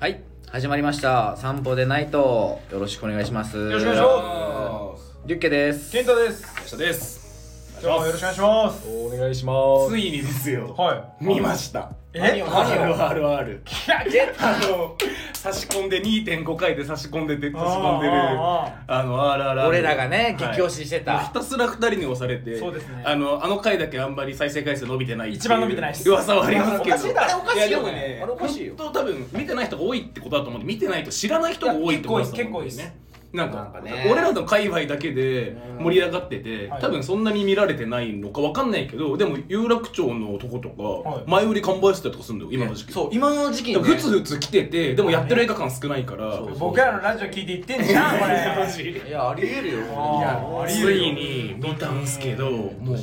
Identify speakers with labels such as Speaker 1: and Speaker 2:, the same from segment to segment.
Speaker 1: 始まりました散歩でないとよろしくお願いしますよ
Speaker 2: よろしくお願いします
Speaker 1: リュッケです
Speaker 2: 健太です
Speaker 3: 明日です
Speaker 2: 今日もよろしくお願いします
Speaker 3: お願いします
Speaker 4: ついにですよ
Speaker 2: は
Speaker 4: 見ました
Speaker 2: え何
Speaker 4: RRR あの差し込んで2.5回で差し込んでて差し込んでる
Speaker 2: あ
Speaker 4: あの RRR
Speaker 1: 俺らがね
Speaker 4: はい
Speaker 1: 激推ししてた、
Speaker 4: ひたすら2人に押されて
Speaker 2: そうですね
Speaker 4: あのあの回だけあんまり再生回数伸びてないっていう
Speaker 2: 一番伸びてないです
Speaker 4: 噂はありますけど
Speaker 2: おかしいだろ
Speaker 4: おかしいよね
Speaker 1: あれおかしいよ
Speaker 4: 本当多分見てない人が多いってことだと思うんで見てないと知らない人が多いってことだと思うんです
Speaker 2: いや
Speaker 4: ねなんか
Speaker 1: なんかね
Speaker 4: 俺らの界隈だけで盛り上がってて、
Speaker 2: はい
Speaker 4: 多分そんなに見られてないのかわかんないけどでも有楽町のとこと
Speaker 2: はい
Speaker 4: か前売り完売してたりとかするんだよ今の時期
Speaker 1: そう今の時期
Speaker 4: で
Speaker 1: に、
Speaker 4: も
Speaker 1: ね、
Speaker 4: ふつふつ来ててでもやってる映画館少ないから
Speaker 1: そう
Speaker 2: 僕らのラジオ聞いて言ってんじゃんこれ
Speaker 1: いやありえるよ
Speaker 2: あーありえ
Speaker 4: つ
Speaker 2: るよ
Speaker 4: いに見たんすけどもう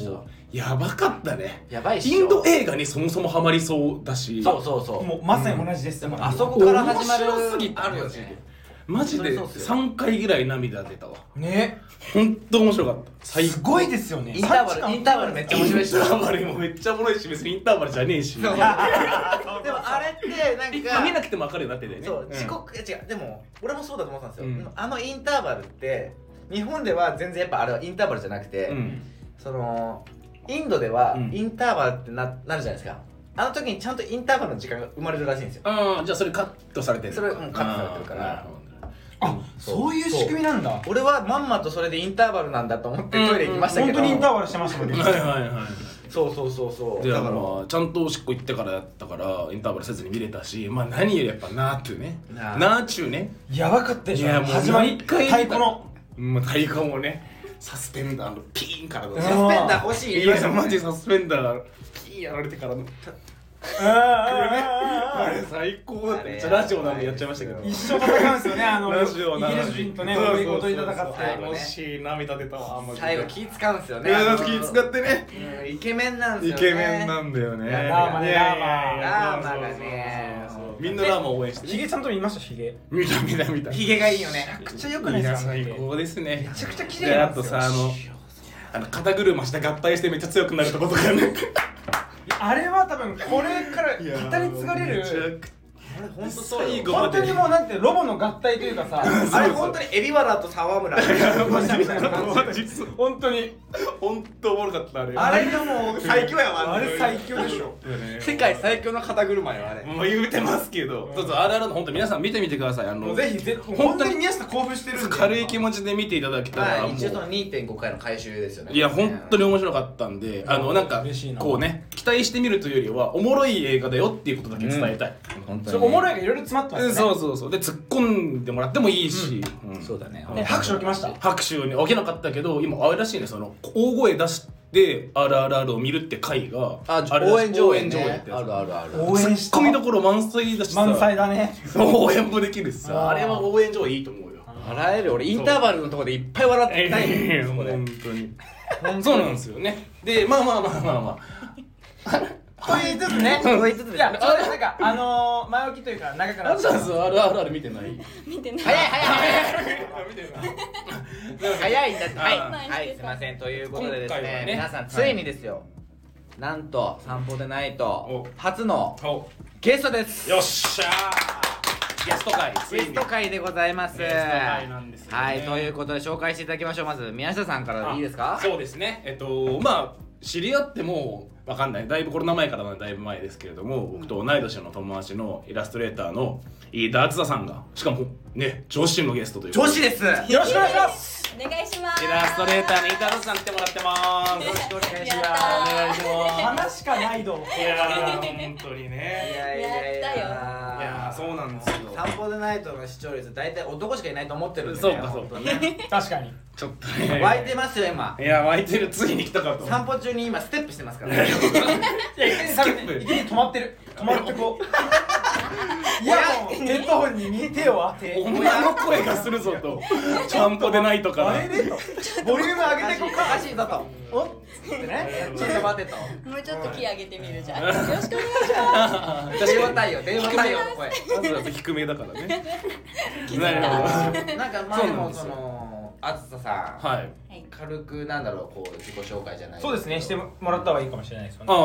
Speaker 4: やばかったね
Speaker 1: やばいっしょ
Speaker 4: インド映画にそもそもハマりそうだし
Speaker 1: そうそうそう
Speaker 2: もうまさに同じです
Speaker 1: で
Speaker 2: で
Speaker 1: も
Speaker 2: も
Speaker 1: あそこから
Speaker 4: 面
Speaker 1: 始まる
Speaker 4: 白すぎた
Speaker 1: あるよね
Speaker 4: マジ
Speaker 1: 本
Speaker 4: で
Speaker 1: 当にそうっすよ
Speaker 4: 3回ぐらい涙出たわ
Speaker 2: ね
Speaker 4: 本当面白かった最
Speaker 2: すごいですよね
Speaker 1: インターバルインターバルめっちゃ面白いっしょ
Speaker 4: インタ ーバルもめっちゃおもろいし別にインターバルじゃねえ
Speaker 1: そ
Speaker 4: し
Speaker 1: う
Speaker 4: ま
Speaker 1: でもあれってなんか
Speaker 4: あ見なくても分かるようになっててね
Speaker 5: そう、
Speaker 4: ん
Speaker 5: 遅刻いや違うでも俺もそうだと思ってたんですよ、
Speaker 4: うん
Speaker 5: でもあのインターバルって日本では全然やっぱあれはインターバルじゃなくて、
Speaker 4: うん
Speaker 5: そのインドでは
Speaker 4: うん
Speaker 5: インターバルってななるじゃないですかあの時にちゃんとインターバルの時間が生まれるらしいんですよ
Speaker 4: ああじゃあそれカットされてる
Speaker 5: それうんカットされてるから
Speaker 4: あーなほどね
Speaker 2: あそういう仕組みなんだ
Speaker 5: 俺はまんまとそれでインターバルなんだと思ってトイレ行きましたけ
Speaker 2: 本
Speaker 5: ど、
Speaker 2: 当にインターバルしてましたもんね
Speaker 4: はいはいはい
Speaker 5: そうそうそうそう
Speaker 4: で
Speaker 5: だ
Speaker 4: あ
Speaker 5: から
Speaker 4: のちゃんとおしっこ行ってからやったからインターバルせずに見れたしまあ何よりやっぱなーっていうね
Speaker 5: なー
Speaker 4: なーちゅうね
Speaker 2: やばかったでし
Speaker 4: いや
Speaker 2: ょ
Speaker 4: もう
Speaker 2: 始まり
Speaker 4: 毎
Speaker 2: 太
Speaker 4: 回
Speaker 2: 鼓の
Speaker 4: まあ太鼓もねサスペンダーのピーンから
Speaker 2: う
Speaker 4: だ
Speaker 2: ん
Speaker 5: サスペンダー欲しい
Speaker 4: いやマジサスペンダーがピーンやられてからの
Speaker 2: うんうんうん
Speaker 4: あ
Speaker 2: うん
Speaker 4: れ最高だっためっちゃラジオなんでやっちゃいましたけど
Speaker 2: 一生戦うんですよねあの
Speaker 4: ラジオ
Speaker 2: イ
Speaker 4: な
Speaker 2: ギ
Speaker 4: の
Speaker 2: リ
Speaker 4: に
Speaker 2: ス人とね
Speaker 4: そうそう
Speaker 2: 英
Speaker 4: そう
Speaker 2: 語と戦っ
Speaker 4: 最後
Speaker 2: て
Speaker 4: ね惜しい涙出たわマジで
Speaker 5: 最後気使うんですよ
Speaker 4: い
Speaker 5: ね
Speaker 4: やだって気使ってね
Speaker 5: うんイケメンなんです
Speaker 4: イ
Speaker 5: よね
Speaker 4: ケメンなんだよね
Speaker 2: いやラーマね
Speaker 4: いやいやいや
Speaker 5: ラーマラーマがね
Speaker 4: そうそうそうそうみんなラーマ応援して
Speaker 2: ヒゲちゃんと見ましたヒゲ
Speaker 4: 見た見た見た
Speaker 5: ヒゲがいいよね
Speaker 2: めちゃくちゃ良くないですか
Speaker 4: や最高ですねめ
Speaker 5: ちゃくちゃ綺麗
Speaker 4: で
Speaker 5: な
Speaker 4: あ
Speaker 5: んで
Speaker 4: と
Speaker 5: すよ
Speaker 4: さあのあの肩車して合体してめっちゃ強くなるとことかね
Speaker 2: あれは多分これから語り継がれ
Speaker 4: めちゃ
Speaker 2: る
Speaker 4: く
Speaker 5: あれ本当そう
Speaker 4: 最
Speaker 5: よ
Speaker 4: 後
Speaker 2: 本当にもうなんてロボの合体というかさ
Speaker 5: あれ本当にエビワラと 沢村
Speaker 4: 実
Speaker 2: 本当に
Speaker 4: 本当おもろかったあれ
Speaker 5: あれがもう最強やわ
Speaker 2: あれ最強でしょ
Speaker 4: 世
Speaker 5: 世
Speaker 4: 界
Speaker 5: 界最強の肩車よあれ
Speaker 4: もう言うてますけどそうそうあるあるの本当皆さん見てみてくださいあ
Speaker 2: も
Speaker 4: の
Speaker 2: うぜひぜひ
Speaker 4: 当に
Speaker 2: 本当に宮下興奮してるんで
Speaker 4: 軽い気持ちで見ていただけた
Speaker 5: ま
Speaker 4: ら
Speaker 5: あ
Speaker 4: もう
Speaker 5: 一応その2.5回の回収ですよね
Speaker 4: いや本当に面白かったんであのなんか
Speaker 2: 嬉しいな
Speaker 4: こうね期待してみるというよりはおもろい映画だよっていうことだけ伝えたい
Speaker 1: 本当
Speaker 2: それ
Speaker 1: に
Speaker 2: おもろいがいろいろ詰まってます
Speaker 4: うん
Speaker 2: ね
Speaker 4: そうそうそうで突っ込んでもらってもいいしうん
Speaker 1: そうだね
Speaker 2: ね拍手起きました
Speaker 4: 拍手に起きなかったけど今あれらしいねその大声出して「RRR」を見るって回が
Speaker 1: あ
Speaker 4: れらしい
Speaker 1: 応援上演
Speaker 4: 応援
Speaker 1: ね
Speaker 4: ってや
Speaker 1: あるあるある
Speaker 2: 応援し
Speaker 4: つツ
Speaker 2: た
Speaker 4: ッコミどころ満載だしさ
Speaker 2: 満載だね
Speaker 4: 応援もできるしさ
Speaker 2: あー
Speaker 4: あれは応援上演いいと思うよ
Speaker 1: 笑える俺インターバルのとこでいっぱい笑ってたいね
Speaker 4: えー
Speaker 1: そこで
Speaker 4: 本当に そうなんですよねでまあまあまあまあまあ
Speaker 2: と言いつつね
Speaker 1: そう言いつつ
Speaker 2: いやちょっとなんかあのー前置きというか長くな
Speaker 4: あ
Speaker 2: っ
Speaker 4: ず
Speaker 2: ちゃ
Speaker 4: さん
Speaker 2: う
Speaker 4: そう RRR 見てない
Speaker 6: 見てない
Speaker 1: 早い早い早い早いんだってはい、
Speaker 4: あ
Speaker 6: ー
Speaker 1: はい、すいませんということでですね
Speaker 4: 今回はね
Speaker 1: 皆さんついにですよ、なんと散歩でないと
Speaker 4: お
Speaker 1: 初の
Speaker 4: お
Speaker 1: ゲストです
Speaker 4: よっしゃーゲスト会つ
Speaker 1: ゲ
Speaker 4: い
Speaker 1: ス
Speaker 4: に
Speaker 1: ト会でございます
Speaker 4: ゲスト会なんですよね
Speaker 1: はいということで紹介していただきましょうまず宮下さんから
Speaker 4: あ
Speaker 1: いいですか
Speaker 4: そうですねえっとまあ知り合ってもわかんないだいぶコロナ前からなんでだいぶ前ですけれども僕と同い年の友達のイラストレーターの飯田敦さんがしかもね女子のゲストということ
Speaker 1: 女子ですよろし
Speaker 2: よろしくお願いします
Speaker 6: お願いします
Speaker 4: イラストレーターの飯田敦さん来てもらってまーす
Speaker 1: くお願いし
Speaker 6: やっ
Speaker 1: ます
Speaker 6: た
Speaker 2: 話しかないど
Speaker 4: いやー本当に
Speaker 5: い
Speaker 4: ね
Speaker 5: やいやいや
Speaker 4: いやーそうなんですよ
Speaker 5: 散歩でナイトの視聴率大体男しかいないと思ってるんで
Speaker 4: そうかそうか
Speaker 2: 確かに
Speaker 4: ちょっとね
Speaker 5: 湧いてますよ今
Speaker 4: いや湧いてるついに来たかと
Speaker 5: 散歩中に今ステップしてますから
Speaker 2: いや一気に食べて一気に止まってる止まってこうイヤホンヘッドホンに手を当て
Speaker 4: お前の声がするぞと散歩でないとか
Speaker 2: あれでとボリューム上げてこう
Speaker 5: おかしいぞと
Speaker 2: おっつってね
Speaker 5: ちょっと待てと
Speaker 6: よもうちょっと気上げてみるじゃんよろしくお願いしま
Speaker 5: 電話対応電話対応の声
Speaker 4: まずは低めだからね。
Speaker 6: た
Speaker 4: なるほど。
Speaker 5: なんかまあでもそのあずささん、
Speaker 4: はい
Speaker 6: はい
Speaker 5: 軽くなんだろうこう自己紹介じゃないけど
Speaker 2: そうですねしてもらった方がいいかもしれないですよね
Speaker 4: あ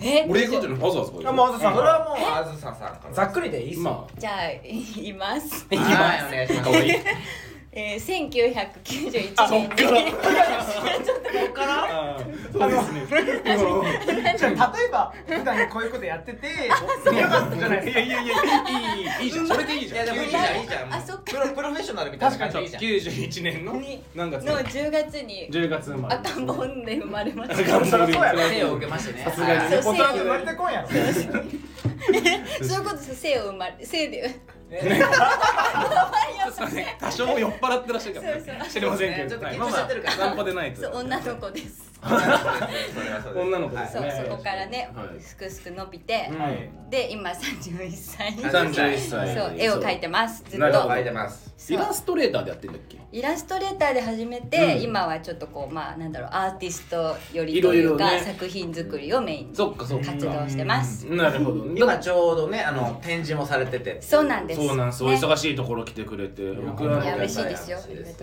Speaker 6: え
Speaker 4: あ俺行くんじゃないわざわざこれ
Speaker 2: あもうあ
Speaker 5: そ
Speaker 2: ず
Speaker 5: れ
Speaker 2: さんから
Speaker 5: はもうあずささんから
Speaker 2: ざっくりでいいっす
Speaker 4: ま
Speaker 6: じゃあ言います
Speaker 5: りはいお願いしま
Speaker 4: あか
Speaker 5: す
Speaker 4: わいい
Speaker 6: えー、1991年に
Speaker 4: あそっから
Speaker 6: ちょっと待って
Speaker 4: あーそうですね
Speaker 2: じゃあ例えば普段こういうことやっててよかったじゃないです
Speaker 4: いやいやいやいいいいいいじゃんそれでいいじゃん
Speaker 5: いやでもいいじゃんいいじゃん
Speaker 6: あそっか
Speaker 5: プロプロフェッショナルみたいな感じでいいじゃん
Speaker 4: 九十一年の
Speaker 6: に
Speaker 4: 何月
Speaker 6: の10月に
Speaker 4: 十月生まれ
Speaker 6: 赤ん坊で生まれました
Speaker 4: 赤ん坊で生まれ
Speaker 2: そりゃそうや
Speaker 1: 手を受けましてね
Speaker 4: さすがにね
Speaker 6: そう
Speaker 2: か大人生まれてこんやろ
Speaker 6: そういうことです性を生ま れ性で
Speaker 4: 多少酔っ払ってらっしゃるから
Speaker 6: そう
Speaker 4: ね
Speaker 6: そう
Speaker 4: 知りませんけど
Speaker 5: ちょっと
Speaker 4: はい
Speaker 5: 緊張しちゃってるから
Speaker 4: まあまあナンパでないと
Speaker 6: そう女の子です
Speaker 5: それはそうです
Speaker 4: 女の子です
Speaker 6: そう
Speaker 4: ね
Speaker 6: そこからね、
Speaker 4: はい
Speaker 6: すくすく伸びて、
Speaker 4: うん
Speaker 2: はい
Speaker 6: で今31歳
Speaker 4: 三十一歳
Speaker 6: そう絵を描いてますずっ
Speaker 4: なる
Speaker 5: 女の
Speaker 4: ほど
Speaker 5: 子がい
Speaker 6: と
Speaker 5: てます
Speaker 4: イ
Speaker 6: そう
Speaker 4: ラストレーターでやってんだっけ
Speaker 6: イラストレーターで始めて、
Speaker 4: うん
Speaker 6: 今はちょっとこうまあなんだろうアーティストより
Speaker 4: いろ
Speaker 6: と
Speaker 4: い
Speaker 6: い
Speaker 4: ろ
Speaker 6: う
Speaker 4: ね
Speaker 6: か作品作りをメインに
Speaker 4: そっかそっか
Speaker 6: 活動してます、
Speaker 4: なるほどね
Speaker 5: 今ちょうどねあの展示もされてて
Speaker 6: そうなんです
Speaker 4: そうなんですお
Speaker 6: ね
Speaker 4: 忙しいところ来てくれて僕はい
Speaker 6: や嬉しいですよ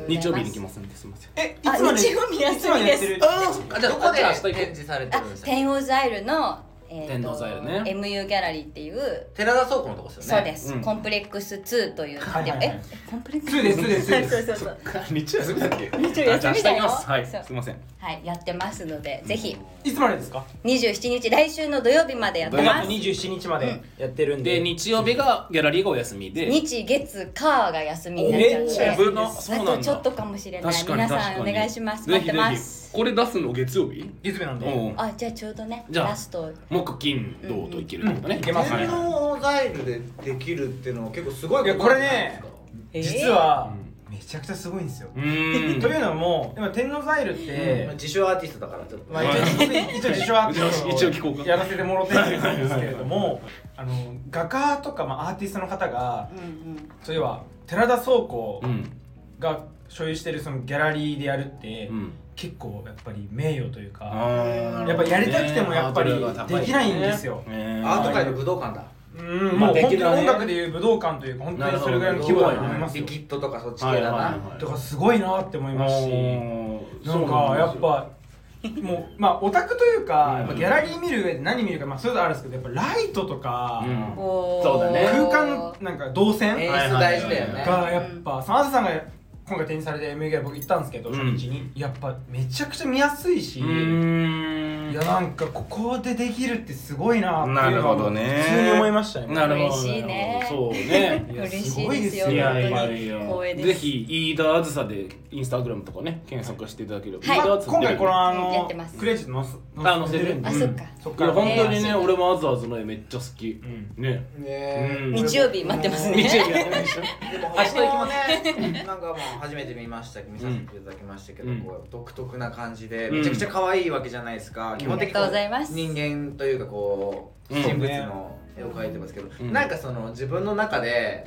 Speaker 4: 日曜日に来
Speaker 6: す
Speaker 4: ますんですみません
Speaker 2: えい
Speaker 6: あ
Speaker 2: つまで
Speaker 6: 日曜日休み
Speaker 2: いつまや
Speaker 6: で
Speaker 2: ってる
Speaker 6: す
Speaker 4: あそっか
Speaker 5: どこで
Speaker 4: 明
Speaker 5: 展
Speaker 4: 日行こ
Speaker 5: 示されて
Speaker 6: あ
Speaker 5: るんですか
Speaker 6: 天王ザイルの、え
Speaker 4: 天王ザイルね
Speaker 6: MU ギャラリーっていう
Speaker 5: 寺田倉庫のとこですよ
Speaker 6: そう
Speaker 5: ね
Speaker 6: です、
Speaker 4: うん
Speaker 6: コンプレックス2という、
Speaker 2: はいはいはい
Speaker 6: えコンプレックス
Speaker 2: 2です2です2
Speaker 6: そうそうそう
Speaker 4: う 日曜休みだっけ
Speaker 6: 日曜休みだよ
Speaker 4: あじゃあ明日行きますはい
Speaker 6: そう
Speaker 4: すみません
Speaker 6: はいやってますのでぜひ
Speaker 2: いつまでですか
Speaker 6: 27日来週の土曜日までやってま
Speaker 2: 5
Speaker 6: す
Speaker 2: 月27日までやってるんで
Speaker 4: で日曜日がギャラリーがお休みで
Speaker 6: 日月火が休みになっ
Speaker 2: めっ
Speaker 6: ち
Speaker 2: ちゃ
Speaker 6: ゃ
Speaker 2: 休み
Speaker 6: うん
Speaker 4: 危
Speaker 6: で
Speaker 4: な
Speaker 6: あ
Speaker 4: そうなんだ
Speaker 6: とちょっとかもしれない
Speaker 4: 確かに
Speaker 6: 皆
Speaker 4: 確か
Speaker 6: さん
Speaker 4: に
Speaker 6: お願いします
Speaker 4: ぜ
Speaker 6: 待っ
Speaker 4: ひ
Speaker 6: て
Speaker 4: ぜ
Speaker 6: ます
Speaker 4: ひこれ出すの月曜日
Speaker 2: 月曜日なんで
Speaker 4: うん
Speaker 6: あじゃあちょうどね
Speaker 4: じゃあ
Speaker 6: ラスト
Speaker 4: 木金銅といけるってことね、
Speaker 2: うんいけますね
Speaker 4: はい
Speaker 5: 天王ザイルでできるっていうのは結構すごい
Speaker 2: いやこれね
Speaker 6: えー
Speaker 2: 実はめちゃくちゃすごいんですよと
Speaker 4: う
Speaker 2: い
Speaker 4: ーん
Speaker 2: うのも今天王ザイルって、
Speaker 5: 自称アーティストだからちょっと
Speaker 2: まあ、一応一応自称アーティスト
Speaker 4: 一応聞こうか
Speaker 2: やらせてもろてるんですけれどもあの画家とか、まあ、アーティストの方が
Speaker 6: うんうん
Speaker 2: そういえば寺田倉庫
Speaker 4: うん
Speaker 2: が所有してるそのギャラリーでやるって、
Speaker 4: うん
Speaker 2: 結構やっぱり名誉というか
Speaker 4: あー
Speaker 2: やっぱやりたくてもやっぱり
Speaker 4: ハードルが高
Speaker 2: できないんですよ
Speaker 4: ね
Speaker 5: アート界の武道館だ
Speaker 2: うん
Speaker 4: ま
Speaker 2: もう本当
Speaker 4: あで
Speaker 2: に
Speaker 4: きるね
Speaker 2: 音楽でいう武道館というか本当にそれぐらいの規模だと思います
Speaker 5: リ
Speaker 2: よ
Speaker 5: キッドとかそっち系だ
Speaker 4: はいはい
Speaker 5: な
Speaker 4: はい
Speaker 2: だからすごいなって思いますしなんかやっぱもうまあオタクというか
Speaker 4: うん
Speaker 2: やっぱギャラリー見る上で何見るかまあそれぞれあるんですけどやっぱライトとか、
Speaker 4: うん
Speaker 6: おー
Speaker 4: そうだね
Speaker 2: 空間のなんか動線
Speaker 5: 演出
Speaker 4: はい
Speaker 5: 大事だよね
Speaker 2: がやっぱそのあずさんが今回展示されて MA ギャラ僕行ったんですけど
Speaker 4: うん
Speaker 2: 初日にやっぱめちゃくちゃ見やすいし
Speaker 4: う
Speaker 2: い
Speaker 4: ーん
Speaker 2: やなんかここでできるってすごいなって
Speaker 4: な
Speaker 2: いう
Speaker 4: る
Speaker 2: の
Speaker 4: ほ
Speaker 2: は
Speaker 4: どね
Speaker 2: 普通に思いましたね
Speaker 4: なるほど
Speaker 6: 嬉しいね
Speaker 4: そうね
Speaker 2: いや
Speaker 6: 嬉しいですよ
Speaker 2: すご
Speaker 4: い
Speaker 2: い
Speaker 4: やい
Speaker 6: 本当
Speaker 4: や
Speaker 6: に
Speaker 4: いや
Speaker 6: 光栄です
Speaker 4: ぜひ飯田あずさでインスタグラムとかね検索していただければ
Speaker 6: はい
Speaker 4: 飯田あずさ
Speaker 2: 今回このあ
Speaker 6: やっ
Speaker 2: の
Speaker 6: てます
Speaker 2: クレジットのす
Speaker 4: あ載せてる
Speaker 2: んで
Speaker 6: あそっか
Speaker 2: そっ
Speaker 4: い
Speaker 2: か
Speaker 4: や
Speaker 2: ら
Speaker 4: 本当に
Speaker 6: ね
Speaker 4: ね俺もあずあずの絵めっちゃ好き
Speaker 2: うん
Speaker 4: ね
Speaker 5: ね
Speaker 4: うん
Speaker 6: 日曜日待ってますね
Speaker 4: 日曜日やってないでしょ
Speaker 5: でも本当にねなんかもう初めて見ました見させていただきましたけど、
Speaker 4: うん
Speaker 5: こう独特な感じで
Speaker 4: うん
Speaker 5: めちゃくちゃ可愛いわけじゃないですか、基本的にこ
Speaker 6: ありがとうございます
Speaker 5: 人間というかこう
Speaker 4: うん
Speaker 5: 人物の絵を描いてますけど、
Speaker 4: うん
Speaker 5: なんかその自分の中で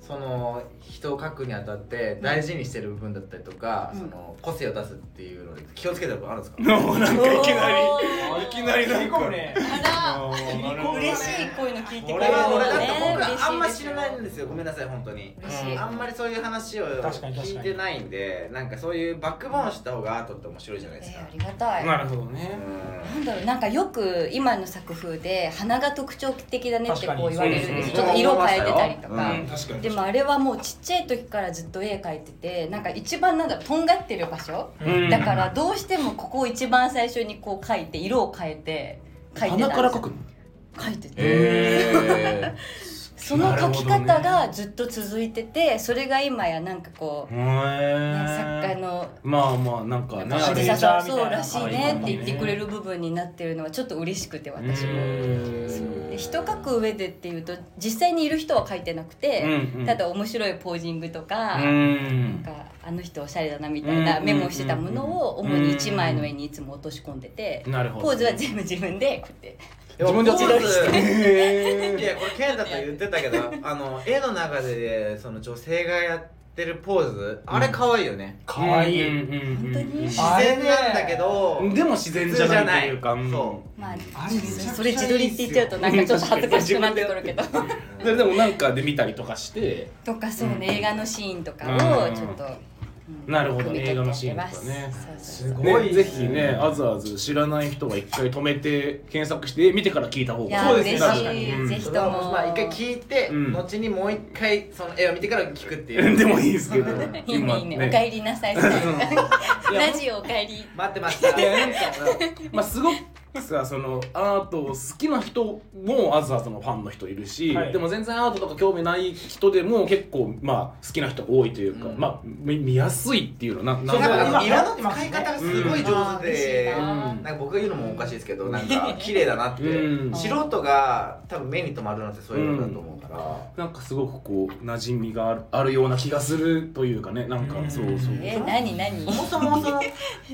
Speaker 5: その人を描くにあたって大事にしてる部分だったりとか、
Speaker 6: うん
Speaker 5: その個性を出すっていうので気をつけてる部分あるんですか、
Speaker 4: もうなんかいきな
Speaker 6: お
Speaker 4: り
Speaker 6: ー
Speaker 4: いきなり
Speaker 2: 切
Speaker 4: な
Speaker 2: り
Speaker 4: ん
Speaker 2: 込む
Speaker 4: か
Speaker 2: ね
Speaker 6: あ
Speaker 4: なる
Speaker 6: ら
Speaker 4: ほどね
Speaker 6: 嬉しいこういうの聞いてく
Speaker 5: 俺
Speaker 6: れる
Speaker 5: は
Speaker 6: の
Speaker 5: 俺だって
Speaker 6: ね
Speaker 5: 僕はあんま
Speaker 6: 嬉し
Speaker 5: 知らないんですよごめんなさい本当に
Speaker 6: 嬉しい
Speaker 5: あんまりそういう話を
Speaker 2: 確かに確かに
Speaker 5: 聞いてないんでなんかそういうバックボーンした方がアートって面白いじゃないです
Speaker 6: え
Speaker 5: か
Speaker 6: ー、ありがたい
Speaker 4: なるほどね
Speaker 6: なんだろうなんかよく今の作風で鼻が特徴的だねっ
Speaker 2: 確
Speaker 6: て
Speaker 2: かに
Speaker 6: こう言われるんです
Speaker 4: そうですね
Speaker 6: ちょっと色変えてたりとか、
Speaker 5: うん
Speaker 4: 確か
Speaker 6: でもあれはもうちっちゃい時からずっと絵描いててなんか一番なんだろうとんがってる場所、
Speaker 4: うん
Speaker 6: だからどうしてもここを一番最初にこう描いて色を変えて描いてたんですよ
Speaker 4: 鼻から描くの
Speaker 6: 描いてて、
Speaker 4: へ
Speaker 6: その描き方がずっと続いててそれが今やなんかこう、
Speaker 4: え
Speaker 6: ね、作家の
Speaker 4: まあまあなんかね
Speaker 2: シ
Speaker 6: あ
Speaker 2: グ
Speaker 6: ず
Speaker 2: ネチャ
Speaker 6: さ
Speaker 2: ー
Speaker 6: さん
Speaker 2: みたい
Speaker 6: そう
Speaker 2: な
Speaker 6: らしいねって言ってくれる部分になってるのはちょっと嬉しくて私も。
Speaker 4: うん
Speaker 6: で人描く上でっていうと実際にいる人は描いてなくて、
Speaker 4: うんうん
Speaker 6: ただ面白いポージングとか,、
Speaker 4: う
Speaker 6: なん
Speaker 4: ん
Speaker 6: かあの人おしゃれだなみたいな
Speaker 4: うん
Speaker 6: メモしてたものを
Speaker 4: うん
Speaker 6: 主に1枚の絵にいつも落とし込んでて、
Speaker 4: なるほど
Speaker 6: ポーズは全部自分でこうやって
Speaker 4: 自分でやってた
Speaker 5: ポ
Speaker 4: り
Speaker 5: ーズ
Speaker 4: へ
Speaker 5: いやこれ健太と言ってたけ どあの絵の中でその女性がやってるポーズあれ可愛いよね、
Speaker 2: かわいい、
Speaker 4: 本
Speaker 6: 本当に
Speaker 5: 自然なんだけど
Speaker 4: でも自然じゃないというか
Speaker 5: 普通じゃないそ
Speaker 6: まあ
Speaker 2: あれめちゃくちゃいいっすよ
Speaker 6: それ自撮りって言っちゃうとなんかちょっと恥ずかしくなってくるけど
Speaker 4: うんででもなんかで見たりとかして
Speaker 6: とかそうね、映画のシーンとかをちょっと。
Speaker 4: なるほど
Speaker 6: 首
Speaker 4: 映
Speaker 6: 取
Speaker 4: 画の
Speaker 6: ってやっ
Speaker 4: シ
Speaker 6: て
Speaker 4: ーン
Speaker 6: ま
Speaker 4: と
Speaker 6: す
Speaker 4: かね
Speaker 6: そう
Speaker 2: す
Speaker 6: そう
Speaker 2: ごい
Speaker 4: ね、ぜひね、あずあず知らない人は一回止めて検索して見てから聞いた方
Speaker 6: い
Speaker 4: が
Speaker 6: やー
Speaker 2: そうですね
Speaker 6: 嬉し
Speaker 2: 確か
Speaker 6: い、
Speaker 4: にうん
Speaker 6: ぜひと
Speaker 5: そ
Speaker 6: も
Speaker 5: れはもうまあ一回聞いて、
Speaker 4: うん
Speaker 5: 後にもう一回その絵を見てから聞くっていう
Speaker 4: でもいいですけど
Speaker 6: いいねいいねおかえりなさいスタイルラジオおかえり
Speaker 5: 待ってました
Speaker 4: いやなんかまあすごくさそのアートを好きな人もあずあずのファンの人いるし、
Speaker 2: はい
Speaker 4: でも全然アートとか興味ない人でも結構まあ好きな人が多いというか、
Speaker 5: うん
Speaker 4: まあ見見やすいっていうのなな
Speaker 5: そう
Speaker 4: ん
Speaker 5: なんか
Speaker 4: か
Speaker 5: あの色の使い方がすごい上手で、
Speaker 6: うんあー嬉しいな
Speaker 5: なんか僕が言うのもおかしいですけどなんか綺麗だなって、
Speaker 4: うん
Speaker 5: 素人が多分目に留まるのってそういうのだと思うから、
Speaker 4: なんかすごくこう馴染みがあるあるような気がするというかねなんか
Speaker 2: うん
Speaker 4: そうそう。
Speaker 6: え何何
Speaker 5: そもそも その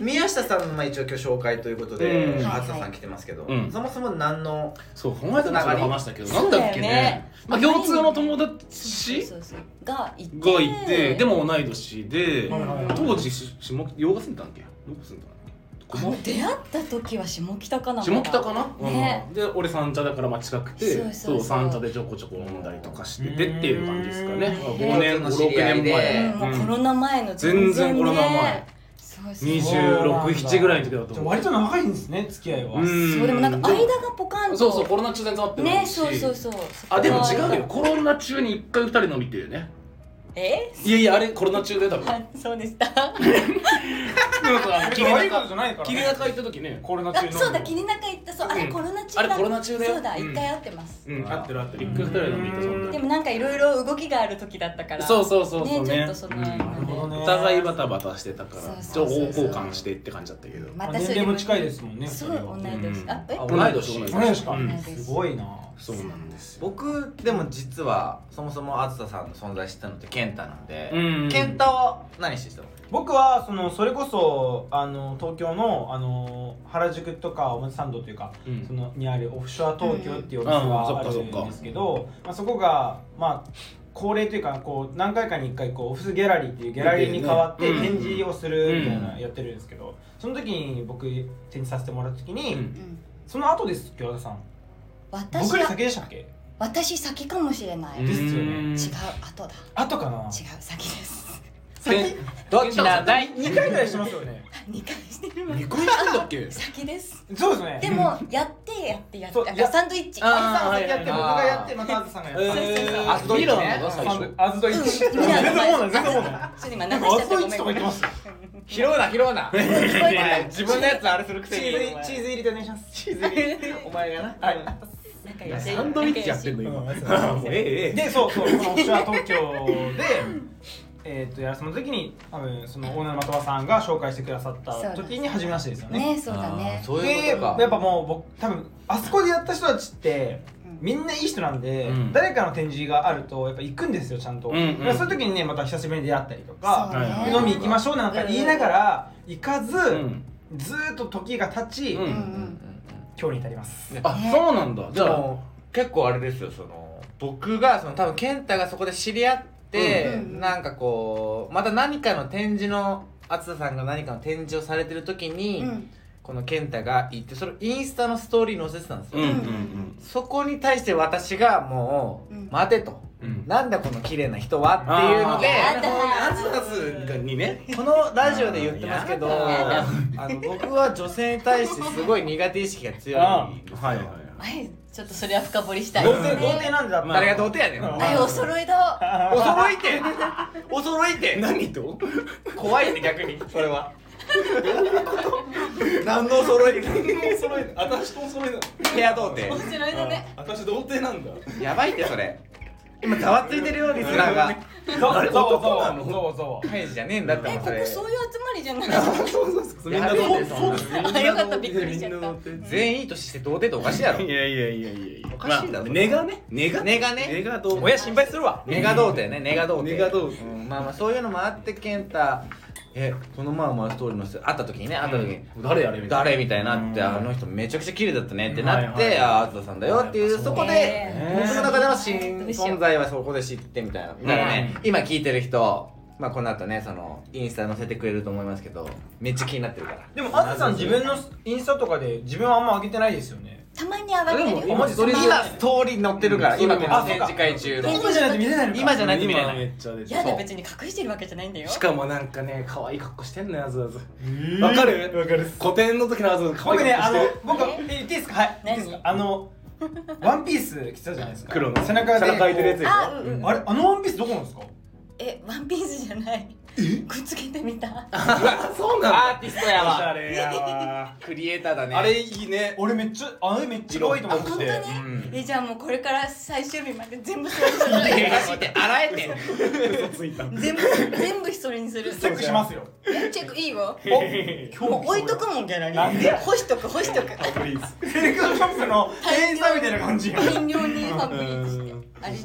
Speaker 5: 宮下さんのまあ一応今日紹介ということで、
Speaker 4: うん
Speaker 5: あずささん来てますけど、
Speaker 4: うん
Speaker 5: そもそも何の
Speaker 4: そう、この間もそれ話したけど、な
Speaker 6: そ
Speaker 4: ん
Speaker 6: うだ
Speaker 4: だ
Speaker 6: よね
Speaker 4: っけね。まあ、共通の友達
Speaker 6: そうそうそうがいて
Speaker 4: がいて、でも同い年で
Speaker 6: はいはいは、い
Speaker 4: 当時、し下洋画センターだっけどこセンターだっけこ
Speaker 6: あの
Speaker 4: こ
Speaker 6: 出会った時は下北かな
Speaker 4: 下北かな、
Speaker 6: ね
Speaker 4: うん、で俺三茶だからまあ近く
Speaker 6: そうそ
Speaker 4: て
Speaker 6: うそう
Speaker 4: そう三茶でちょこちょこ飲んだりとかしててっていう感じですかね
Speaker 2: うん
Speaker 4: 5年
Speaker 5: 共通の知り合い
Speaker 4: 56年
Speaker 5: で
Speaker 4: 前
Speaker 6: うん、もうコロナ前の
Speaker 4: 全然コロナ前
Speaker 6: ねそうそう
Speaker 4: 二十2627ぐらいの時だと
Speaker 2: じゃ
Speaker 4: 思
Speaker 2: あ
Speaker 4: う
Speaker 2: 割と長いんですね付き合いは、
Speaker 4: うん
Speaker 6: そうでもなんか間がポカンと
Speaker 4: そうそうコロナ中全然会ってな
Speaker 6: ね
Speaker 4: いし、
Speaker 6: そうそうそう
Speaker 4: あでも違うよコロナ中に一回二人飲みっていうね
Speaker 6: え
Speaker 4: いやいやあれコロナ中で多分
Speaker 6: あそうでしたあ
Speaker 4: なんか
Speaker 2: 別に悪いことじゃないから、
Speaker 4: 君
Speaker 2: ね、
Speaker 4: が帰った時ね
Speaker 2: コロナ中の
Speaker 6: そうだ霧中行ったそうあれ
Speaker 4: うん
Speaker 6: コロナ中
Speaker 4: あれコロナ中だよ
Speaker 6: そうだ
Speaker 4: うん
Speaker 6: 一回会ってます
Speaker 4: うん合ってる合ってる一回二人飲み行ったその
Speaker 6: で
Speaker 4: 時
Speaker 6: もなんかいろいろ動きがある時だったから
Speaker 4: そうそうそうそう
Speaker 6: ね
Speaker 4: ね
Speaker 6: ちょっとその
Speaker 4: うん
Speaker 2: なるほどね
Speaker 4: お互いバタバタしてたか
Speaker 6: そう
Speaker 4: ら
Speaker 6: そ
Speaker 4: 情
Speaker 6: うそう
Speaker 4: 報
Speaker 6: そう
Speaker 4: 交換してって感じだったけど
Speaker 6: また
Speaker 2: 年
Speaker 6: それ
Speaker 2: 齢も近いですもんね
Speaker 6: そう同い年
Speaker 4: うん
Speaker 6: あえ
Speaker 1: あ
Speaker 4: 同い年同い
Speaker 2: 同い
Speaker 4: 年
Speaker 2: 年か、
Speaker 4: うん
Speaker 2: すごいな
Speaker 4: そうなんですよ
Speaker 5: 僕でも実はそもそもあずささんの存在知ったのって健太なんで、
Speaker 4: うん
Speaker 5: 健太は何してたの
Speaker 2: 僕はそのそれこそあの東京のあの原宿とか表参道というか
Speaker 4: うん
Speaker 2: そのにあるオフショア東京っていうお店があるんですけど、まあ、そこがまあ恒例というかこう何回かに1回こうオフィスギャラリーっていうギャラリーに変わって
Speaker 4: うん
Speaker 2: 展示をするみたいなのやってるんですけどその時に僕展示させてもらった時に、
Speaker 4: うん
Speaker 6: うん
Speaker 2: その後です京田さん
Speaker 6: 私
Speaker 2: 僕より
Speaker 6: が
Speaker 2: 先でしたっけ
Speaker 6: 私先かもしれな
Speaker 4: う
Speaker 6: い、
Speaker 4: ん
Speaker 6: 違う
Speaker 2: ですよね
Speaker 6: 後だ
Speaker 2: 後かな
Speaker 6: 違う先です
Speaker 4: 先
Speaker 1: どっちなんだい
Speaker 2: 2回 ぐらいしてますよね
Speaker 6: 2回してるわ
Speaker 4: 二回したんだっけ
Speaker 6: 先です
Speaker 2: そうですね
Speaker 6: でもやってやってやっ
Speaker 2: そう
Speaker 6: て
Speaker 2: や
Speaker 6: あサンドイッチ
Speaker 4: あ
Speaker 2: あずさんが先やって
Speaker 4: あ
Speaker 2: 僕
Speaker 4: ー
Speaker 2: がやってまたあずさんがやって
Speaker 4: え
Speaker 5: あ
Speaker 4: ー
Speaker 5: そこ
Speaker 4: ミ
Speaker 5: 行
Speaker 4: ラ
Speaker 5: くね
Speaker 4: ーなんだ最初
Speaker 2: あずといち全
Speaker 6: ミラー
Speaker 2: 然
Speaker 6: の
Speaker 2: 思うない全然思うない
Speaker 6: ちょっと今流しちゃってごめんごめん
Speaker 2: なんか
Speaker 5: 拾うな拾う な
Speaker 6: 聞こえてた
Speaker 5: 自分のやつあれする く
Speaker 2: チ
Speaker 5: せに
Speaker 2: ーズチーズ入りでお願いしますチーズ入
Speaker 5: お前がな、
Speaker 2: はい
Speaker 6: 仲
Speaker 4: い
Speaker 6: 良
Speaker 4: や
Speaker 6: し
Speaker 4: サンドイッチやってんの今もうええええ
Speaker 2: でそうそうそのオフショア東京でえっとやらせてもらった時に多分そのオーナーの的場さんが紹介してくださった時に初めましてですよね
Speaker 6: ねそうだね
Speaker 5: あーそう
Speaker 2: で
Speaker 5: い
Speaker 2: や
Speaker 5: うことか
Speaker 2: っぱもう僕多分あそこでやった人たちってみんないい人なんで、
Speaker 4: うん
Speaker 2: 誰かの展示があるとやっぱ行くんですよちゃんと、
Speaker 4: うんうん
Speaker 2: だからそういう時にねまた久しぶりに出会ったりとか、
Speaker 6: そうね
Speaker 2: 飲み行きましょうなんか言いながら行かず、
Speaker 4: うん
Speaker 2: ずーっと時が経ち、
Speaker 4: うん
Speaker 6: うんう
Speaker 5: うんうんうん
Speaker 6: ん
Speaker 2: 今日に至ります
Speaker 4: あそうなんだ
Speaker 5: で
Speaker 4: じゃあ
Speaker 5: も結構あれですよその僕がその多分健太がそこで知り合って、
Speaker 6: うんうん
Speaker 5: なんかこうまた何かの展示の厚田さんが何かの展示をされてる時に、
Speaker 6: うん
Speaker 5: この健太が行ってそれをインスタのストーリーに載せてたんです
Speaker 4: う
Speaker 5: よ、
Speaker 4: んうんうん
Speaker 5: そこに対して私がもう「
Speaker 6: うん
Speaker 5: 待て」と「
Speaker 4: うん
Speaker 5: なんだこの綺麗な人は」っていうので
Speaker 6: あーやだ
Speaker 4: あずにね
Speaker 5: このラジオで言ってますけど
Speaker 4: あ
Speaker 5: あの僕は女性に対してすごい苦手意識が強
Speaker 4: あ
Speaker 5: いんですよ
Speaker 4: はいはいはい
Speaker 6: はいちょっとそれは深掘りしたい
Speaker 2: 童
Speaker 6: です
Speaker 2: 貞童貞
Speaker 6: ね
Speaker 2: なんでだったら、
Speaker 5: 誰が童貞やねん
Speaker 2: うん
Speaker 6: はいお揃いだ
Speaker 5: お揃いてお揃いて
Speaker 4: 何と
Speaker 5: 怖いね逆にそれは何のお揃い
Speaker 4: 揃え私と揃えだ
Speaker 5: 部屋童
Speaker 6: お
Speaker 5: 貞
Speaker 6: 揃いだね
Speaker 4: 私童貞なんだ
Speaker 5: やばいってそれ今ざわついてるよリスナーが
Speaker 2: そう
Speaker 4: あれ
Speaker 2: そうそう
Speaker 4: 男なの
Speaker 2: そうそう
Speaker 5: ハイジじゃねえんだって
Speaker 6: え
Speaker 5: もう
Speaker 6: こ
Speaker 5: それ
Speaker 6: こそういう集まりじゃないの
Speaker 4: そうそうそうみんな童貞そんな
Speaker 6: あよかったびっくりしちゃった
Speaker 5: 全員いい年して童貞っておかしいやろ
Speaker 4: いやいやいやいやいや
Speaker 5: おかしいだろ
Speaker 4: まあ根がね根が
Speaker 5: 根がね
Speaker 4: 根がどう
Speaker 5: 親心配するわネガ童貞ねネガ童貞
Speaker 4: ネガ童貞
Speaker 5: うんまあまあそういうのもあって健太えこの前もストーリーの会った時にね会った時に、
Speaker 4: 誰やれみたいな
Speaker 5: 誰みたいになって、
Speaker 4: うん
Speaker 5: あの人めちゃくちゃ綺麗だったねってなっ
Speaker 4: はいはい
Speaker 5: て、あああずささんだよっていう、
Speaker 4: やっぱ
Speaker 5: そ
Speaker 4: そう
Speaker 5: こで
Speaker 6: ね
Speaker 4: え
Speaker 5: 僕の中での新存在はそこで知ってみたいなだからね
Speaker 4: う
Speaker 5: 今聞いてる人まあこの後ねそのインスタ載せてくれると思いますけどめっちゃ気になってるから
Speaker 2: でもあずさん自分のインスタとかで自分はあんま上げてないですよね
Speaker 6: たまに上がってる
Speaker 1: でも
Speaker 6: よ
Speaker 1: 今ストーリー
Speaker 5: 今ストーリー載ってるから、
Speaker 4: うん
Speaker 5: 今この
Speaker 2: あ
Speaker 5: 展示会中の
Speaker 6: そうか
Speaker 2: 今じゃないと見れないのか
Speaker 5: 今じゃないと見れ
Speaker 4: 今
Speaker 5: ない
Speaker 4: めっちゃ出
Speaker 6: い
Speaker 4: てる
Speaker 6: やだ別に隠してるわけじゃないんだよ
Speaker 4: しかもなんかね可愛い格好してんのよあずあず
Speaker 2: えー
Speaker 4: わかる
Speaker 2: わかるっす
Speaker 4: 古典の時のあずあず可愛
Speaker 2: 僕
Speaker 4: い
Speaker 2: ねあ
Speaker 4: 格好
Speaker 2: の
Speaker 4: してる
Speaker 2: 僕え言っていいですかはい
Speaker 6: 何
Speaker 2: いいですかあのワンピース着てたじゃないですか
Speaker 4: 黒の
Speaker 2: 背中で
Speaker 4: 背中開いてるやつよ
Speaker 6: あうんうん
Speaker 2: あれあのワンピースどこなんですか
Speaker 6: えワンピースじゃないくっつけてみた
Speaker 4: あそうなん
Speaker 1: ア
Speaker 4: だ
Speaker 1: ーティストや
Speaker 4: おしゃ
Speaker 1: わ
Speaker 4: れやわ
Speaker 1: クリエイターだね
Speaker 4: あれいいね
Speaker 2: 俺めっちゃあれめっちゃ可愛いと思って
Speaker 6: 本当
Speaker 2: て
Speaker 6: に
Speaker 1: うん
Speaker 6: えじゃあもうこれから最終日まで全部それにする
Speaker 1: 走って洗えて
Speaker 4: 嘘ついた
Speaker 6: 全部全部それにする
Speaker 2: チェックしますよ
Speaker 6: えチェックいいよ
Speaker 2: お今
Speaker 6: もう置いとくもんギャラリーに干しとく干しとく
Speaker 4: プリーズ
Speaker 2: セレクトショップの店員さんみたいな感じや
Speaker 6: 大量にファブリーズして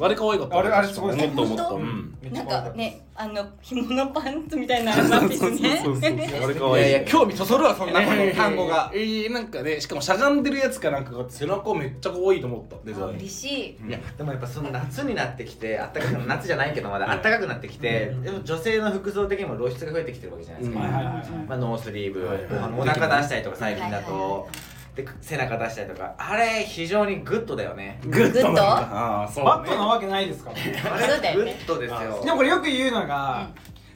Speaker 4: あれ可愛かった
Speaker 2: あれあれすごい
Speaker 4: もっともっ
Speaker 6: 本
Speaker 4: と
Speaker 6: 当
Speaker 4: うん
Speaker 2: めっち
Speaker 6: な
Speaker 2: ゃ
Speaker 6: ん
Speaker 2: 可愛
Speaker 6: か
Speaker 2: った
Speaker 6: ねあの紐のパンツみたいなワンピースね
Speaker 4: そうそうそうそうあれ可
Speaker 1: い
Speaker 4: 愛い
Speaker 1: やいや興味そそるわそんなこの単語が
Speaker 4: えーなんかねしかもしゃがんでるやつかなんかが背中めっちゃ可愛いと思ったデザ
Speaker 6: あ
Speaker 4: イン
Speaker 6: 嬉しい
Speaker 5: いやでもやっぱその夏になってきてあったかく夏じゃないけどまだ
Speaker 4: うん
Speaker 5: あったかくなってきて、
Speaker 2: うん
Speaker 5: でも女性の服装的にも露出が増えてきてるわけじゃないですか、
Speaker 4: うん
Speaker 2: はいはいはい
Speaker 5: まあ、ノースリーブ、
Speaker 4: はいはい
Speaker 5: あのお腹出したりとか最近だと、
Speaker 6: はいはいは
Speaker 5: で背中出したりとかあれ非常にグッドだよね
Speaker 4: グッドなん
Speaker 6: グッド
Speaker 4: だああそう
Speaker 2: バットなわけないですから
Speaker 5: あ
Speaker 6: そうだ
Speaker 5: れ
Speaker 6: よ
Speaker 5: グ
Speaker 6: ね
Speaker 5: ッドですよ
Speaker 2: でもこれよく言うのが
Speaker 6: うん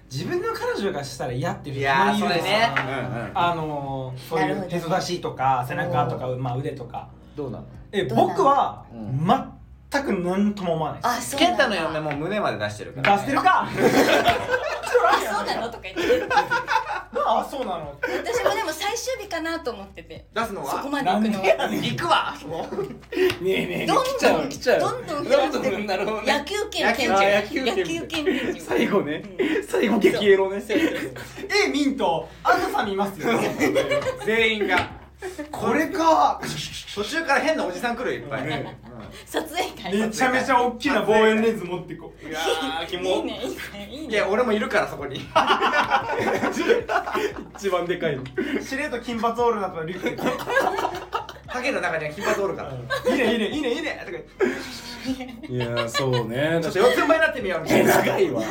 Speaker 2: 自分の彼女がしたら嫌っていう
Speaker 5: い
Speaker 2: 人
Speaker 5: やー
Speaker 2: た
Speaker 5: そ
Speaker 2: ま
Speaker 5: れ
Speaker 2: にいるんです
Speaker 5: ね
Speaker 2: よ、あのー、そうい
Speaker 6: なるほ
Speaker 2: う
Speaker 6: ど
Speaker 2: へそ出しとか背中とか、まあ、腕とか
Speaker 1: どうなの
Speaker 2: え
Speaker 6: どうなの
Speaker 2: 僕は
Speaker 1: うん
Speaker 2: 全く何とも思わないで
Speaker 6: あ
Speaker 5: う
Speaker 6: そ
Speaker 5: ん
Speaker 6: う
Speaker 5: 健
Speaker 6: なんだ
Speaker 5: 太の嫁もう胸まで出してるか
Speaker 2: す
Speaker 5: ら、ね、
Speaker 2: 出してる か
Speaker 6: あそうなのとか言って
Speaker 2: あそうなの
Speaker 6: 私もでも最終日かなと思ってて
Speaker 5: 出すの
Speaker 6: そこ
Speaker 5: は
Speaker 6: まで行くのは
Speaker 5: 行くわ
Speaker 4: ねえねえねえ
Speaker 6: どんどん
Speaker 4: 来ちゃう来ちゃう
Speaker 6: どんどん減らし
Speaker 4: ど
Speaker 6: て
Speaker 4: んどんなるほどね
Speaker 6: 野球券店長
Speaker 4: あ
Speaker 6: 野
Speaker 4: 野球
Speaker 6: 球
Speaker 4: 拳
Speaker 6: 券店長
Speaker 4: 最後ね
Speaker 6: うん
Speaker 4: 最後激エロね
Speaker 2: えミントあんたさん見ます よ
Speaker 5: 全員が
Speaker 2: これか
Speaker 5: 途中から変なおじさん来るよいっぱい、
Speaker 4: ね
Speaker 6: 撮影会
Speaker 2: めちゃめちゃ大きな望遠レンズ持ってこう
Speaker 5: いやーキ
Speaker 6: い い
Speaker 5: モ
Speaker 6: ねいいねいい
Speaker 5: い
Speaker 6: ね
Speaker 5: や俺もいるからそこに
Speaker 4: 一番でかいの
Speaker 2: しれっと金髪オールだとリュッ ク
Speaker 5: ハゲの中には金髪おるから
Speaker 2: いいねいいねいいねいいねとか言って
Speaker 4: いやーそう ね
Speaker 5: ちょっと四つん這いになってみようみたいな
Speaker 4: 長いわ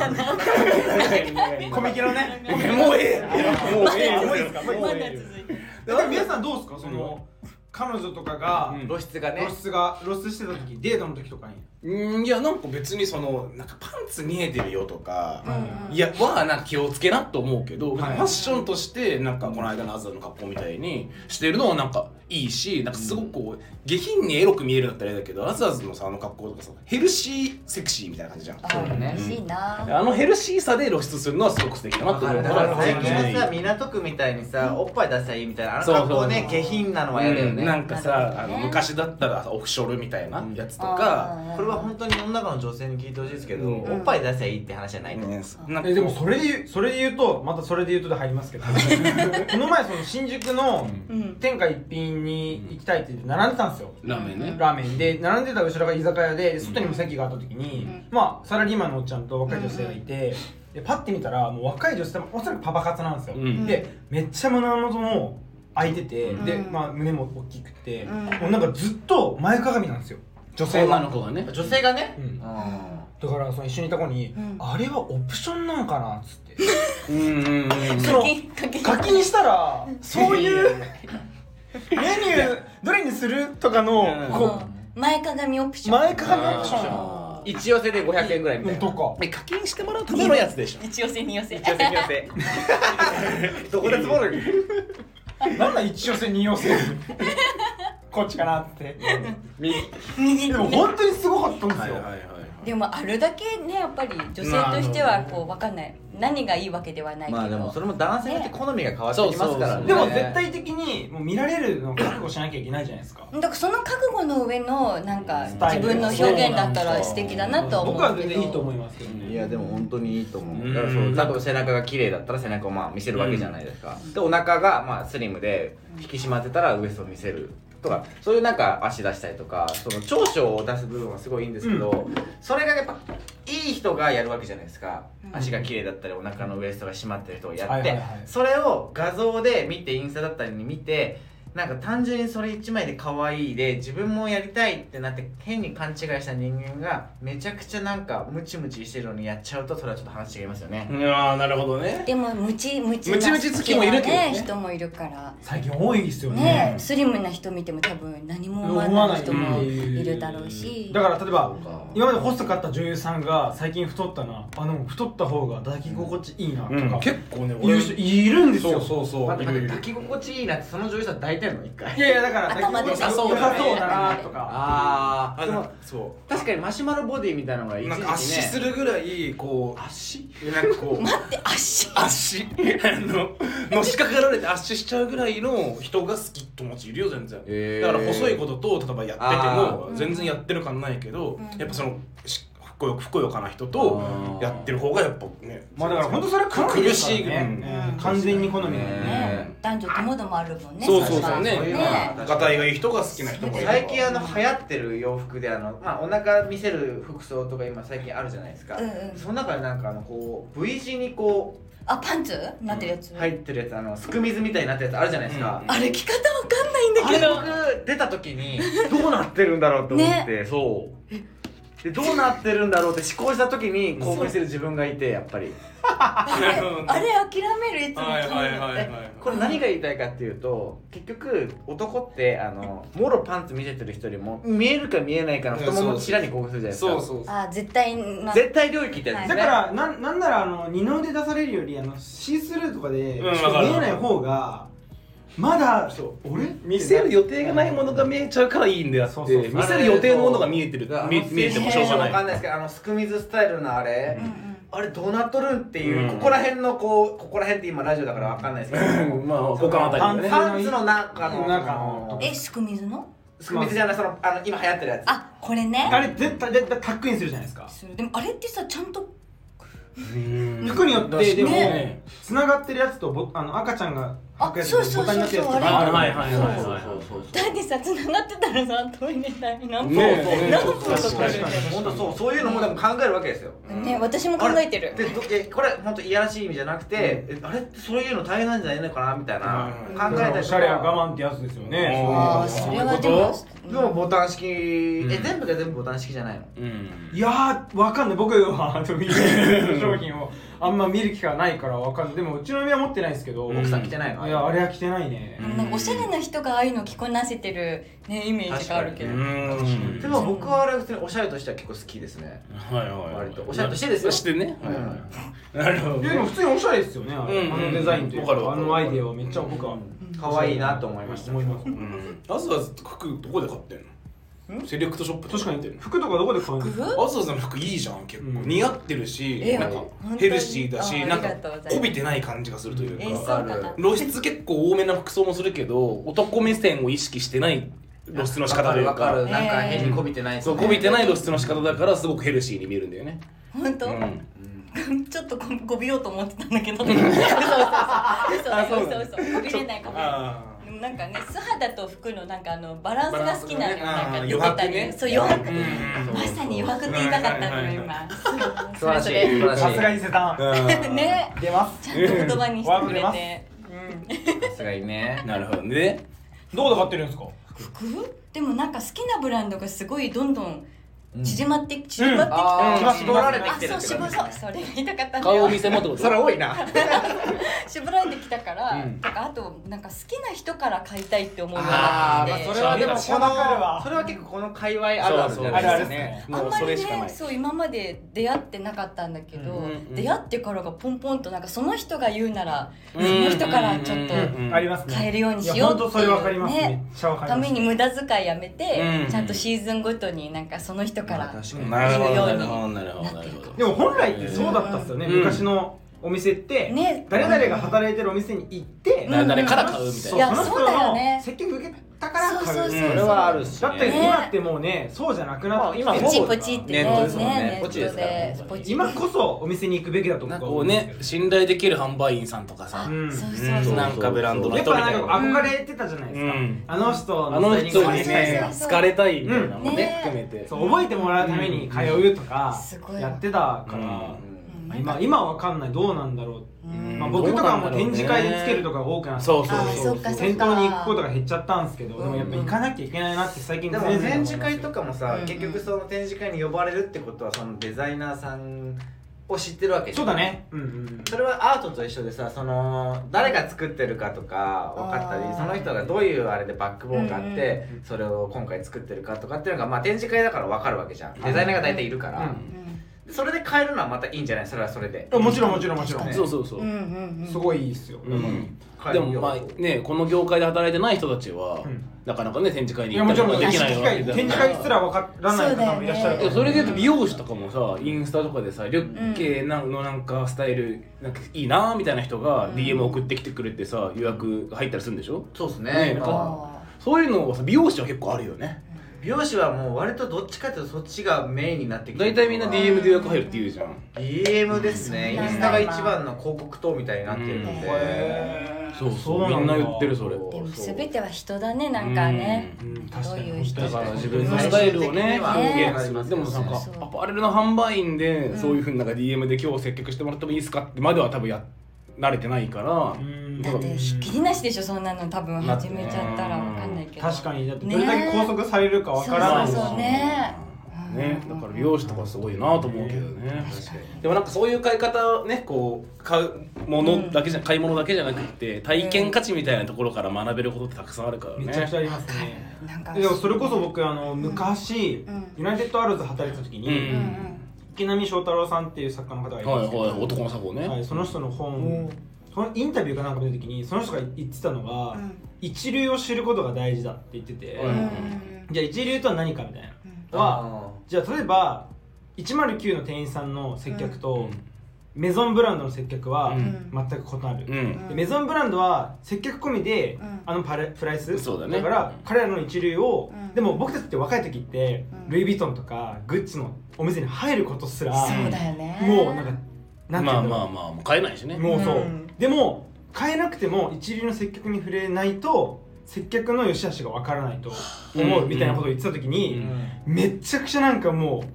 Speaker 2: コミケのねコミケ
Speaker 4: もうええもう ええ
Speaker 2: もういいで
Speaker 4: よ
Speaker 2: すかも
Speaker 6: ま
Speaker 2: ういい
Speaker 6: だ
Speaker 2: です
Speaker 6: 続いて
Speaker 2: でも皆さんどうですかその彼女とかが
Speaker 4: うん
Speaker 5: 露出がね
Speaker 2: 露出が露出してた時デートの時とかに
Speaker 4: うんいやなんか別にそのなんかパンツ見えてるよとか
Speaker 6: うんうん
Speaker 4: いやはなんか気をつけなと思うけど、
Speaker 2: はい
Speaker 4: ファッションとしてなんかこの間のアズの格好みたいにしてるのはなんかいいしなんかすごくこう下品にエロく見えるんだったらあれだけどアズアズのさあの格好とかさヘルシーセクシーみたいな感じじゃん
Speaker 6: あ嬉しいな
Speaker 4: あのヘルシーさで露出するのはすごく素敵だなと思う
Speaker 5: だ
Speaker 4: か
Speaker 5: からら最
Speaker 4: 最近
Speaker 5: 近さ
Speaker 4: ね
Speaker 5: 港区みたいにさおっぱい出したらいいみたいなあの
Speaker 4: そうそう
Speaker 5: 格好ね下品なのは嫌だよ
Speaker 4: うんなん
Speaker 5: ね
Speaker 4: か
Speaker 6: なるほ
Speaker 4: さ
Speaker 6: どね
Speaker 4: あの昔だったらオフショルみたいなやつとか、
Speaker 6: あー
Speaker 5: これは本当に世の中の女性に聞いてほしいですけど
Speaker 4: うん
Speaker 5: おっぱい出せばいいって話じゃないと
Speaker 4: ねなんか
Speaker 2: えでもそれで言うそれで言うとまたそれで言うとで入りますけどこの前その新宿の
Speaker 6: うん
Speaker 2: 天下一品に行きたいって言って並んでたんですよ
Speaker 4: ラーメンね
Speaker 2: ラーメンで並んでた後ろが居酒屋でで外にも席があった時に、
Speaker 6: うん
Speaker 2: まあサラリーマンのおっちゃんと若い女性がいて、でパッて見たらもう若い女性もおそらくパパ活なんですよ、
Speaker 4: うん
Speaker 2: でめっちゃ胸元も開いてて、
Speaker 4: うん
Speaker 2: で、まあ、胸も大きくて、
Speaker 6: うん
Speaker 2: もうなんかずっと前かがみなんですよ女性
Speaker 4: 女
Speaker 2: は
Speaker 4: の子がね
Speaker 5: 女性がね
Speaker 2: うん
Speaker 5: う
Speaker 2: だ
Speaker 5: ん
Speaker 2: からその一緒にいた子に、
Speaker 6: うん
Speaker 2: あれはオプションなんかなっつって
Speaker 4: うんうんうん
Speaker 2: そ
Speaker 6: 課
Speaker 2: の
Speaker 6: 金課金
Speaker 2: 課金したらそういう
Speaker 4: いや
Speaker 2: メニューどれにするとかの
Speaker 4: うん
Speaker 2: こ
Speaker 6: うん前かがみオプ
Speaker 2: う
Speaker 6: ション
Speaker 2: 前かがみオプション
Speaker 4: あー
Speaker 5: 一寄せで500円ぐらいみたいな
Speaker 2: とか
Speaker 4: え課金してもらうためのやつでしょ
Speaker 6: 一寄せ二寄せ
Speaker 5: 一寄せ二寄せどこで積もる
Speaker 2: なんだ一寄せ二寄せこっちかなって
Speaker 5: 右
Speaker 6: 右
Speaker 2: でも本当にすごかったんです
Speaker 4: はい
Speaker 2: よ、
Speaker 4: はいはい
Speaker 6: でもあれだけねやっぱり女性としてはこうわかんない何がいいわけではないけど、
Speaker 5: まあでもそれも男性によって好みが変わってきますからね
Speaker 2: でも絶対的にもう見られるのを覚悟しなきゃいけないじゃないですか
Speaker 6: だからその覚悟の上のなんか
Speaker 2: スタイ
Speaker 6: 自
Speaker 2: ル
Speaker 6: 分の表現だったら素敵だなとは思う
Speaker 2: 僕
Speaker 6: けど
Speaker 2: は全然いいと思いますけどね
Speaker 5: いやでも本当にいいと思
Speaker 4: うん
Speaker 5: うだからそう例えば背中が綺麗だったら背中をまあ見せるわけじゃないですか、でお腹がまあスリムで引き締まってたらウエストを見せるとかそういうなんか足出したりとかその長所を出す部分はすごいいいんですけど、それがやっぱいい人がやるわけじゃないですか、
Speaker 6: うん
Speaker 5: 足が綺麗だったりお腹のウエストが締まってる人がやって、
Speaker 2: はいはいはい
Speaker 5: それを画像で見てインスタだったりに見てなんか単純にそれ一枚で可愛いで自分もやりたいってなって変に勘違いした人間がめちゃくちゃなんかムチムチしてるのにやっちゃうとそれはちょっと話違いますよね、
Speaker 4: ああなるほどね
Speaker 6: でもムチムチ
Speaker 4: ムチムチ好きもいるけどね
Speaker 6: ね人もいるから
Speaker 2: 最近多いですよ
Speaker 6: ね
Speaker 2: ね
Speaker 6: スリムな人見ても多分何も思わない人もいるだろうし
Speaker 2: だから例えば
Speaker 1: か
Speaker 2: 今まで細かった女優さんが最近太ったなあでも太った方が抱き心地いいなとか、
Speaker 4: うん結構ね
Speaker 2: 言う人いるんです
Speaker 4: そ
Speaker 2: よ
Speaker 4: うそうそう
Speaker 5: 待って
Speaker 4: い
Speaker 5: 待っ
Speaker 4: るい
Speaker 5: て
Speaker 4: る
Speaker 5: 抱き心地いいなってその女優さん抱いてるの一回
Speaker 2: いやいやだから
Speaker 6: 頭で
Speaker 2: 抱き心地良さそうだなとか
Speaker 5: あ
Speaker 4: あ
Speaker 5: でも
Speaker 4: のそ
Speaker 5: 確かにマシュマロボディみたいなのが
Speaker 4: う
Speaker 5: 一
Speaker 4: なん
Speaker 5: 時期
Speaker 4: か圧死す
Speaker 5: ね
Speaker 4: るぐらいこう圧死
Speaker 5: なんかこう
Speaker 6: 待って足
Speaker 4: 圧死あののしかかられて圧死しちゃうぐらいの人が好き友達いるよ全然、
Speaker 5: へー
Speaker 4: だから細いことと例えばやってて
Speaker 5: あ
Speaker 4: も全然やってる感ないけど、
Speaker 6: うん
Speaker 4: やっぱそのしふくよふくよかな人と
Speaker 5: あー
Speaker 4: やってる方がやっぱね
Speaker 2: まあだから本当それは好みですからね
Speaker 6: 苦しい
Speaker 2: うん完全に好みだよ
Speaker 5: ね
Speaker 2: ね
Speaker 6: ね男女ともどもあるもんね
Speaker 4: そうそう
Speaker 6: れ
Speaker 4: そ
Speaker 6: は
Speaker 4: うね
Speaker 5: そういうのは
Speaker 6: ね
Speaker 5: 確かに
Speaker 4: がたいがいい人が好きな人もいれば
Speaker 5: 最近あの流行ってる洋服であの、まあ、お腹見せる服装とか今最近あるじゃないですか、
Speaker 6: うんうん
Speaker 5: その中でなんかあのこう V 字にこ
Speaker 6: あパンツなってるやつ
Speaker 5: う入ってるやつあのすく水みたいになったやつあるじゃないですか、
Speaker 4: うん
Speaker 6: 歩き方わかんないんだ
Speaker 5: あれ僕出た時にどうなってるんだろうと思って、そうでどうなってるんだろうって思考した時に興奮してる自分がいてやっぱり
Speaker 6: けどあれあれ諦めるいつも
Speaker 4: はいはいはいはい
Speaker 5: え
Speaker 4: はい
Speaker 5: これ何が言いたいかっていうと結局男ってあのもろパンツ見せてる人よりも見えるか見えないかの太もものちらに興奮するじゃないですか
Speaker 4: そうそうそう
Speaker 6: あ絶対な
Speaker 5: 絶対領域ってやつです
Speaker 2: だ
Speaker 5: ね、
Speaker 2: からなんなんならあの二の腕出されるよりあのシースルーとかで、
Speaker 4: うん
Speaker 2: ちょっと
Speaker 4: わかる
Speaker 2: 見えない方がまだ俺
Speaker 4: 見せる予定がないものが見えちゃうからいいんだよ
Speaker 2: そうそう
Speaker 4: 見せる予定のものが見えてる見見えてもしょうが
Speaker 5: わかん
Speaker 4: な
Speaker 5: な
Speaker 4: い
Speaker 5: いですけどあのすくみずスタイルのあれ、
Speaker 6: うんうん
Speaker 5: あれどうなっとるんっていう、
Speaker 4: うん
Speaker 5: ここら辺のこうここら辺って今ラジオだからわかんないですけど、
Speaker 4: うんまあ股間あたりでね
Speaker 5: パンツの中の
Speaker 2: 中の
Speaker 6: えすくみずの
Speaker 5: すくみずじゃないそのあの今流行ってるやつ
Speaker 6: あこれね
Speaker 2: あれ絶対絶対タックインするじゃないですか
Speaker 6: するでもあれってさちゃんと
Speaker 2: 服によってでも
Speaker 4: ね
Speaker 2: 繋がってるやつとぼあの赤ちゃんが履くやつ
Speaker 6: あそうそ
Speaker 2: ボ
Speaker 6: うそうそう
Speaker 2: タンになってるやつと
Speaker 4: あ
Speaker 2: か
Speaker 4: れはいはいはいはい
Speaker 5: そうそう
Speaker 6: だってさ繋がってたらさトイレだに何
Speaker 4: ね
Speaker 6: 分
Speaker 4: え
Speaker 6: 何分とか
Speaker 4: 確かに
Speaker 5: 本当そうそういうのもでも考えるわけですよ、
Speaker 6: ね私も考えてる
Speaker 5: でどえこれ本当いやらしい意味じゃなくて、えあれってそういうの大変なんじゃないのかなみたいな、
Speaker 4: うん
Speaker 5: 考えたりとか
Speaker 2: おしゃれは我慢ってやつですよね
Speaker 6: あ
Speaker 4: う
Speaker 6: あ
Speaker 4: ん
Speaker 6: それはでもうん
Speaker 5: でもボタン式、え
Speaker 4: うん
Speaker 5: 全部が全部ボタン式じゃないの
Speaker 4: うん
Speaker 2: いやーわかんない僕 はあの見る商品をあんま見る機会がないからわかんないでもうちの嫁は持ってないですけど、
Speaker 4: うん
Speaker 5: 奥さん着てないの、
Speaker 2: いやあれは着てないね、
Speaker 4: うん
Speaker 6: なんかおしゃれな人がああいうの着こなせてるねイメージがあるけ
Speaker 4: う
Speaker 6: ど
Speaker 4: ん
Speaker 5: でも僕はあれは普通におしゃれとしては結構好きですね、
Speaker 4: はいはいはい
Speaker 5: 割とおしゃれとしてですよ
Speaker 4: してね
Speaker 5: うん
Speaker 4: いなるほ
Speaker 2: い
Speaker 4: ど
Speaker 2: やでも普通におしゃれですよね、あれ
Speaker 4: うん
Speaker 2: あのデザインという
Speaker 4: わかる
Speaker 2: か
Speaker 4: わ
Speaker 2: あ
Speaker 4: かる
Speaker 2: のアイデアはめっちゃ僕は
Speaker 5: 可愛いなと思いました、
Speaker 2: 思います
Speaker 4: うんアズアズ服どこで買ってんのセレクトショップで
Speaker 2: 確か
Speaker 4: 買ってん
Speaker 2: に
Speaker 4: の
Speaker 2: 服とかどこで買うんですか
Speaker 6: 服
Speaker 4: アズアズの服いいじゃん結構
Speaker 2: うん
Speaker 4: 似合ってるし
Speaker 6: え
Speaker 4: なんか
Speaker 6: 本当に
Speaker 4: ヘルシーだし
Speaker 6: あ
Speaker 4: なんか
Speaker 6: ありがとうございます
Speaker 4: こびてない感じがするという
Speaker 6: えーそう
Speaker 4: か
Speaker 6: かな
Speaker 4: 露出結構多めな服装もするけど男目線を意識してない露出の仕方という
Speaker 5: わかるわか
Speaker 4: か
Speaker 5: るなんか変にこびてないです
Speaker 4: そ
Speaker 5: ね、
Speaker 4: うこびてない露出の仕方だからすごくヘルシーに見えるんだよね
Speaker 6: 本当
Speaker 4: うん
Speaker 6: ちょっとここびようと思ってたんだけど嘘嘘嘘嘘嘘嘘こびれないこびれない
Speaker 4: あ
Speaker 6: でもなんかね素肌と服のなんかあのバランスが好きなのよ
Speaker 4: バランス
Speaker 6: な
Speaker 4: が
Speaker 6: んか
Speaker 4: ねあー余白ね
Speaker 6: 出てたりそう余白
Speaker 4: うん
Speaker 6: まさに余白って言いたかった
Speaker 4: は
Speaker 6: の
Speaker 4: い
Speaker 6: よ
Speaker 4: はいは
Speaker 6: 今
Speaker 5: 素晴らしい
Speaker 6: それ
Speaker 5: 素晴らしい
Speaker 2: さすがにセタン
Speaker 4: あ
Speaker 6: ね
Speaker 2: 出ます
Speaker 6: ちゃんと言葉にしてくれ
Speaker 2: うん
Speaker 6: てうん
Speaker 5: さすがにね
Speaker 4: なるほどね
Speaker 2: どうで買ってるんですか
Speaker 6: 服でもなんか好きなブランドがすごいどんどん縮まって縮まってきた、
Speaker 5: あ
Speaker 2: き
Speaker 5: あ
Speaker 2: ま
Speaker 5: ー
Speaker 2: す
Speaker 5: 絞られて
Speaker 6: あ
Speaker 5: きてる
Speaker 6: そう
Speaker 5: って
Speaker 6: 絞
Speaker 5: 感じ
Speaker 6: そうそれが言いたかったんだ
Speaker 4: 顔
Speaker 6: よ
Speaker 4: を見せもってこと
Speaker 5: それ多いな
Speaker 6: 絞られてきたから、
Speaker 4: うん
Speaker 6: とかあとなんか好きな人から買いたいって思うようにな
Speaker 5: あ
Speaker 6: っ
Speaker 5: ー、
Speaker 6: て
Speaker 5: まあ、
Speaker 6: きて
Speaker 5: それはでもこの
Speaker 2: それはわかるわ
Speaker 5: それは結構この界隈あるあるじゃない
Speaker 2: あるあ
Speaker 5: でか
Speaker 2: るですすね
Speaker 5: ね
Speaker 6: あん
Speaker 4: もう
Speaker 6: ま
Speaker 4: そ
Speaker 6: り
Speaker 4: れしかな
Speaker 6: ね
Speaker 4: い
Speaker 6: そう今まで出会ってなかったんだけ
Speaker 2: う
Speaker 6: ど、
Speaker 2: ん
Speaker 4: うんうん
Speaker 6: 出会ってからがポンポンとなんかその人が言うなら、
Speaker 4: うん
Speaker 6: その人からちょっと
Speaker 4: うんうん
Speaker 2: ありますね
Speaker 6: 買えるようにしよう
Speaker 2: いや本当それわかります
Speaker 6: っていう
Speaker 2: めっちゃわかり
Speaker 6: た
Speaker 2: ま
Speaker 6: め
Speaker 2: す
Speaker 6: に無駄遣いやめて、
Speaker 4: うん
Speaker 6: ちゃんとシーズンごとになんかその人から
Speaker 5: まあ確
Speaker 6: 言
Speaker 5: か
Speaker 6: う
Speaker 5: に
Speaker 4: なるほど
Speaker 6: よ
Speaker 4: な
Speaker 6: う
Speaker 4: るほど
Speaker 6: に
Speaker 4: なるほどなるほど
Speaker 2: でも本来ってそうだったっすよね、
Speaker 4: うん
Speaker 2: 昔のお店って、
Speaker 6: ね
Speaker 2: 誰々が働いてるお店に行って、
Speaker 6: うん
Speaker 4: 誰から買うみたい
Speaker 2: そ
Speaker 4: な
Speaker 2: う
Speaker 6: い
Speaker 2: そ
Speaker 6: や
Speaker 2: の人
Speaker 6: そうだよ
Speaker 2: の
Speaker 6: ね
Speaker 2: 接客受けたから買う
Speaker 6: そうそうそ
Speaker 4: う
Speaker 6: う
Speaker 4: ん
Speaker 5: それはあるし、
Speaker 2: だって
Speaker 6: ね
Speaker 2: 今ってもうねそうじゃなくなってきて
Speaker 5: まあ
Speaker 6: ポ
Speaker 5: 今ほ
Speaker 6: チ
Speaker 5: ぼ
Speaker 6: ポチってね
Speaker 5: ネットですもんね
Speaker 6: ネ
Speaker 5: ポ
Speaker 6: ッ
Speaker 5: チです
Speaker 6: ト
Speaker 5: から
Speaker 6: で
Speaker 5: 本当
Speaker 6: ポ
Speaker 5: に
Speaker 6: チ
Speaker 2: 今こそお店に行くべきだと僕
Speaker 4: な
Speaker 2: は
Speaker 4: んか
Speaker 2: 思
Speaker 4: こう
Speaker 2: うんですけ
Speaker 4: ね
Speaker 2: ど
Speaker 4: 信頼できる販売員さんとかさ、
Speaker 2: うん
Speaker 6: そうそう
Speaker 4: う
Speaker 6: そ
Speaker 4: ん
Speaker 6: う
Speaker 4: なんかブランドの
Speaker 2: やっ
Speaker 4: 人み
Speaker 2: ぱ
Speaker 4: たい
Speaker 2: なん
Speaker 4: な
Speaker 2: か憧れてたじゃないですか、
Speaker 4: うん
Speaker 2: あの人
Speaker 4: あ
Speaker 2: ス
Speaker 4: の
Speaker 2: タイリン
Speaker 4: 人
Speaker 2: グ
Speaker 4: にね
Speaker 6: そうそうそう
Speaker 4: 好かれたいみたいなのもね
Speaker 6: うん
Speaker 4: 含めて
Speaker 2: そう覚えてもらうために通うとか
Speaker 6: すごい
Speaker 2: やってたから、
Speaker 4: うん
Speaker 5: うん
Speaker 6: うんなんか
Speaker 2: 今今わかんないどうなんだろう、
Speaker 6: うん
Speaker 2: まあ、
Speaker 4: うん
Speaker 2: 僕とか
Speaker 4: どうな
Speaker 2: も
Speaker 4: んだろうね
Speaker 2: 展示会につけるとかが多くなって
Speaker 4: そう
Speaker 6: そうあーそっかそっか
Speaker 2: 店頭に行くことが減っちゃったんですけど、で
Speaker 5: うん
Speaker 2: もやっぱ行かなきゃいけないなって最近
Speaker 5: でも
Speaker 2: 常々思い
Speaker 5: 展
Speaker 2: ます
Speaker 5: 示会とかも
Speaker 6: うん
Speaker 5: さ
Speaker 6: うん
Speaker 5: 結局その展示会に呼ばれるってことはそのデザイナーさんを知ってるわけじゃ
Speaker 2: そ
Speaker 5: ん
Speaker 2: うだねうんうん
Speaker 5: それはアートと一緒でさその誰が作ってるかとか分かった
Speaker 6: あ
Speaker 5: り
Speaker 6: ー
Speaker 5: その人がどういうあれでバックボーンがあって、
Speaker 2: うんうん
Speaker 5: それを今回作ってるかとかっていうのが、まあ、展示会だから分かるわけじゃんデザイナーが大体いるから、それで変えるのはまたいいんじゃないそれはそれで、
Speaker 2: うんもちろんもちろんもちろん、
Speaker 5: ね
Speaker 4: そうそうそう、
Speaker 6: うんうんうん
Speaker 2: すごいいいっすよ、
Speaker 4: うん
Speaker 5: 変え
Speaker 4: で
Speaker 5: るよ
Speaker 4: もまあねこの業界で働いてない人たちは、
Speaker 2: うん
Speaker 4: なかなかね展示会
Speaker 2: い
Speaker 4: に
Speaker 2: や
Speaker 4: 行っ
Speaker 2: も
Speaker 4: た
Speaker 2: ち
Speaker 4: り
Speaker 2: ろ
Speaker 4: と
Speaker 2: ん
Speaker 4: か
Speaker 2: 展示会
Speaker 4: できないわけだ
Speaker 2: 展
Speaker 4: から
Speaker 2: 示会すらわからない方もいらっしゃる
Speaker 4: い
Speaker 2: と思
Speaker 4: やそうれで言うと美容師とかもさインスタとかでさリュッケなんのなんかスタイルなんかいいなみたいな人が
Speaker 6: うん
Speaker 4: DM 送ってきてくれてさ予約入ったりするんでしょ
Speaker 5: そうですね
Speaker 4: ね
Speaker 5: 今は
Speaker 6: あ
Speaker 4: そういうのはさ美容師は結構あるよね
Speaker 5: 美容師はもう割とどっちかっていうとそっちがメインになってきて
Speaker 4: 大体みんな DM で予約入るって言うじゃん
Speaker 5: DM ですねイ
Speaker 6: うん
Speaker 5: ンスタが一番の広告塔みたいになってるの
Speaker 6: うん
Speaker 5: で、
Speaker 4: そう
Speaker 2: そう
Speaker 4: そ
Speaker 2: な
Speaker 4: う
Speaker 2: んだ
Speaker 4: みんな言ってるそれ
Speaker 6: ーでも全ては人だねなんかね
Speaker 2: うん確かに
Speaker 6: どういう人
Speaker 4: だから自分
Speaker 6: の
Speaker 4: の
Speaker 6: ス
Speaker 4: ス
Speaker 6: タ
Speaker 4: タ
Speaker 6: イ
Speaker 4: イ
Speaker 5: ル
Speaker 4: ル
Speaker 5: を
Speaker 4: を
Speaker 5: ね
Speaker 4: ね
Speaker 5: 表
Speaker 4: 表
Speaker 5: 現
Speaker 4: 現
Speaker 5: す
Speaker 4: す
Speaker 5: る
Speaker 4: るでもなんか
Speaker 6: そうそう
Speaker 4: アパレルの販売員で
Speaker 6: ん
Speaker 4: そういうふうになんか DM で今日接客してもらってもいいですかってまでは多分や慣れてないから
Speaker 2: うん
Speaker 4: だ
Speaker 6: だってひっきりなしでしょそんなの多分始めちゃったら
Speaker 4: うん
Speaker 6: わかんないけど
Speaker 2: 確かにだってどれだけ拘束されるかわからないし
Speaker 6: そうそうねうん
Speaker 4: ねだから美容師とかすごいなと思うけどね
Speaker 6: 確かに
Speaker 4: でもなんかそういう買い方をねこう買うものだけじゃ、買い物だけじゃなくって体験価値みたいなところから学べることってたくさんあるからね
Speaker 2: めちゃくちゃありますね
Speaker 6: なんか
Speaker 2: でもそれこそ僕あの昔、
Speaker 6: うん
Speaker 2: ユナイテッドアローズ働いてた時
Speaker 4: うん、
Speaker 2: に、
Speaker 6: ん
Speaker 2: 池波正太郎さんっていう作家の方がいるん
Speaker 4: は
Speaker 2: で
Speaker 4: い
Speaker 2: すけど、
Speaker 4: はい男の作法ね、
Speaker 2: はいその人の本、そのインタビューかなんか見た時にその人が言ってたのが、
Speaker 6: うん
Speaker 2: 一流を知ることが大事だって言ってて、
Speaker 4: うん
Speaker 2: じゃあ一流とは何かみたいな、
Speaker 6: う
Speaker 2: は
Speaker 5: あ
Speaker 2: じゃあ例えば109の店員さんの接客と、
Speaker 4: うん
Speaker 2: メゾンブランドの接客は
Speaker 4: うん
Speaker 2: 全く異なる、
Speaker 4: うん
Speaker 2: でメゾンブランドは接客込みで、
Speaker 6: うん
Speaker 2: あのパレプライス
Speaker 4: そうだね
Speaker 2: から彼らの一流を、
Speaker 6: うん
Speaker 2: でも僕たちって若い時って、
Speaker 6: うん
Speaker 2: ルイ・ヴィトンとかグッチのお店に入ることすら
Speaker 6: そうだよね
Speaker 2: もうなんかなんていう
Speaker 4: まあ
Speaker 2: んだ
Speaker 4: ま
Speaker 2: ろ
Speaker 4: あまあもう買えないしね
Speaker 2: うもうそう、
Speaker 6: うん
Speaker 2: でも変えなくても一流の接客に触れないと接客の良し悪しがわからないと思うみたいなことを言ってた時
Speaker 5: ー
Speaker 2: に、
Speaker 5: うん
Speaker 2: めちゃくちゃなんかも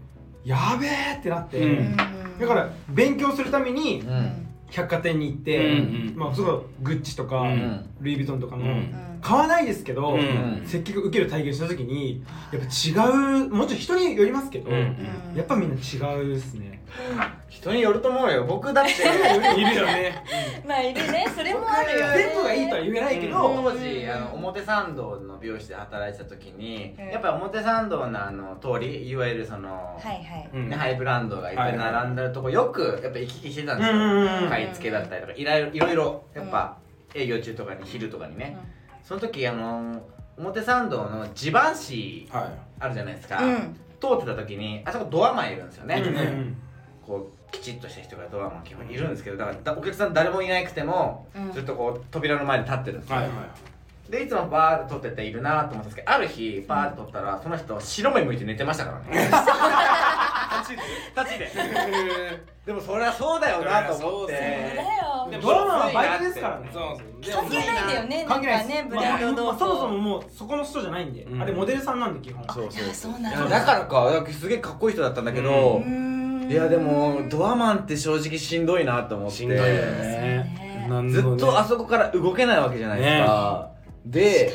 Speaker 2: うやべえってなって、
Speaker 4: うん
Speaker 2: だから勉強するために
Speaker 5: うん
Speaker 2: 百貨店に行って、
Speaker 4: うんうん
Speaker 2: まあ、それこそグッチとか、
Speaker 4: うん
Speaker 2: ルイ・ヴィトンとかの、
Speaker 4: うん
Speaker 2: 買わないですけど、
Speaker 4: うん
Speaker 2: 接客受ける体験した時にやっぱ違うもちろん人によりますけど、
Speaker 4: うん
Speaker 2: やっぱみんな違うですね。
Speaker 5: 人によると思うよ僕 だって
Speaker 2: いるよね。
Speaker 6: まあいるねそれもあるよね
Speaker 2: 全部がいいとは言えないけど、
Speaker 5: 当時あの表参道の美容室で働いてた時に、
Speaker 6: うん
Speaker 5: やっぱ表参道のあの通りいわゆるその、
Speaker 6: はいはい
Speaker 4: うん
Speaker 5: ね、ハイブランドがいっぱい並んでるとこよくやっぱ行き来してたん
Speaker 2: う
Speaker 5: です
Speaker 2: ん
Speaker 5: よ、
Speaker 2: うんうん
Speaker 5: 買い付けだったりとかいろいろいろいろやっぱ営業中とかに昼とかにね、その時あの表参道の地盤市
Speaker 4: は
Speaker 5: あるじゃないですか、
Speaker 6: うん
Speaker 5: 通ってた時にあそこドアマンいるんですよね、
Speaker 2: うんうん
Speaker 5: こうきちっとした人がドアマン基本いるんですけどだからだお客さん誰もいなくても、
Speaker 6: うん
Speaker 5: ずっとこう扉の前に立ってるんです
Speaker 4: い
Speaker 5: よ、
Speaker 4: はい
Speaker 5: でいつもバーッと撮ってているなと思ったんですけどある日バーッと撮ったらその人白目向いて寝てましたからね立ちで立ちで でもそりゃそうだよなと思っ
Speaker 4: そりゃ
Speaker 6: そう
Speaker 5: て
Speaker 6: だよ
Speaker 4: でも
Speaker 2: ドラマはバイトですからね。
Speaker 6: 関係ないんだよねな
Speaker 2: 関
Speaker 6: ん
Speaker 2: 係ない
Speaker 6: か
Speaker 2: です
Speaker 6: ねブ
Speaker 2: まあ
Speaker 6: ランドど
Speaker 2: ま
Speaker 6: う
Speaker 2: あそもそも
Speaker 6: こ
Speaker 2: もうそこの人じゃないんで、
Speaker 4: うん
Speaker 2: あれモデルさんなんで基本
Speaker 4: そう
Speaker 6: ういやそうなん
Speaker 5: い
Speaker 6: だ
Speaker 5: やだからかだからすげえかっこいい人だったんだけど、いやでもドアマンって正直しんどいなと思って
Speaker 4: しんどいよね
Speaker 6: そ
Speaker 5: ずっとあそこから動けないわけじゃないですか、で、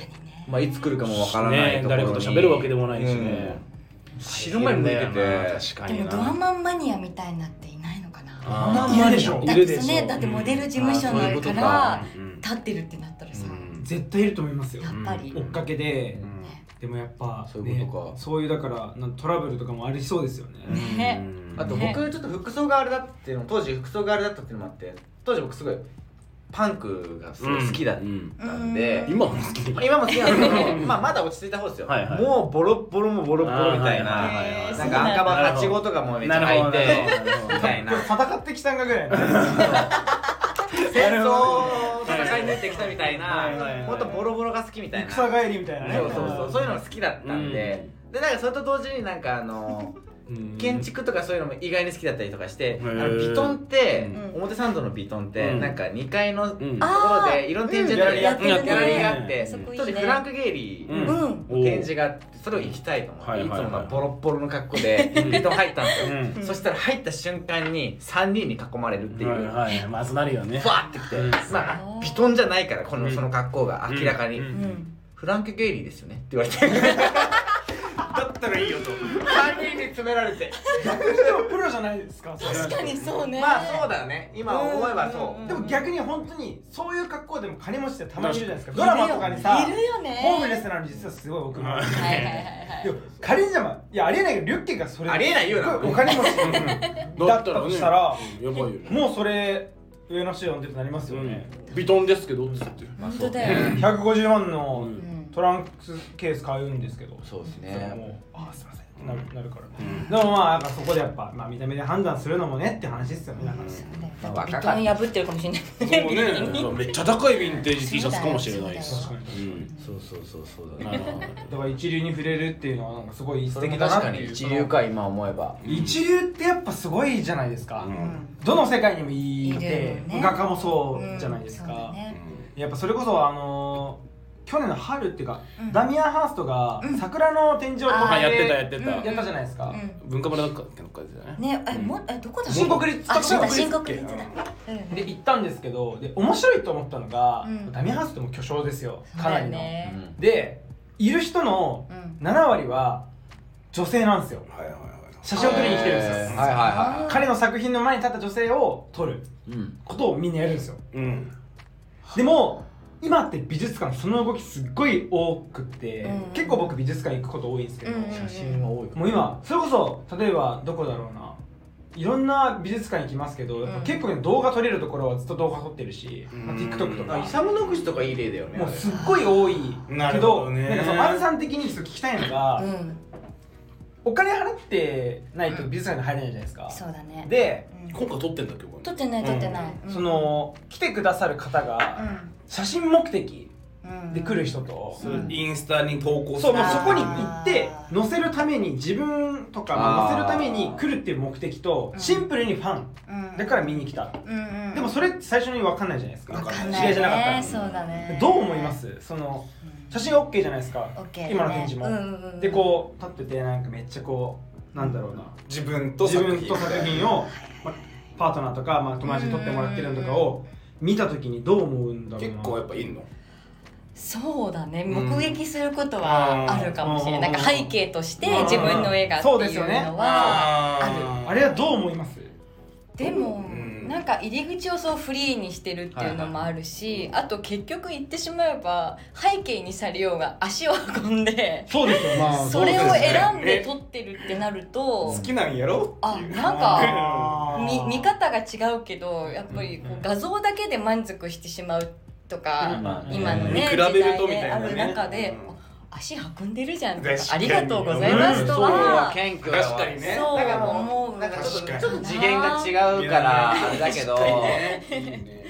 Speaker 5: まあ、いつ来るかもわからない
Speaker 4: ね
Speaker 5: ところに、
Speaker 4: 誰かと喋るわけでもないしね
Speaker 5: うん白目向いてて、
Speaker 4: 確か
Speaker 6: で
Speaker 4: に
Speaker 6: も
Speaker 4: な
Speaker 6: ドアマンマニアみたいなっていないのかな
Speaker 4: あ
Speaker 2: ドア
Speaker 4: ー
Speaker 2: マンいるでしょ
Speaker 4: いるでしょ
Speaker 6: だってねだってモデル事務所
Speaker 5: あーそういう
Speaker 6: の
Speaker 5: こと
Speaker 6: から
Speaker 5: か
Speaker 4: うん
Speaker 6: 立ってるってなったらさ、
Speaker 4: うん
Speaker 2: 絶対いると思いますよ
Speaker 6: やっぱり、
Speaker 2: 追っかけで、でもやっぱ
Speaker 5: そういうことか
Speaker 2: ねそういうだからなんトラブルとかもありそうですよね、
Speaker 6: ね
Speaker 4: うん
Speaker 5: あと
Speaker 6: ね
Speaker 5: 僕ちょっと服装があれだっていうの当時服装があれだったっていうのもあって当時僕すごいパンクがすごい好きだっ
Speaker 4: うん
Speaker 5: たんで、
Speaker 4: 今も好き
Speaker 5: まあ今も好きなんですけどまあまだ落ち着いた方ですよ、
Speaker 4: はいはい
Speaker 5: もうボロッボロもボロッボロみたい
Speaker 4: はい
Speaker 5: な、
Speaker 4: はいはいはい
Speaker 5: なんか赤羽八号とかもめっちゃ
Speaker 4: なる
Speaker 5: 履
Speaker 4: ほ
Speaker 5: い
Speaker 4: ど
Speaker 5: てみ
Speaker 4: な
Speaker 5: たいな
Speaker 2: でも戦ってきたんかぐらいの
Speaker 5: 戦争を戦い抜いてきたみたい
Speaker 4: はいはいはい
Speaker 5: なもっとボロボロが好きみたいな
Speaker 2: 戦帰りみたいなね
Speaker 5: そうそうそうそういうのが好きだったんで、でなんかそれと同時になんかあの
Speaker 4: うん
Speaker 5: 建築とかそういうのも意外に好きだったりとかして、あの
Speaker 4: へえ
Speaker 5: ビトンって、
Speaker 6: うん
Speaker 5: 表参道のビトンって、
Speaker 4: うん
Speaker 5: なんか2階のとこ
Speaker 4: うん
Speaker 5: ろでいろんな展示やってる
Speaker 6: うんやって
Speaker 5: ギ
Speaker 6: るね
Speaker 5: ャラリーがあって、
Speaker 6: そこいいね
Speaker 5: 当時フランク・ゲイリ
Speaker 4: う
Speaker 5: ー
Speaker 6: うんん
Speaker 5: の展示があって、それを行きたいと思って、
Speaker 4: はい
Speaker 5: い
Speaker 4: はいはい
Speaker 5: つもまあボロッボロの格好でビトン入ったんですよ、
Speaker 4: うん
Speaker 5: そしたら入った瞬間に3人に囲まれるっていう。
Speaker 4: はいはいまずなるよね
Speaker 5: ふわってきて、
Speaker 4: うん
Speaker 5: まあビトンじゃないからこのその格好が明らかに、
Speaker 4: うん
Speaker 6: うん
Speaker 5: フランク・ゲイリーですよねって言われて3
Speaker 4: だったらいいよと
Speaker 5: 人に詰められて
Speaker 2: でもプロじゃないですかそれ
Speaker 6: 確かにそうね
Speaker 5: まあそうだね今思えばそう、
Speaker 6: うん
Speaker 2: でも逆に本当にそういう格好でも金持ちってたまにいるじゃないですか
Speaker 4: 確
Speaker 2: ドラマとかにさ
Speaker 6: いるよね
Speaker 2: ホームレスなのに実はすごい奥の
Speaker 4: はい
Speaker 6: はいはいはい
Speaker 2: いや仮にじゃまいやありえないけどリュッケがそれ
Speaker 5: ありえないよな
Speaker 2: お金持ちだったとしたら
Speaker 4: やばいよね
Speaker 2: もうそれ上の資本ってなりますよね、
Speaker 4: ビトンですけどつって
Speaker 6: 本当だよ、
Speaker 2: 150万
Speaker 4: う
Speaker 2: の
Speaker 4: ん
Speaker 6: うん
Speaker 2: トランクスケース買うんですけど
Speaker 5: そうです
Speaker 2: それ
Speaker 5: ね
Speaker 2: もうあすいませんってなるなるから、
Speaker 4: ん
Speaker 2: でもまあやっぱそこでやっぱ、まあ、見た目で判断するのもねって話ですよねだから、
Speaker 5: まあ若
Speaker 6: ビトン
Speaker 5: かった
Speaker 6: 破ってるかもしれない
Speaker 4: そうねそうめっちゃ高いヴィンテージ T シャツかもしれないし
Speaker 6: そうだ
Speaker 2: よ
Speaker 4: うん
Speaker 5: そうそうそうそう
Speaker 4: な
Speaker 5: だ
Speaker 4: る
Speaker 5: ね
Speaker 4: ほど
Speaker 2: だから一流に触れるっていうのはなんかすごい素
Speaker 5: それ
Speaker 2: 敵
Speaker 5: も
Speaker 2: だ
Speaker 5: 確か
Speaker 2: なってい
Speaker 5: に
Speaker 2: う
Speaker 5: 一流か今思えば
Speaker 2: その一流ってやっぱすごいじゃないですか、
Speaker 4: うん
Speaker 2: どの世界にもいいっ
Speaker 6: いるよ
Speaker 2: て、
Speaker 6: ね
Speaker 2: 画家もそ
Speaker 6: うん
Speaker 2: うじゃないですか、
Speaker 6: そうだね
Speaker 2: やっぱそれこそあのー去年の春っていうか、
Speaker 6: うん
Speaker 2: ダミアン・ハーストが
Speaker 6: うん
Speaker 2: 桜の天井と
Speaker 6: あ
Speaker 2: か
Speaker 4: あ
Speaker 2: で
Speaker 4: やってたやって
Speaker 6: うん
Speaker 2: や
Speaker 4: た
Speaker 2: ったじゃないですか、
Speaker 6: う
Speaker 4: 文化村だっかどっかですよ
Speaker 6: ん
Speaker 4: ね
Speaker 6: ねえもえどこだ
Speaker 2: 新国立
Speaker 6: あそうだ
Speaker 2: 新
Speaker 6: 新
Speaker 2: 国
Speaker 6: 国
Speaker 2: 立
Speaker 6: 立
Speaker 2: だ
Speaker 6: だ
Speaker 2: っけ
Speaker 6: うん
Speaker 2: で行ったんですけどで面白いと思ったのが、
Speaker 6: うん
Speaker 2: ダミアン・ハーストも巨匠ですよ
Speaker 6: そう
Speaker 2: かな
Speaker 6: だ
Speaker 2: り
Speaker 6: よ
Speaker 2: の、
Speaker 6: ね
Speaker 2: でいる人の
Speaker 6: うん
Speaker 2: 7割は女性なんですよ
Speaker 4: はいはいはい
Speaker 2: 写真を撮りに来てるんですよ、
Speaker 5: えーはいはいは
Speaker 2: 彼の作品の前に立った女性を撮る
Speaker 5: いうん
Speaker 2: ことをみんなやるんですよ
Speaker 4: うん
Speaker 2: でも今って美術館その動きすっごい多くって、
Speaker 6: うん
Speaker 2: 結構僕美術館行くこと多いんですけど、
Speaker 6: うん
Speaker 5: 写真は多いか
Speaker 2: もう今それこそ例えばどこだろうないろんな美術館行きますけど、やっぱ結構ね動画撮れるところはずっと動画撮ってるし、まあ、
Speaker 4: うん
Speaker 2: TikTok と
Speaker 5: ら
Speaker 2: か
Speaker 5: あイサム・ノグチとかいい例だよね
Speaker 2: もうすっごい多い
Speaker 4: な
Speaker 2: け
Speaker 4: るほ
Speaker 2: ど
Speaker 4: どね
Speaker 2: なんかそのマルさん的にちょっと聞きたいのが、
Speaker 6: うん
Speaker 2: お金払ってないと美術館に入れないじゃないですか、
Speaker 6: そうだね
Speaker 2: で
Speaker 6: うん
Speaker 4: 今回撮ってんだっけこれ
Speaker 6: 撮ってない撮ってないうん
Speaker 2: その来てくださる方が写真目的
Speaker 6: うん
Speaker 2: で来る人と、
Speaker 6: うん
Speaker 4: インスタに投稿
Speaker 2: そう
Speaker 4: る
Speaker 2: もう
Speaker 6: あー
Speaker 2: そこに行って載せるために自分とかま
Speaker 5: あー
Speaker 2: あ載せるために来るっていう目的と
Speaker 6: うん
Speaker 2: シンプルにファン
Speaker 6: うん
Speaker 2: だから見に来た、
Speaker 6: うんうん
Speaker 2: でもそれって最初に分かんないじゃないですか
Speaker 4: 分
Speaker 6: わかん
Speaker 2: 知
Speaker 6: な
Speaker 2: り合
Speaker 6: い
Speaker 2: いじゃなかったら
Speaker 6: ねそうだね
Speaker 2: どう思いますその写真 OK じゃないですか、
Speaker 6: オッケー
Speaker 2: 今の展示も、
Speaker 6: うんうんうん
Speaker 2: でこう立っててなんかめっちゃこうなんだろうな
Speaker 4: 自分と
Speaker 2: 自
Speaker 4: 作品
Speaker 2: 分と作品を、まあ、パートナーとか、まあ、友達に撮ってもらってるのとかを見た時にどう思うんだろうな
Speaker 4: 結構やっぱいんの
Speaker 6: そうだね
Speaker 4: うん
Speaker 6: 目撃することはあるかもしれな
Speaker 2: う
Speaker 6: い、
Speaker 2: ん
Speaker 6: なんか背景として
Speaker 2: うん
Speaker 6: 自分の絵がって
Speaker 2: そうです
Speaker 6: い
Speaker 2: よ
Speaker 6: う
Speaker 2: ね
Speaker 6: のは
Speaker 4: あ
Speaker 2: あれはどう思います
Speaker 6: でも、
Speaker 4: うん
Speaker 6: なんか入り口をそうフリーにしてるっていうのもあるし、あと結局言ってしまえば背景にされようが足を運んで
Speaker 2: そうですよ、ま
Speaker 6: それを選んで
Speaker 4: ね
Speaker 6: 撮ってるってなると、
Speaker 4: 好きなんやろ
Speaker 6: あなんか
Speaker 2: あ
Speaker 6: 見
Speaker 2: ー
Speaker 6: 見方が違うけどやっぱりこ
Speaker 2: うん
Speaker 6: う画像だけで満足してしまうとか、
Speaker 2: うん
Speaker 6: 今のね
Speaker 4: 見比べ
Speaker 6: 時代
Speaker 4: る
Speaker 6: で
Speaker 4: とみたいな
Speaker 6: あ
Speaker 4: ね
Speaker 6: る中で、
Speaker 4: うん
Speaker 6: 足運んでるじゃんとか
Speaker 4: 確か
Speaker 6: あ
Speaker 4: に
Speaker 6: りがとうございますとは、
Speaker 5: 謙虚
Speaker 4: 確かにね
Speaker 6: そう
Speaker 5: だから
Speaker 6: 思う
Speaker 5: なんかちょっ
Speaker 4: 確か
Speaker 5: と
Speaker 4: に
Speaker 5: ちょっと次元が違うからあれだけど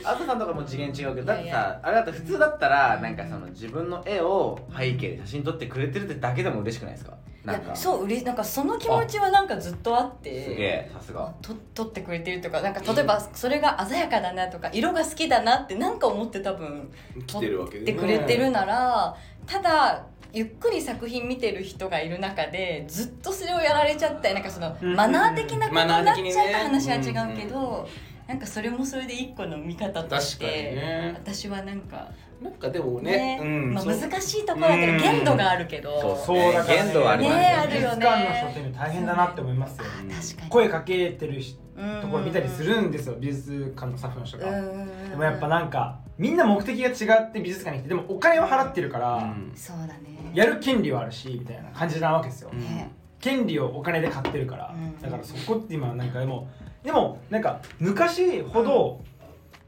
Speaker 4: あ
Speaker 5: あずさんとかも次元違うけどだって
Speaker 6: いやいや
Speaker 5: さあれだって普通だったらなんかその自分の絵を背景で写真撮ってくれてるってだけでも嬉しくないですか
Speaker 6: い
Speaker 5: なん
Speaker 6: や
Speaker 5: か
Speaker 6: そううれなんかその気持ちはなんかずっとあっ
Speaker 5: すげ
Speaker 6: て
Speaker 5: えさすが
Speaker 6: と撮ってくれてるとかなんか例えばそれが鮮やかだなとか色が好きだなってなんか思って多分
Speaker 4: 来てるわけ
Speaker 6: 撮っ
Speaker 4: で
Speaker 6: てくれてるならただゆっくり作品見てる人がいる中でずっとそれをやられちゃったりなんかその
Speaker 2: うん
Speaker 6: マナー的なことになっちゃうと話は違うけ
Speaker 4: マナー的にねうん
Speaker 6: どなんかそれもそれで一個の見方とし
Speaker 4: 確かに
Speaker 6: て
Speaker 4: ね
Speaker 6: 私はなんか
Speaker 4: なんかでもね
Speaker 6: ねまあ
Speaker 4: そう
Speaker 6: 難しいところだけど限度があるけど
Speaker 5: そう
Speaker 2: そうだから、
Speaker 5: 限度はありますよねねあ
Speaker 6: るよね
Speaker 2: 美術館の人って大変だなって思いますよ
Speaker 4: うん
Speaker 6: 確かに
Speaker 2: 声かけてるし
Speaker 6: うん
Speaker 2: ところ見たりするんですよ美術館のスタッフの人
Speaker 6: うんうん
Speaker 2: が
Speaker 6: うん
Speaker 2: でもやっぱなんかみんな目的が違って美術館に来てでもお金を払ってるから、
Speaker 4: うん
Speaker 6: そうだね
Speaker 2: やる権利はあるしみたいな感じなわけですよ、
Speaker 4: うん
Speaker 6: ね
Speaker 2: 権利をお金で買ってるから、
Speaker 6: うん
Speaker 2: だからそこって今なんかでもでもなんか昔ほど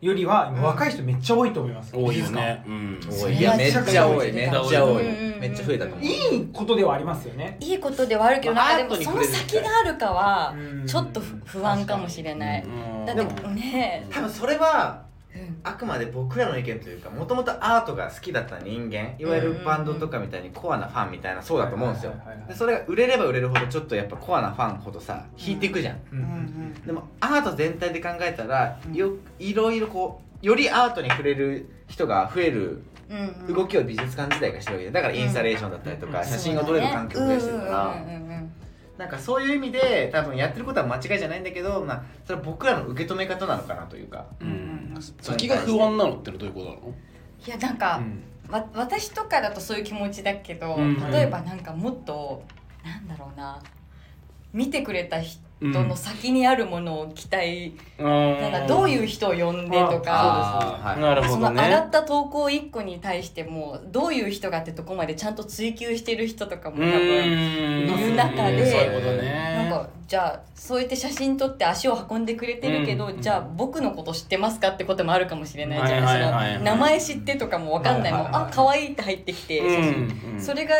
Speaker 2: よりは今若い人めっちゃ多いと思います、
Speaker 4: 多い
Speaker 2: 美
Speaker 4: よ
Speaker 2: 術館
Speaker 4: ねうん
Speaker 5: 多いいやめっちゃ多いめっちゃ多い
Speaker 6: うんうんうん
Speaker 5: めっちゃ増えたと思う
Speaker 2: いいことではありますよね
Speaker 6: いいことではあるけど
Speaker 5: まあ
Speaker 6: なんかでもその先があるかはちょっとふ不安かもしれない
Speaker 4: うん
Speaker 6: だっ
Speaker 5: でも
Speaker 6: てね
Speaker 5: 多分それは
Speaker 6: うん
Speaker 5: あくまで僕らの意見というかもともとアートが好きだった人間いわゆるバンドとかみたいにコアなファンみたいなそうだと思うんですよ
Speaker 2: はいはいはいはい
Speaker 5: でそれが売れれば売れるほどちょっとやっぱコアなファンほどさ引いていくじゃん、
Speaker 2: うん
Speaker 5: でもアート全体で考えたら
Speaker 2: うん
Speaker 5: よいろいろこうよりアートに触れる人が増える
Speaker 6: うんうん
Speaker 5: 動きを美術館時代がしてるわけでだからインスタレーションだったりとか写真を撮れる環境を増やしてるから、
Speaker 6: うんうんうんうん
Speaker 5: なんかそういう意味で多分やってることは間違いじゃないんだけど、まあ、それは僕らの受け止め方なのかなというか
Speaker 4: うん先が不安なのってのはどういうことなの
Speaker 6: いやなんか、
Speaker 4: うん
Speaker 6: わ私とかだとそういう気持ちだけど、
Speaker 4: うん
Speaker 6: 例えばなんかもっとなんだろうな見てくれた人の先にあるものを期待、なんかどういう人を呼んでとか、
Speaker 5: あーはい
Speaker 4: なる
Speaker 6: そ
Speaker 4: ほ
Speaker 6: の
Speaker 4: ど
Speaker 6: 上が
Speaker 4: ね
Speaker 6: った投稿1個に対してもどういう人がってとこまでちゃんと追求してる人とかも多分
Speaker 4: い
Speaker 6: いる中で
Speaker 4: そういうことね
Speaker 6: なんかじゃあそうやって写真撮って足を運んでくれてるけど、
Speaker 4: うん
Speaker 6: じゃあ僕のこと知ってますかってこともあるかもしれないじゃ
Speaker 4: はいはいはい
Speaker 6: な
Speaker 4: はいい
Speaker 6: その名前知ってとかも分かんないもん、
Speaker 2: はいはいはい
Speaker 6: あ可愛いって入ってきて写真
Speaker 4: うんうん
Speaker 6: それが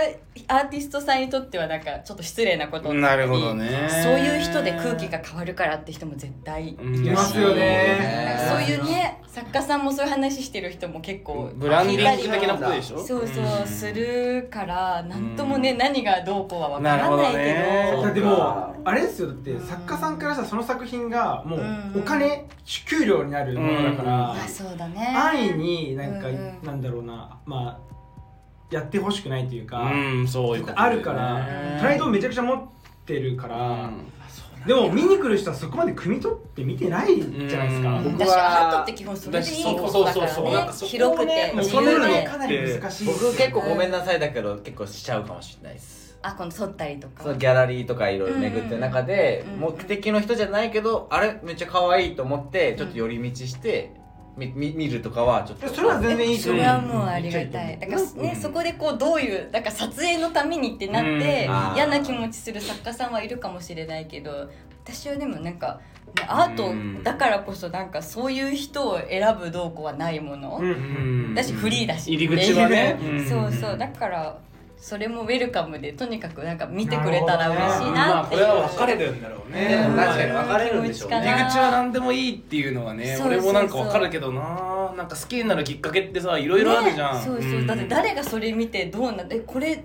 Speaker 6: アーティストさんにとってはなんかちょっと失礼なことに
Speaker 4: な
Speaker 6: な
Speaker 4: る
Speaker 6: り
Speaker 4: ほどね
Speaker 6: そういう人で空気が変わるからって人も絶対いるし
Speaker 4: います
Speaker 2: よ
Speaker 5: ね
Speaker 6: なんかそういうね作家さんもそういう話してる人も結構
Speaker 4: ブランディング
Speaker 6: 聞い
Speaker 4: 的
Speaker 6: たり
Speaker 4: な
Speaker 6: も
Speaker 4: ことでしょ
Speaker 6: そうそうするから何ともね
Speaker 4: うん
Speaker 6: 何がどうこうは分からない
Speaker 4: なるほど
Speaker 6: けど
Speaker 2: だ
Speaker 4: ね
Speaker 2: ってもうあれですよだって作家さんからしたらその作品がもうお金給料になるものだから
Speaker 6: まあそうだね
Speaker 2: 安易になんか
Speaker 6: うんうん
Speaker 2: なんだろうなまあやってほしくないというか
Speaker 4: うんそういうことだ
Speaker 2: あ
Speaker 4: よね
Speaker 2: るから
Speaker 6: うん
Speaker 2: プライドをめちゃくちゃ持ってるか
Speaker 4: う
Speaker 2: ら
Speaker 4: ん
Speaker 2: でも見に来る人はそこまで汲み取って見てないじゃないですか
Speaker 4: うん
Speaker 5: 僕
Speaker 6: だし
Speaker 5: は
Speaker 6: アートって基本それでいいことだから
Speaker 4: だしそうそうそうそうなん
Speaker 6: ね
Speaker 4: かそこをね
Speaker 6: 広く
Speaker 4: も
Speaker 6: て
Speaker 4: う
Speaker 6: 自
Speaker 4: それ
Speaker 6: 由
Speaker 4: よりも
Speaker 6: で
Speaker 2: かなり難しい
Speaker 5: 僕結構ごめんなさいだけど結構しちゃうかもしれないです
Speaker 6: あこの撮ったりと
Speaker 5: そ
Speaker 6: か
Speaker 5: のギャラリーとかいろいろ巡ってる中で、
Speaker 6: うん
Speaker 5: 目的の人じゃないけど、あれめっちゃ可愛いと思ってちょっと寄り道して、みみ見るとかはちょっと
Speaker 2: それは全然いいと
Speaker 6: そ
Speaker 2: 思う
Speaker 6: れはもうありがたいだから
Speaker 4: う
Speaker 6: ね
Speaker 4: ん
Speaker 6: そこでこうどういうだから撮影のためにってなって
Speaker 4: うん
Speaker 5: あー
Speaker 6: 嫌な気持ちする作家さんはいるかもしれないけど私はでもなんかアー
Speaker 4: うん
Speaker 6: トだからこそなんかそういう人を選ぶどうこうはないもの
Speaker 2: うん
Speaker 4: うん
Speaker 6: だしフリーだし
Speaker 4: 入り口はね
Speaker 6: っていうそうそうだからそれもウェルカムでとにかくなんか見てくれたら嬉しい
Speaker 4: ま
Speaker 6: な
Speaker 4: あ
Speaker 6: っ
Speaker 4: こ
Speaker 6: てい
Speaker 4: れ
Speaker 6: う
Speaker 4: は分かれるんだろうね
Speaker 5: でも
Speaker 4: まあ
Speaker 5: 確かに分かれるんでしょうね
Speaker 6: 気持ちか
Speaker 4: 入
Speaker 6: な
Speaker 4: り口は何でもいいっていうのはね
Speaker 6: そうそう
Speaker 4: 俺
Speaker 6: そう
Speaker 4: もなんか分かるけどななんか好きになるきっかけってさいろいろあるじゃん
Speaker 6: ねそうそうだって誰がそれ見てどうなってこれ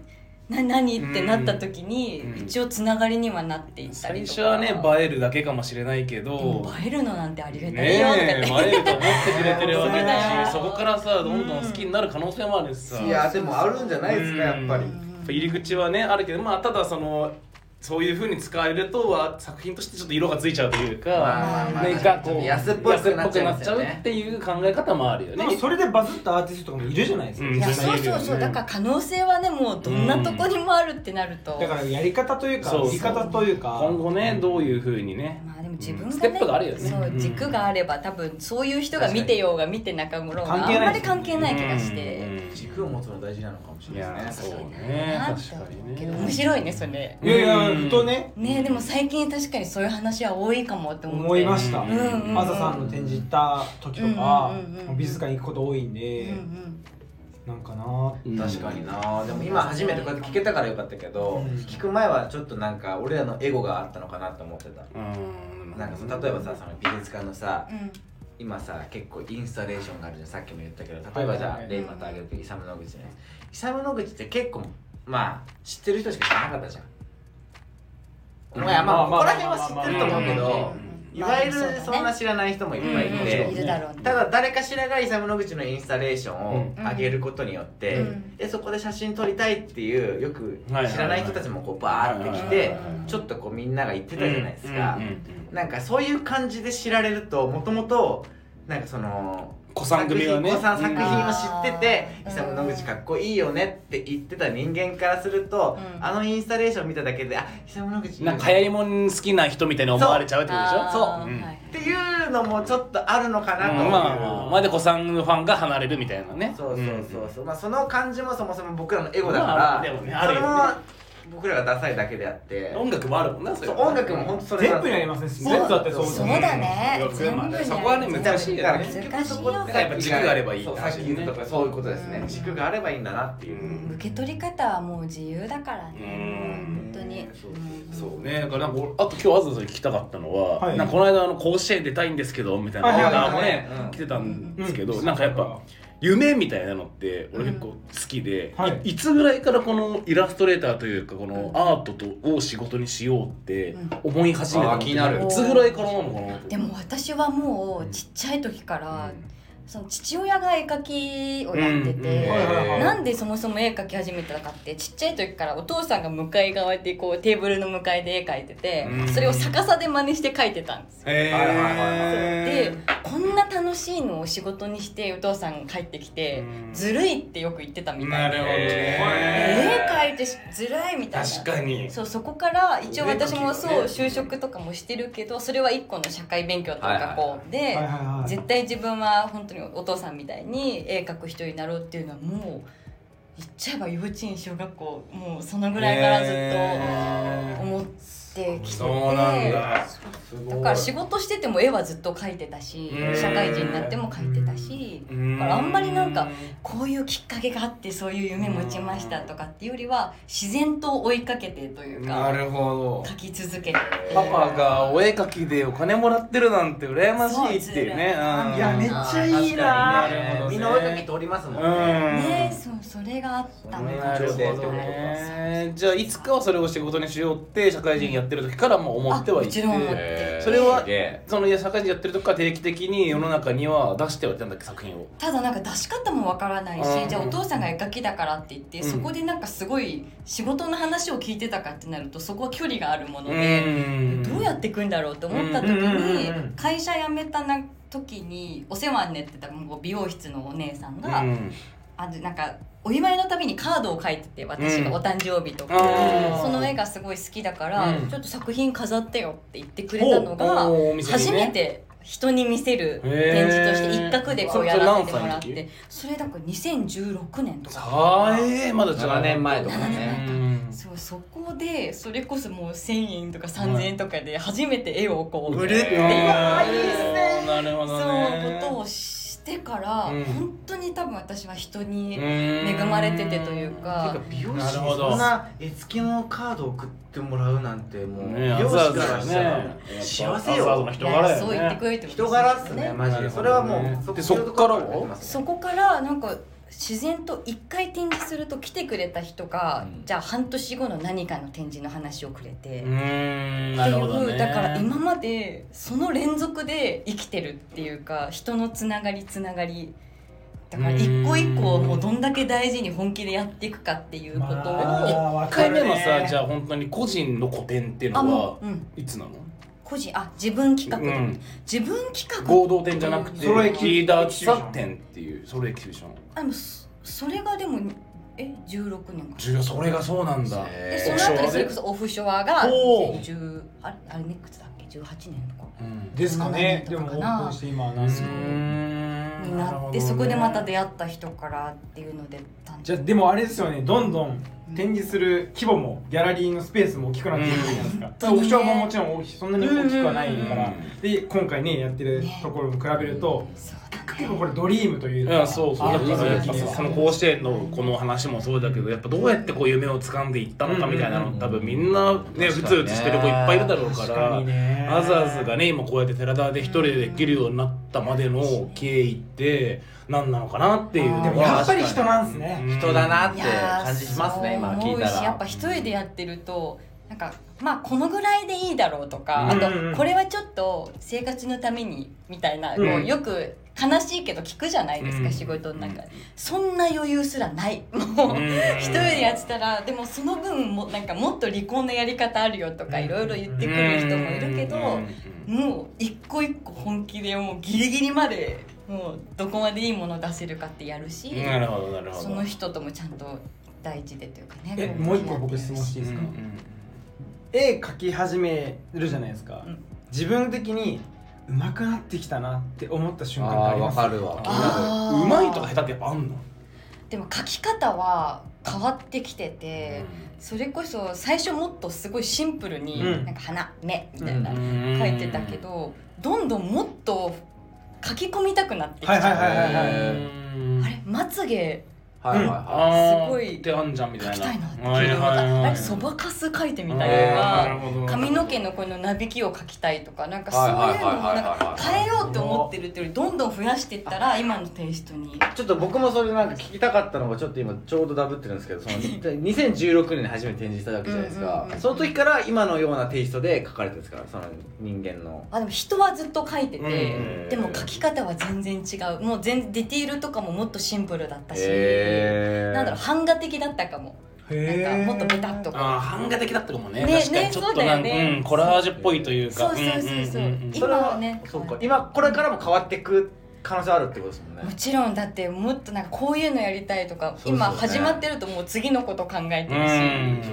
Speaker 6: な何ってなった時に
Speaker 4: うん
Speaker 6: 一応つながりにはなっていったり
Speaker 4: 最
Speaker 6: とか
Speaker 4: 初はね映えるだけかもしれないけど
Speaker 6: うん映えるのなんてありがたいよとか
Speaker 4: ねえ
Speaker 6: 言って
Speaker 4: 映えると思ってくれてるわけだし
Speaker 6: そ
Speaker 4: そう
Speaker 6: だよ
Speaker 4: こからさどんどん好きになる可能性もあるしさ
Speaker 5: いやでもあるんじゃないですかやっぱり、
Speaker 4: うん入り口はねあるけどまあただそのそういうふうに使えるとは作品としてちょっと色がついちゃうという
Speaker 5: まあ
Speaker 4: か
Speaker 5: まあ
Speaker 4: なんかこう
Speaker 5: 安っぽくなっちゃい
Speaker 4: 安っぽくな
Speaker 5: ま
Speaker 4: っ
Speaker 5: す
Speaker 4: ちゃ
Speaker 5: よ
Speaker 4: う
Speaker 5: ね
Speaker 4: っていう考え方もあるよ
Speaker 2: で
Speaker 4: ね
Speaker 2: もそれでバズったアーティストとかもいるじゃないですか、
Speaker 4: うん
Speaker 6: いや
Speaker 4: 絶対
Speaker 6: そうそうそうだから可能性はねもうどんなとこにもあるってなると
Speaker 2: だからやり方というか
Speaker 4: そう
Speaker 2: 言い方というか
Speaker 4: 今後ねどういうふうにね
Speaker 6: まあでも自分がね
Speaker 4: ステップがあるよね
Speaker 6: そう軸があれば多分そういう人が見てようが見て中頃が
Speaker 2: 関
Speaker 6: あ
Speaker 2: 係
Speaker 6: ん
Speaker 2: ないで
Speaker 6: まり
Speaker 2: すよね
Speaker 6: 関係ない気がして。
Speaker 5: 軸を持つの大事なのかもし
Speaker 4: い
Speaker 5: れない
Speaker 4: や
Speaker 5: です
Speaker 4: そ
Speaker 5: ね
Speaker 4: う
Speaker 5: 確かに
Speaker 4: ね
Speaker 6: なって
Speaker 4: 確か
Speaker 6: 思う
Speaker 4: に
Speaker 6: け
Speaker 4: ね
Speaker 6: ど面白いねそれ
Speaker 2: いやいやふとね
Speaker 6: ねでも最近確かにそういう話は多いかもって思って
Speaker 2: 思いました、
Speaker 4: うん
Speaker 6: うんうん
Speaker 2: あざさんの展示行った時とか、
Speaker 6: うんうんうんうん
Speaker 2: 美術館行くこと多いんで、
Speaker 6: うん
Speaker 2: なんかなーっ
Speaker 5: 確
Speaker 2: て
Speaker 5: かになでも今初めてこうやって聞けたからよかったけど、
Speaker 2: うん
Speaker 5: 聞く前はちょっとなんか俺らのエゴがあったのかなと思ってた
Speaker 4: うん
Speaker 5: なんかその例えばさその美術館のさ
Speaker 6: うんうん
Speaker 5: 今さ結構インスタレーションがあるじゃんさっきも言ったけど例えばじゃ
Speaker 2: は
Speaker 5: あ
Speaker 2: いはい
Speaker 5: 例また挙げるとイサム・ノグチねイサム・ノグチって結構まあ知ってる人しか知らなかったじゃんお前はまあ
Speaker 2: まあ
Speaker 5: こ
Speaker 2: まあ
Speaker 5: こら辺は知ってると思うけ
Speaker 6: まあまあ
Speaker 5: どいわゆるそんな知らない人もいっぱいい
Speaker 6: うん
Speaker 5: て、
Speaker 6: うんいるだろうね
Speaker 5: ただ誰かしらがイサム・ノグチのインスタレーションを上げることによって、
Speaker 6: うん
Speaker 5: でそこで写真撮りたいっていうよく
Speaker 4: はいはいはい
Speaker 5: 知らない人たちもこうバーって来
Speaker 4: はい
Speaker 5: て
Speaker 4: はいはい
Speaker 5: ちょっとこうみんなが言ってたじゃないですか、
Speaker 4: うんうんうん
Speaker 5: なんかそういう感じで知られるともともとなんかその
Speaker 4: 子さん組はね
Speaker 5: 作品子さん作品を知ってて「
Speaker 6: うん
Speaker 5: 久野野口かっこいいよね」って言ってた人間からすると、
Speaker 6: うん
Speaker 5: あのインスタレーション見ただけで「あ久野野口いいよね
Speaker 4: なんか流行りもん好きな人みたいに思われちゃうってことでしょ
Speaker 5: そう
Speaker 6: あー
Speaker 4: うん
Speaker 6: はい
Speaker 5: っていうのもちょっとあるのかなと思う、
Speaker 4: まあまあまあで子さんのファンが離れるみたいなね
Speaker 5: そうそうそう
Speaker 4: う
Speaker 5: そう、まあその感じもそもそも僕らのエゴだから、
Speaker 4: まあでもねあるよ
Speaker 5: そ
Speaker 4: ね
Speaker 5: れも僕らがダサいだけであって
Speaker 4: ん音楽もあるもんなそれ
Speaker 5: そう音楽も本当それ
Speaker 2: 全
Speaker 5: なん
Speaker 2: 部
Speaker 5: です
Speaker 2: に
Speaker 5: よ
Speaker 2: ありますね全
Speaker 6: そう
Speaker 2: 部だってそう
Speaker 6: そうだね
Speaker 4: うん
Speaker 6: 全部にある
Speaker 4: そこはね難しい
Speaker 5: だ
Speaker 4: よ
Speaker 5: から
Speaker 4: ね
Speaker 5: 結局そこだ
Speaker 6: 難しいよ
Speaker 5: から
Speaker 4: やっぱ軸があればいい
Speaker 5: そうさっき言ったとかそういうことですね、
Speaker 6: うん
Speaker 5: 軸があればいいんだなっていう、
Speaker 4: うん
Speaker 6: 受け取り方はもう自由だからね
Speaker 4: うん
Speaker 6: 本当に
Speaker 5: そうそうそう
Speaker 4: そうねだからなんか俺あと今日あずさんに聞きたかったのは、
Speaker 2: はい
Speaker 4: なんかこの間あの甲子園出たいんですけどみたいな
Speaker 2: はいはい
Speaker 4: オ
Speaker 2: はい
Speaker 4: ーダーもね、
Speaker 5: うん
Speaker 4: 来てたんですけど、
Speaker 2: うん
Speaker 4: なんかやっぱ夢みたいなのって俺結構好きで、
Speaker 2: うんはい
Speaker 4: い、いつぐらいからこのイラストレーターというかこのアートとを仕事にしようって思い始めたの
Speaker 5: あ
Speaker 4: っ
Speaker 5: ー
Speaker 4: て
Speaker 5: 気になる
Speaker 4: いつぐらいからなのかなと
Speaker 6: でも私はもうちっちゃい時から、その父親が絵描きをやっ
Speaker 2: う
Speaker 6: てて、
Speaker 2: んうんはいはいはい
Speaker 6: なんでそもそも絵描き始めたかってちっちゃい時からお父さんが向かい側でこうテーブルの向かいで絵描いてて、
Speaker 4: うん
Speaker 6: それを逆さで真似して描いてたんですよ
Speaker 4: へ
Speaker 5: はいはいはい
Speaker 6: でこんな楽しいのを仕事にしてお父さんが帰ってきて
Speaker 4: うん
Speaker 6: ずるいってよく言ってたみた
Speaker 4: ないるほ
Speaker 6: で
Speaker 4: どね
Speaker 6: 絵描いてしずるいみたいな
Speaker 4: 確かに
Speaker 6: そうそこから一応私も
Speaker 4: お絵
Speaker 6: そ
Speaker 4: 描
Speaker 6: う
Speaker 4: きがね
Speaker 6: 就職とかもしてるけどそれは一個の社会勉強と
Speaker 5: はい
Speaker 6: かこう
Speaker 2: はい
Speaker 6: で
Speaker 2: はいはい
Speaker 6: 絶対自分は本当にお父さんみたいに絵描く人になろうっていうのはもう言っちゃえば幼稚園小学校もうそのぐらいからずっと
Speaker 4: へ
Speaker 6: 思ってきてて
Speaker 4: そうなんだ
Speaker 2: すごい
Speaker 6: だから仕事してても絵はずっと描いてたし
Speaker 4: うん
Speaker 6: 社会人になっても描いてたしだからあんまりなんかこういうきっかけがあってそういう夢持ちましたとかっていうよりは自然と追いかけてというか。
Speaker 4: なるほど
Speaker 6: 書き続けて
Speaker 4: パパがお絵描きでお金もらってるなんて羨ましいっていうね
Speaker 6: そう
Speaker 4: うん
Speaker 2: いやめっちゃいいな
Speaker 5: あー確かにね
Speaker 4: なるほどね
Speaker 5: みんなお絵かき通りますもんね
Speaker 4: うん
Speaker 6: ねそうそれがあったの
Speaker 4: なるほどねじゃあいつかはそれを仕事にしようって社会人やってる時からもう思ってはい
Speaker 6: あもち
Speaker 4: て
Speaker 6: ろん思って
Speaker 5: へー
Speaker 4: それは
Speaker 5: すげえ
Speaker 4: そのいや社会人やってる時から定期的に世の中には出してはいたんだっけ作品を
Speaker 6: ただなんか出し方もわからないし、
Speaker 4: うん
Speaker 6: じゃあお父さんが絵描きだからって言って、
Speaker 4: うん
Speaker 6: そこでなんかすごい仕事の話を聞いてたかってなるとそこは距離があるもので、どうやっていくんだろうと思った時に、
Speaker 2: うんうんうんうん
Speaker 6: 会社辞めたな時にお世話になってたもう美容室のお姉さんが、
Speaker 4: うん
Speaker 6: あのなんかお祝いのたびにカードを書いてて私
Speaker 4: うん
Speaker 6: がお誕生日とか、
Speaker 4: あー
Speaker 6: その絵がすごい好きだから、
Speaker 4: うん
Speaker 6: ちょっと作品飾ってよって言ってくれたのが
Speaker 4: おおお店にね
Speaker 6: 初めて人に見せる展示として一角でこうやらせてもらっ
Speaker 4: へー
Speaker 6: てそれだから2016年と
Speaker 4: さ
Speaker 6: か
Speaker 4: あえーまだ
Speaker 5: 7年前とか
Speaker 4: う
Speaker 5: ね
Speaker 4: ん
Speaker 6: そうそこでそれこそもう1,000円とか3,000円とかで初めて絵をこう売るっていう
Speaker 4: うん
Speaker 6: わーいいっすね
Speaker 4: なるほど
Speaker 6: そう
Speaker 4: ね
Speaker 6: ことをしてから、
Speaker 4: うん
Speaker 6: 本当に多分私は人に
Speaker 4: 恵
Speaker 6: 恵まれててというか。
Speaker 5: 美容師
Speaker 4: なるほ
Speaker 5: に
Speaker 4: ど
Speaker 5: そんな絵付けのカード送ってもらうなんてもう美
Speaker 4: ね
Speaker 5: 容師からしたら
Speaker 4: ね
Speaker 5: 幸せ
Speaker 4: やっぱ
Speaker 5: よ
Speaker 4: の人
Speaker 6: いや
Speaker 4: 柄
Speaker 6: そう
Speaker 4: よ
Speaker 6: 言って
Speaker 4: ね
Speaker 6: くれても
Speaker 5: 人柄っすねマジでそれはも
Speaker 4: なるほど
Speaker 5: う
Speaker 4: ねでそっからは
Speaker 6: そこからなんか自然と一回展示すると来てくれた人が、
Speaker 5: うん
Speaker 6: じゃあ半年後の何かの展示の話をくれて、
Speaker 4: う
Speaker 6: って
Speaker 4: ーんなるほど
Speaker 6: いう
Speaker 4: ね
Speaker 6: だから今までその連続で生きてるっていうか人のつながりつながりだから一個一個をもうどんだけ大事に本気でやっていくかっていうことを、あ、
Speaker 2: まあ
Speaker 4: 1回目の
Speaker 2: わかる
Speaker 4: さ
Speaker 2: ね
Speaker 4: じゃあ本当に個人の個展っていうのは
Speaker 6: もう、うん、
Speaker 4: いつなの
Speaker 6: 個人あ自分企画で、
Speaker 4: うん
Speaker 6: 自分企画
Speaker 4: 合同展じゃなくて
Speaker 2: ソロエキ
Speaker 4: リーダー喫茶店っていうソロエキシビション
Speaker 6: あでもそそれがでもえ16年か
Speaker 4: 重要それがそうなんだ
Speaker 6: で
Speaker 5: へ
Speaker 6: そ
Speaker 5: ー
Speaker 6: の後にそれこそオフショアが
Speaker 4: おー
Speaker 6: 2010あれあれネックスだっけ18年とか
Speaker 4: うん
Speaker 2: ですかね
Speaker 6: そ
Speaker 2: で
Speaker 6: ん
Speaker 2: も
Speaker 6: なの
Speaker 2: オ
Speaker 6: とかな
Speaker 2: ープンして今
Speaker 4: う
Speaker 2: なんですけど
Speaker 4: ー
Speaker 6: に
Speaker 4: ん
Speaker 6: なってそこでまた出会った人からっていうので誕生
Speaker 2: じゃあでもあれですよねどんどん展示する規模もギャラリーのスペースも大きくなっていくじゃないですか、
Speaker 6: うん
Speaker 2: オフショアももちろん大きそんなに大きくはないから、
Speaker 4: うん
Speaker 2: で今回ねやってるところも比べると、
Speaker 6: そうだ
Speaker 2: 結構これドリームという
Speaker 4: い
Speaker 2: か
Speaker 4: やそうそう
Speaker 2: ア
Speaker 4: だ
Speaker 2: ーティ
Speaker 4: からやっ
Speaker 2: スト
Speaker 4: ぱ
Speaker 2: 的に
Speaker 4: さ
Speaker 2: は
Speaker 4: その甲子園のこの話もそうだけどやっぱどうやってこう夢を掴んでいったのかみたいなの多分みんなねう
Speaker 5: 確かにね
Speaker 4: つうつしてる子いっぱいいるだろうか
Speaker 2: 確からにね
Speaker 4: わざわざがね今こうやって寺田で一人でできるようになったまでの経緯って何なのかなっていう
Speaker 2: で
Speaker 4: の
Speaker 2: もやっ
Speaker 4: は
Speaker 2: ぱり人なんすね、
Speaker 5: 人だなって
Speaker 6: いやー
Speaker 5: 感じしますね今
Speaker 6: そう
Speaker 5: 聞い
Speaker 6: 思
Speaker 5: た
Speaker 6: うしや
Speaker 5: ら
Speaker 6: っぱ一人でやってるとなんかまあこのぐらいでいいだろうとかあ
Speaker 2: うん
Speaker 6: とこれはちょっと生活のためにみたいなこ
Speaker 2: うん
Speaker 6: うよく悲しいけど聞くじゃないです
Speaker 4: う
Speaker 6: か
Speaker 4: ん
Speaker 6: 仕事の中でそんな余裕すらないもう一人でやってたらでもその分もなんかもっと離婚のやり方あるよとかいろいろ言ってくる人もいるけどもう一個一個本気でもうギリギリまでもうどこまでいいもの出せるかってやるし
Speaker 4: なるほどなるほ
Speaker 6: そ
Speaker 4: ど
Speaker 6: の人ともちゃんと第一でというかね
Speaker 2: え
Speaker 6: こ
Speaker 2: もう一個僕質問していいですか、絵描き始めるじゃないですか、
Speaker 6: うん
Speaker 2: 自分的に上手くなってきたなって思った瞬間って
Speaker 5: あ
Speaker 2: あ
Speaker 5: ー
Speaker 2: りま
Speaker 5: わ
Speaker 2: す
Speaker 5: かるわ
Speaker 6: あー
Speaker 4: うまいとか下手ってやっぱあんの
Speaker 6: でも書き方は変わってきてて、それこそ最初もっとすごいシンプルに、
Speaker 2: うん
Speaker 6: なんか花目みたいな
Speaker 2: う
Speaker 6: 書いてたけど、どんどんもっと書き込みたくなってきち
Speaker 2: はいはい
Speaker 6: ゃ
Speaker 2: はいはいは
Speaker 6: う
Speaker 2: い
Speaker 6: あれまつげ
Speaker 1: はいはいは
Speaker 4: あー
Speaker 6: すごい
Speaker 4: ってあんじゃんみたいな
Speaker 6: 書きたいなって
Speaker 4: は
Speaker 6: 聞い
Speaker 4: い
Speaker 6: て
Speaker 4: は
Speaker 6: ま
Speaker 4: い
Speaker 6: た、
Speaker 4: はい
Speaker 6: あれそばかす書いてみた
Speaker 4: え
Speaker 6: いと
Speaker 4: ーなる
Speaker 6: か
Speaker 4: ほど
Speaker 6: 髪の毛のこのなびきを書きたいとかなんかそう
Speaker 1: はいいはいう
Speaker 6: のも
Speaker 1: はいはい
Speaker 6: なん
Speaker 1: はい
Speaker 6: か変えようって思ってるっていうよりどんどん増やしていったら今のテイストに
Speaker 5: ちょっと僕もそれなんか聞きたかったのがちょっと今ちょうどダブってるんですけどその 2016年に初めて展示したわけじゃないです
Speaker 6: うん
Speaker 5: か
Speaker 6: うんうんうん
Speaker 5: その時から今のようなテイストで書かれてるんですからその人間の
Speaker 6: あでも人はずっと書いてて、
Speaker 4: うん
Speaker 6: でも書き方は全然違うもう全ディティールとかももっとシンプルだったし、
Speaker 5: へー
Speaker 6: なんだろう版画的だったかもなんかもっとベタっとこう
Speaker 4: あー版画的だったかもね
Speaker 6: ね
Speaker 4: 確かにちょっ
Speaker 6: ねそう
Speaker 4: と
Speaker 6: だ
Speaker 4: な
Speaker 6: よ
Speaker 4: んか、
Speaker 6: ね
Speaker 4: うん、コラージュっぽいというか
Speaker 6: そうそうそうそうん
Speaker 4: んんん
Speaker 5: それ
Speaker 6: 今はね
Speaker 5: そうか今これからも変わっていく可能性あるってことですもんね
Speaker 6: もちろんだってもっとなんかこういうのやりたいとか
Speaker 5: そうそう
Speaker 6: 今始まってるともう次のこと考えてるし、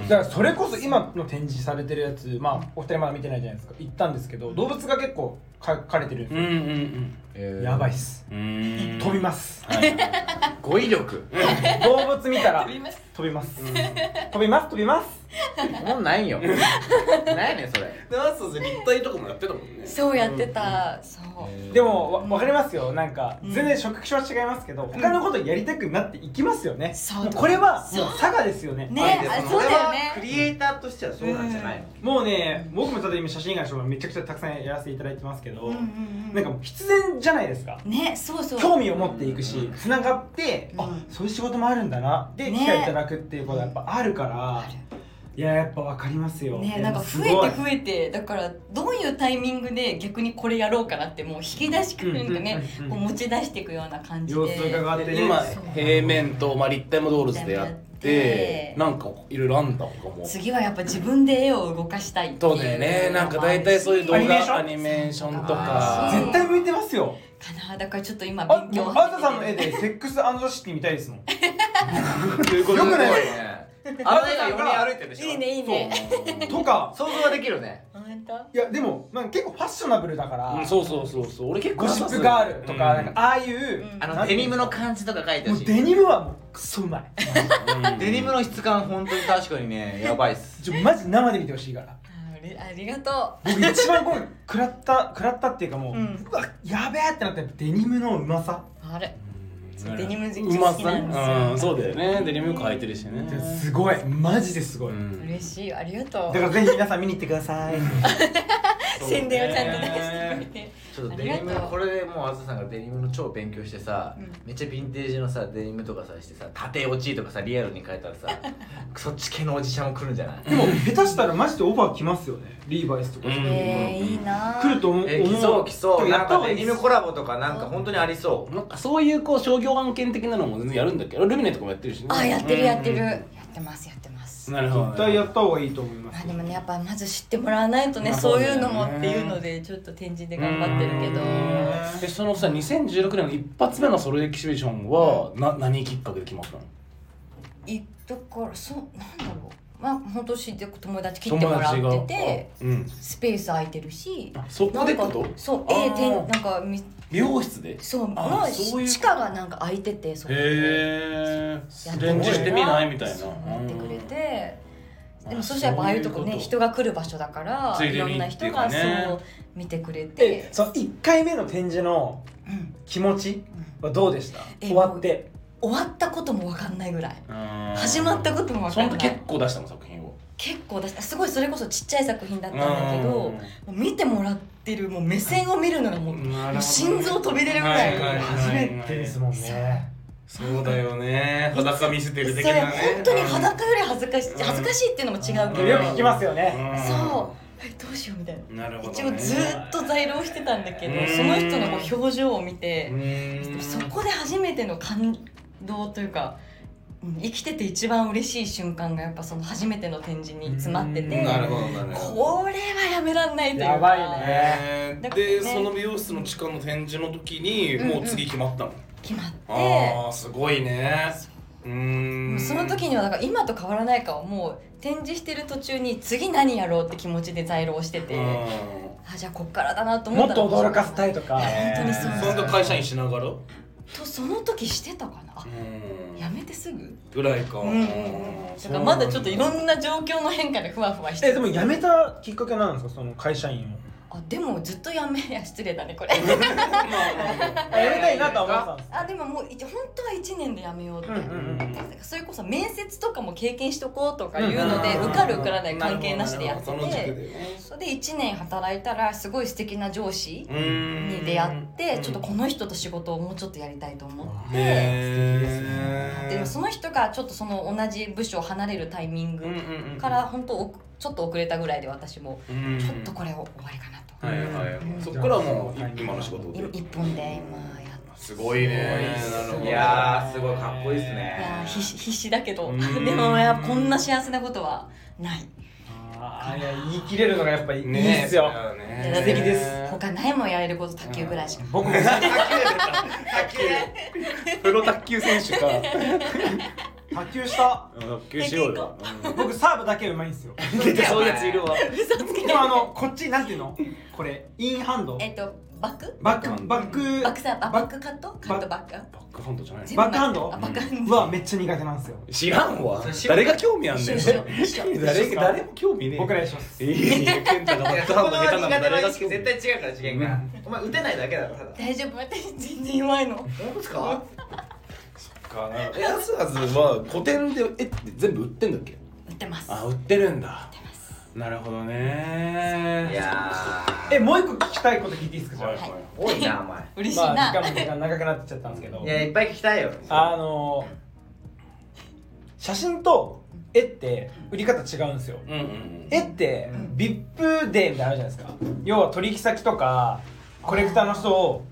Speaker 4: うん
Speaker 2: だからそれこそ今の展示されてるやつまあお二人まだ見てないじゃないですか行ったんですけど動物が結構描かれてるん
Speaker 4: う
Speaker 2: で
Speaker 4: ん
Speaker 2: すよ、
Speaker 5: へー
Speaker 2: やばいっす
Speaker 4: うんうん
Speaker 2: 飛びます
Speaker 4: す、はいはい
Speaker 5: 語彙力
Speaker 2: 動物見 たら
Speaker 6: 飛びます
Speaker 2: 飛びます飛びます飛びます
Speaker 5: もうないんよないねんそれ
Speaker 4: であそうですね立体とかもやってたもんね
Speaker 6: そうやってた、そう、
Speaker 2: でもわ分かりますよなんか
Speaker 6: うん
Speaker 2: 全然職種は違いますけど他のことやりたくなっていきますよね
Speaker 6: そう
Speaker 2: もうこれは
Speaker 6: そう
Speaker 2: もう佐賀ですよね
Speaker 6: ねあれそうだよね
Speaker 5: クリエイターとしてはそうなんじゃないの
Speaker 2: もうね僕も例えば今写真以外の仕事めちゃくちゃたくさんやらせていただいてますけど、
Speaker 6: うんうん
Speaker 2: なんかもう必然じゃないですか
Speaker 6: うんねそうそう
Speaker 2: 興味を持っていくしつながって、
Speaker 6: う
Speaker 2: あ
Speaker 6: ん
Speaker 2: そういう仕事もあるんだなで
Speaker 6: ね
Speaker 2: 機会いただくっていうことはやっぱあるから、いややっぱ分かりますよ
Speaker 6: ね
Speaker 2: いや
Speaker 6: なんか
Speaker 2: す
Speaker 6: 増
Speaker 2: ごい
Speaker 6: えて増えてだからどういうタイミングで逆にこれやろうかなってもう引き出しくなんかね、
Speaker 2: うんうんうん
Speaker 6: こう持ち出していくような感じで
Speaker 2: 様子を伺ってね
Speaker 4: 今
Speaker 6: そう
Speaker 4: 平面と、まあ、立体もドールズでやって
Speaker 6: で
Speaker 4: なんかいろいろあんだのかも
Speaker 6: 次はやっぱ自分で絵を動かしたいってい
Speaker 4: そううだよねなんか大体そういう動
Speaker 2: アニメーショ
Speaker 4: 画
Speaker 2: ン
Speaker 4: アニメーションと
Speaker 6: あ
Speaker 4: か
Speaker 2: 絶対向いてますよ
Speaker 6: かなだからちょっと今
Speaker 2: あ
Speaker 6: 勉強
Speaker 2: 僕
Speaker 6: を
Speaker 2: あなたさんの絵
Speaker 6: 始めて
Speaker 2: でセックスシティ見たい ですもん
Speaker 4: よ
Speaker 5: よく
Speaker 4: ね
Speaker 5: ないねあの絵が世に歩いてるでしょ
Speaker 6: いいねいいね
Speaker 2: とか
Speaker 5: 想像はできるね
Speaker 6: 本当
Speaker 2: いやでもなんか結構ファッショナブルだから、
Speaker 4: うんそうそうそうそう俺結構
Speaker 2: ゴシップガールとか,、
Speaker 4: うん
Speaker 2: なんかああいう、
Speaker 6: うん
Speaker 5: あ
Speaker 2: な
Speaker 5: の
Speaker 2: んて
Speaker 5: デニ
Speaker 2: いう
Speaker 5: ム
Speaker 2: ん
Speaker 5: の
Speaker 2: です
Speaker 5: 感じとか書いて
Speaker 2: か
Speaker 5: ほ
Speaker 2: も
Speaker 5: し
Speaker 2: う
Speaker 5: い
Speaker 2: デニムはもうクソうまい
Speaker 4: うん
Speaker 5: デニムの質感本当に確かに ねやばいっす
Speaker 2: ちょマジ生で見てほしいから
Speaker 6: あうれありがと
Speaker 2: 僕一番こう食らった 食らったっていうかもう、
Speaker 6: うん
Speaker 2: うわやべえってなったデニムのうまさ
Speaker 6: うあれ
Speaker 4: うん
Speaker 6: デニム好き
Speaker 4: うま
Speaker 6: 好きなんですよ
Speaker 4: さうんそうだよねデニムよく履いてるしね
Speaker 2: すごいマジですごい、
Speaker 4: うん
Speaker 6: 嬉しいよありがと
Speaker 2: だから
Speaker 6: う
Speaker 2: ぜひ皆さん見に行ってください
Speaker 6: 宣伝をちゃんと出してくれて
Speaker 5: ちょっとデニ
Speaker 6: あり
Speaker 5: ム
Speaker 6: がとう
Speaker 5: これでもうあずさんがデニムの超勉強してさ、
Speaker 6: うん
Speaker 5: めっちゃヴィンテージのさデニムとかさしてさ縦落ちとかさリアルに変えた らさそっち系のおじちゃんも来るんじゃない
Speaker 2: でも下手したらマジでオファー来ますよねリーバイスとか、
Speaker 4: うん
Speaker 6: えー、いいなぁ
Speaker 2: 来ると思う、
Speaker 5: えー、来そう来そう
Speaker 2: や
Speaker 5: な
Speaker 2: っ
Speaker 5: ん
Speaker 2: た
Speaker 5: か
Speaker 2: 方がい
Speaker 5: デ
Speaker 2: い
Speaker 5: ニ
Speaker 2: で
Speaker 5: ム
Speaker 2: す
Speaker 5: コラボとかなんか本当にありそう
Speaker 4: なんかそういうこう商業案件的なのも全然やるんだけどルミネとかもやってるしね
Speaker 6: あやってるやってる、
Speaker 4: うん
Speaker 6: やってますやってます、
Speaker 4: なるほどね
Speaker 2: 絶対やった方がいいと思います
Speaker 6: まあでもねやっぱまず知ってもらわないとね
Speaker 4: まあ
Speaker 6: そういうのも
Speaker 4: そうだよ
Speaker 6: っ
Speaker 4: ね
Speaker 6: ていうのでちょっと展示で頑張ってるけど
Speaker 4: うんえそのさ2016年の一発目のソロエキシビションはな何きっかけで決まったの
Speaker 6: いだからそうなんだろうまあ本当知って友達切ってもらって
Speaker 4: 友達
Speaker 6: て
Speaker 4: がうん
Speaker 6: スペース空いてるし
Speaker 4: あそこでってこと
Speaker 6: なんかそう
Speaker 4: あー
Speaker 6: えー、てんなんかみ
Speaker 4: 美容室でへ
Speaker 6: そう
Speaker 4: あ
Speaker 6: の
Speaker 4: そういう
Speaker 6: 地下がなんか空いててそこで
Speaker 4: え
Speaker 6: やって
Speaker 4: レンジしてみないみたいな
Speaker 6: そうやってくれて
Speaker 4: うん
Speaker 6: でもそしたらやっぱああいうとこ
Speaker 4: そう
Speaker 6: ね
Speaker 4: いうこと
Speaker 6: 人が来る場所だから
Speaker 4: つい
Speaker 6: い
Speaker 4: で
Speaker 6: ろん
Speaker 4: に
Speaker 6: な
Speaker 4: ってい
Speaker 6: 人
Speaker 4: うか
Speaker 6: が
Speaker 4: ね
Speaker 6: そう見てくれて
Speaker 2: えその1回目の展示の
Speaker 6: うん
Speaker 2: 気持ちはどうでした、
Speaker 6: え
Speaker 2: 終わって
Speaker 6: 終わったことも分かんないぐらい
Speaker 4: うん
Speaker 6: 始まったことも分
Speaker 4: そ
Speaker 6: か
Speaker 4: の
Speaker 6: んな
Speaker 4: 時
Speaker 6: い
Speaker 4: 結構出したの作品を
Speaker 6: 結構だしすごいそれこそちっちゃい作品だったんだけど
Speaker 4: うん
Speaker 6: もう見てもらってるもう目線を見るのがもう
Speaker 4: なるほど
Speaker 6: もう心臓飛び出るぐらい
Speaker 4: はいはいはい
Speaker 2: 初めてですもんね
Speaker 4: そうだよね裸見せてる
Speaker 6: そ
Speaker 4: 的
Speaker 6: れ
Speaker 4: なね
Speaker 6: 本当に裸より恥ずかしい恥ずかしいっていうのも違う
Speaker 4: うん
Speaker 6: け
Speaker 2: よ
Speaker 6: ど
Speaker 2: く聞きますよね、
Speaker 4: うん
Speaker 6: そうえどうしようみたいな
Speaker 4: なるほど
Speaker 6: 一応ずーっと在廊してたんだけど
Speaker 4: うん
Speaker 6: その人のこう表情を見て
Speaker 4: うん
Speaker 6: そこで初めての感動というかうん生きてて一番嬉しい瞬間がやっぱその初めての展示に詰まって
Speaker 2: う
Speaker 6: て
Speaker 2: ん
Speaker 4: なるほどなるほど
Speaker 6: これはやめらんないというか
Speaker 2: やばいね
Speaker 4: えー
Speaker 6: だからね
Speaker 4: でその美容室の地下の展示の時に
Speaker 6: うんうん
Speaker 4: もう次決まったの
Speaker 6: 決まって
Speaker 4: ああすごいねうーん
Speaker 6: その時にはだから今と変わらないかはもう展示してる途中に次何やろうって気持ちで在廊してて、
Speaker 4: うん
Speaker 6: あじゃあこっからだなと思
Speaker 2: も
Speaker 6: っ
Speaker 2: ったと驚かせた
Speaker 6: い
Speaker 2: いとか
Speaker 6: 本当にそう
Speaker 4: その時会社員しながらう
Speaker 6: とその時してたかなあや
Speaker 4: ん
Speaker 6: めてすぐ
Speaker 4: ぐらいか
Speaker 6: うんだからまだちょっといろんな状況の変化でふわふわして
Speaker 2: えでも辞めたきっかけなんですかその会社員を
Speaker 6: あでもずっとやめいや失礼だねこれ
Speaker 2: あやりたいなとは思ってたんです
Speaker 6: あでももうい本当は1年でやめようって、
Speaker 2: うんうんうん
Speaker 6: だからそれこそ面接とかも経験しとこうとかいうので、
Speaker 2: うん
Speaker 6: 受かる受からない関係なしでやってて、
Speaker 4: その軸でね
Speaker 6: それで1年働いたらすごい素敵な上司
Speaker 4: うん
Speaker 6: に出会って、ちょっとこの人と仕事をもうちょっとやりたいと思って、でもその人がちょっとその同じ部署を離れるタイミングから本当おちょっと遅れたぐらいで私も
Speaker 4: ちょ
Speaker 6: ちょっとこれを終わりかなと、
Speaker 4: はいはいはいそこからもう今の仕事
Speaker 6: 今一本で今やっ
Speaker 4: すごいねなるほど
Speaker 5: いやーすごいかっこいいですね
Speaker 6: いやー必死必死だけど
Speaker 4: うん
Speaker 6: でもやっぱこんな幸せなことはない
Speaker 2: あーいや言い切れるのがやっぱりいい
Speaker 4: ね
Speaker 2: ですよ、
Speaker 4: ね
Speaker 2: 素敵です
Speaker 6: 他ないもんやれること卓球ぐらいしか
Speaker 2: 僕も卓
Speaker 4: プロ卓球選手か
Speaker 2: 球した
Speaker 4: 卓球しようよ
Speaker 2: 僕サーブだけうまいんですよ
Speaker 4: 出てそういうやついるわ
Speaker 6: 嘘つけ
Speaker 2: でもあのこっちなんていうのこれインハンド
Speaker 6: えっとバック
Speaker 2: バックバック
Speaker 6: バックさんあバックカットカットバック
Speaker 4: バックハンドじゃない
Speaker 6: 全部
Speaker 2: バックハンド
Speaker 6: あバックハン
Speaker 2: う
Speaker 6: ド
Speaker 2: わめっちゃ苦手なんですよ
Speaker 4: 知らんわ誰が興味あんねん
Speaker 6: 一緒一緒一緒
Speaker 4: 誰誰も興味ねえ
Speaker 2: 僕らでします
Speaker 4: いやいや健太がバックハンド下手なの誰が興味
Speaker 5: 対違うから次元がお前打てないだけだろただ
Speaker 6: 大丈夫私全然弱いの
Speaker 5: 本当ですか
Speaker 4: かなえやすはずは古典でえって全部売ってんだっけ
Speaker 6: 打ってます
Speaker 4: あ売ってるんだなるほどね
Speaker 5: いやー
Speaker 2: えもう一個聞きたいこと聞いていいですかじゃあ、
Speaker 4: はいはい
Speaker 5: 多いなお前
Speaker 6: 嬉しい
Speaker 2: ま
Speaker 6: な、
Speaker 2: あ時間も時間長くなっちゃったんですけど
Speaker 5: いやいっぱい聞きたいよ
Speaker 2: あの写真と絵って売り方違うんですよ
Speaker 4: うんうん
Speaker 2: 絵って
Speaker 5: うん
Speaker 2: VIP デーみたいなのあるじゃないですか要は取引先とかコレクターの人を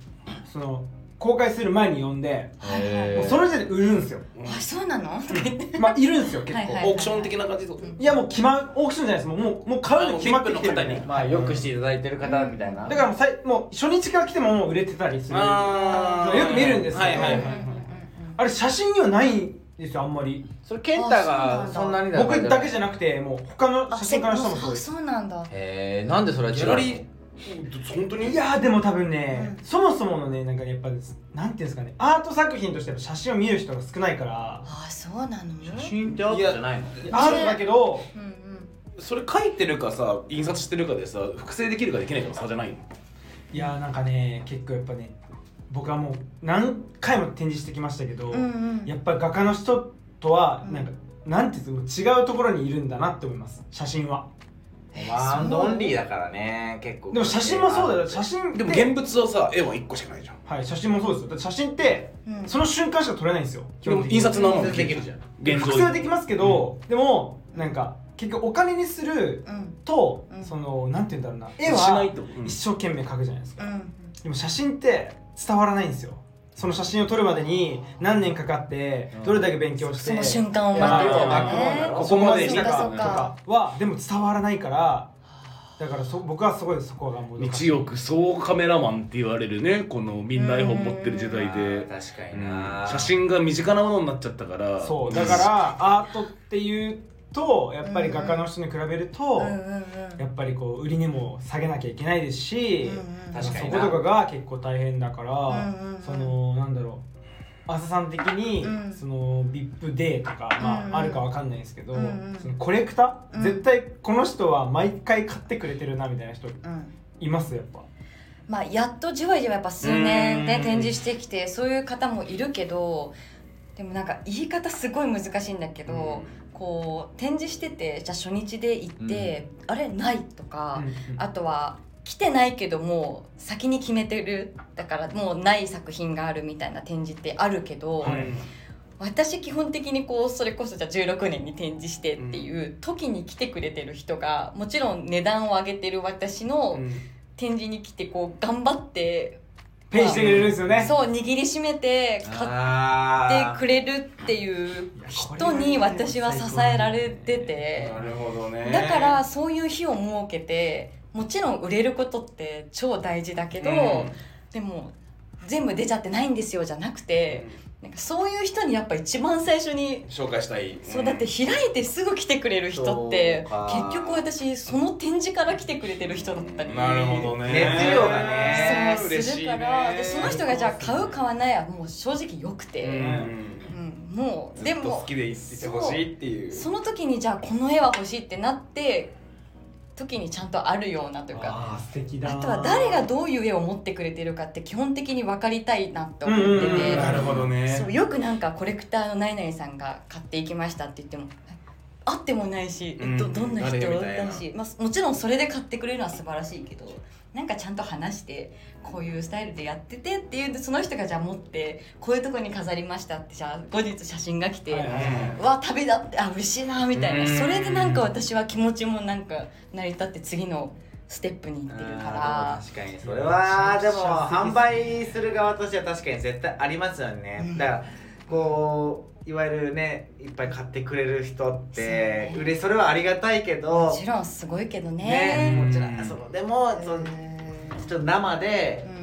Speaker 2: その公開する前に呼んで
Speaker 6: はいはい
Speaker 2: もうその時点で売るんですよ
Speaker 4: うん
Speaker 6: あそうなのとか言って
Speaker 2: まあいるんですよ結構、
Speaker 6: はい
Speaker 2: い
Speaker 6: はい
Speaker 4: オークション的な感じってこと
Speaker 2: やもう決まオークションじゃないですもうもうもう買うの決まってきてるん
Speaker 4: あもう VIP の
Speaker 2: で
Speaker 4: 方に
Speaker 5: まあよくしていただいてる方みたいな
Speaker 2: だからもうさいもう初日から来てももう売れてたりするあ
Speaker 4: あー
Speaker 2: よく見るんですけど
Speaker 4: はいはいはい
Speaker 2: れ写真にはないんですよあんまり
Speaker 5: それ健太が
Speaker 6: あ
Speaker 5: そ
Speaker 6: そ
Speaker 5: ん
Speaker 6: う
Speaker 5: な
Speaker 6: な
Speaker 5: にだ
Speaker 2: 僕だけじゃなくてもう他の写真家の人もそう
Speaker 6: あ
Speaker 2: です
Speaker 6: そうなんだ
Speaker 5: えーなんでそれは違う
Speaker 4: ギャ
Speaker 5: の
Speaker 4: ラリー本当に
Speaker 2: いやーでも多分ね、
Speaker 6: うん
Speaker 2: そもそものねなんかやっぱですなんていうんですかねアート作品としての写真を見る人が少ないから
Speaker 6: あそうなの
Speaker 5: 写真ってアートじゃないの
Speaker 2: アートだけど
Speaker 6: うんうん
Speaker 4: それ書いてるかさ印刷してるかでさ複製できるかできないかの差じゃないの
Speaker 2: いやーなんかね結構やっぱね僕はもう何回も展示してきましたけど、
Speaker 6: うんうん
Speaker 2: やっぱ画家の人とは
Speaker 6: うん
Speaker 2: なんか、なんていうんですか違うところにいるんだなって思います写真は
Speaker 5: ワンドオンリーだからね結構
Speaker 2: でも写真もそうだよ写真って
Speaker 4: でも現物はさ絵は1個しかないじゃん
Speaker 2: はい写真もそうですよだって写真って
Speaker 6: うん
Speaker 2: その瞬間しか撮れないんですよ基
Speaker 4: でも
Speaker 2: 本的に
Speaker 4: 印刷なもん
Speaker 5: 印刷できるじゃん
Speaker 4: 現
Speaker 2: 複
Speaker 4: 像
Speaker 2: 製はできますけど、でもなんか結局お金にする
Speaker 6: うん
Speaker 2: と、
Speaker 6: うん
Speaker 2: そのなんて言うんだろうな絵
Speaker 4: しない
Speaker 2: は
Speaker 4: とうん
Speaker 2: 一生懸命描くじゃないです
Speaker 6: う
Speaker 2: か、
Speaker 6: ん
Speaker 2: でも写真って伝わらないんですよその写真を撮るまでに何年かかって
Speaker 5: うん
Speaker 2: どれだけ勉強して、
Speaker 6: その瞬間を
Speaker 5: まあ
Speaker 6: 待ってた
Speaker 5: バックボーンだ
Speaker 6: ね
Speaker 5: ろ
Speaker 2: ここまで
Speaker 6: そ
Speaker 2: した
Speaker 6: うか
Speaker 2: か
Speaker 6: そ
Speaker 2: と
Speaker 6: う
Speaker 2: か
Speaker 6: か
Speaker 2: はでも伝わらないからだからそ僕はすごいそこがもう
Speaker 4: 日億総カメラマンって言われるねこのみんな iPhone 持ってる時代で
Speaker 5: あー確か
Speaker 4: う
Speaker 5: になん
Speaker 4: 写真が身近なものになっちゃったから
Speaker 2: そうだからアートっていうとやっぱり画家の人に比べると、
Speaker 6: うんうんうん
Speaker 2: やっぱりこう売り値も下げなきゃいけないですし、
Speaker 6: うんうん
Speaker 5: 確かに
Speaker 2: そ
Speaker 5: な
Speaker 2: ことかが結構大変だから、
Speaker 6: うんうん
Speaker 2: そのなんだろう浅さん的に、
Speaker 6: うん
Speaker 2: その VIP デーとか、まあ
Speaker 6: うんうん
Speaker 2: あるかわかんないですけど、
Speaker 6: うんうん
Speaker 2: そのコレクター、
Speaker 6: うん
Speaker 2: 絶対この人は毎回買ってくれてるなみたいな人
Speaker 6: うん
Speaker 2: いますやっぱ。
Speaker 6: まあやっとじわじわやっぱ数年
Speaker 4: う
Speaker 6: で
Speaker 4: ん
Speaker 6: 展示してきてそういう方もいるけどでもなんか言い方すごい難しいんだけどこう展示しててじゃあ初日で行ってあれないとか
Speaker 2: うんうん
Speaker 6: あとは来てないけどもう先に決めてるだからもうない作品があるみたいな展示ってあるけど、
Speaker 2: はい
Speaker 6: 私基本的にこうそれこそじゃあ16年に展示してっていう時に来てくれてる人がもちろん値段を上げてる私の展示に来てこう頑張って、
Speaker 2: ペイしてくれるんですよね。
Speaker 6: そう握りしめて買
Speaker 5: あ
Speaker 6: ってくれるっていう
Speaker 2: いやこれは
Speaker 6: 人
Speaker 2: ね
Speaker 6: に私は支えられてて
Speaker 4: なるほどね
Speaker 6: だからそういう日を設けてもちろん売れることって超大事だけど、
Speaker 4: うん
Speaker 6: でも全部出ちゃってないんですよじゃなくて
Speaker 4: う
Speaker 6: なんかそういう人にやっぱ一番最初に
Speaker 4: ん紹介したい
Speaker 6: そうだって開いてすぐ来てくれる人って
Speaker 5: そうか
Speaker 6: 結局私その展示から来てくれてる人だったり。
Speaker 4: なるほどね
Speaker 5: 熱量がね
Speaker 6: そうするから、でその人がじゃあ買う買わないはもう正直よく
Speaker 4: う
Speaker 6: て、
Speaker 4: ん
Speaker 6: うんもう
Speaker 4: ず
Speaker 6: で
Speaker 4: っと好
Speaker 6: も
Speaker 4: きでいてほしいっていう
Speaker 6: その時にじゃあこの絵は欲しいってなって時にちゃんとあるようなというか
Speaker 2: あー素敵だ
Speaker 6: あとは誰がどういう絵を持ってくれてるかって基本的に分かりたいなって
Speaker 2: う
Speaker 6: 思
Speaker 2: ん
Speaker 6: っ
Speaker 2: うん
Speaker 6: て
Speaker 2: うん
Speaker 6: て
Speaker 4: なるほどね
Speaker 6: そうよくなんかコレクターのナイナイさんが買っていきましたって言ってもあってもないし、え
Speaker 4: う
Speaker 6: ど
Speaker 4: ん
Speaker 6: どんな人
Speaker 4: 誰みたいな
Speaker 6: だし、まあ、もちろんそれで買ってくれるのは素晴らしいけどなんかちゃんと話してこういうスタイルでやっててっていうその人がじゃあ持ってこういうとこに飾りましたってじゃあ後日写真が来て。
Speaker 2: はいはいはいう
Speaker 6: わ旅だってあ嬉しいなみたいな
Speaker 4: うん
Speaker 6: それでなんか私は気持ちもなんか成り立って次のステップに行ってるから
Speaker 5: あーでも確かにそれはでも販売する側としては確かに絶対ありますよねだからこういわゆるねいっぱい買ってくれる人っ
Speaker 6: そう
Speaker 5: て
Speaker 6: ね
Speaker 5: うれそれはありがたいけど
Speaker 6: もちろんすごいけど
Speaker 5: ね
Speaker 6: ね
Speaker 5: もちろんそのでもそのちょっと生で
Speaker 6: うん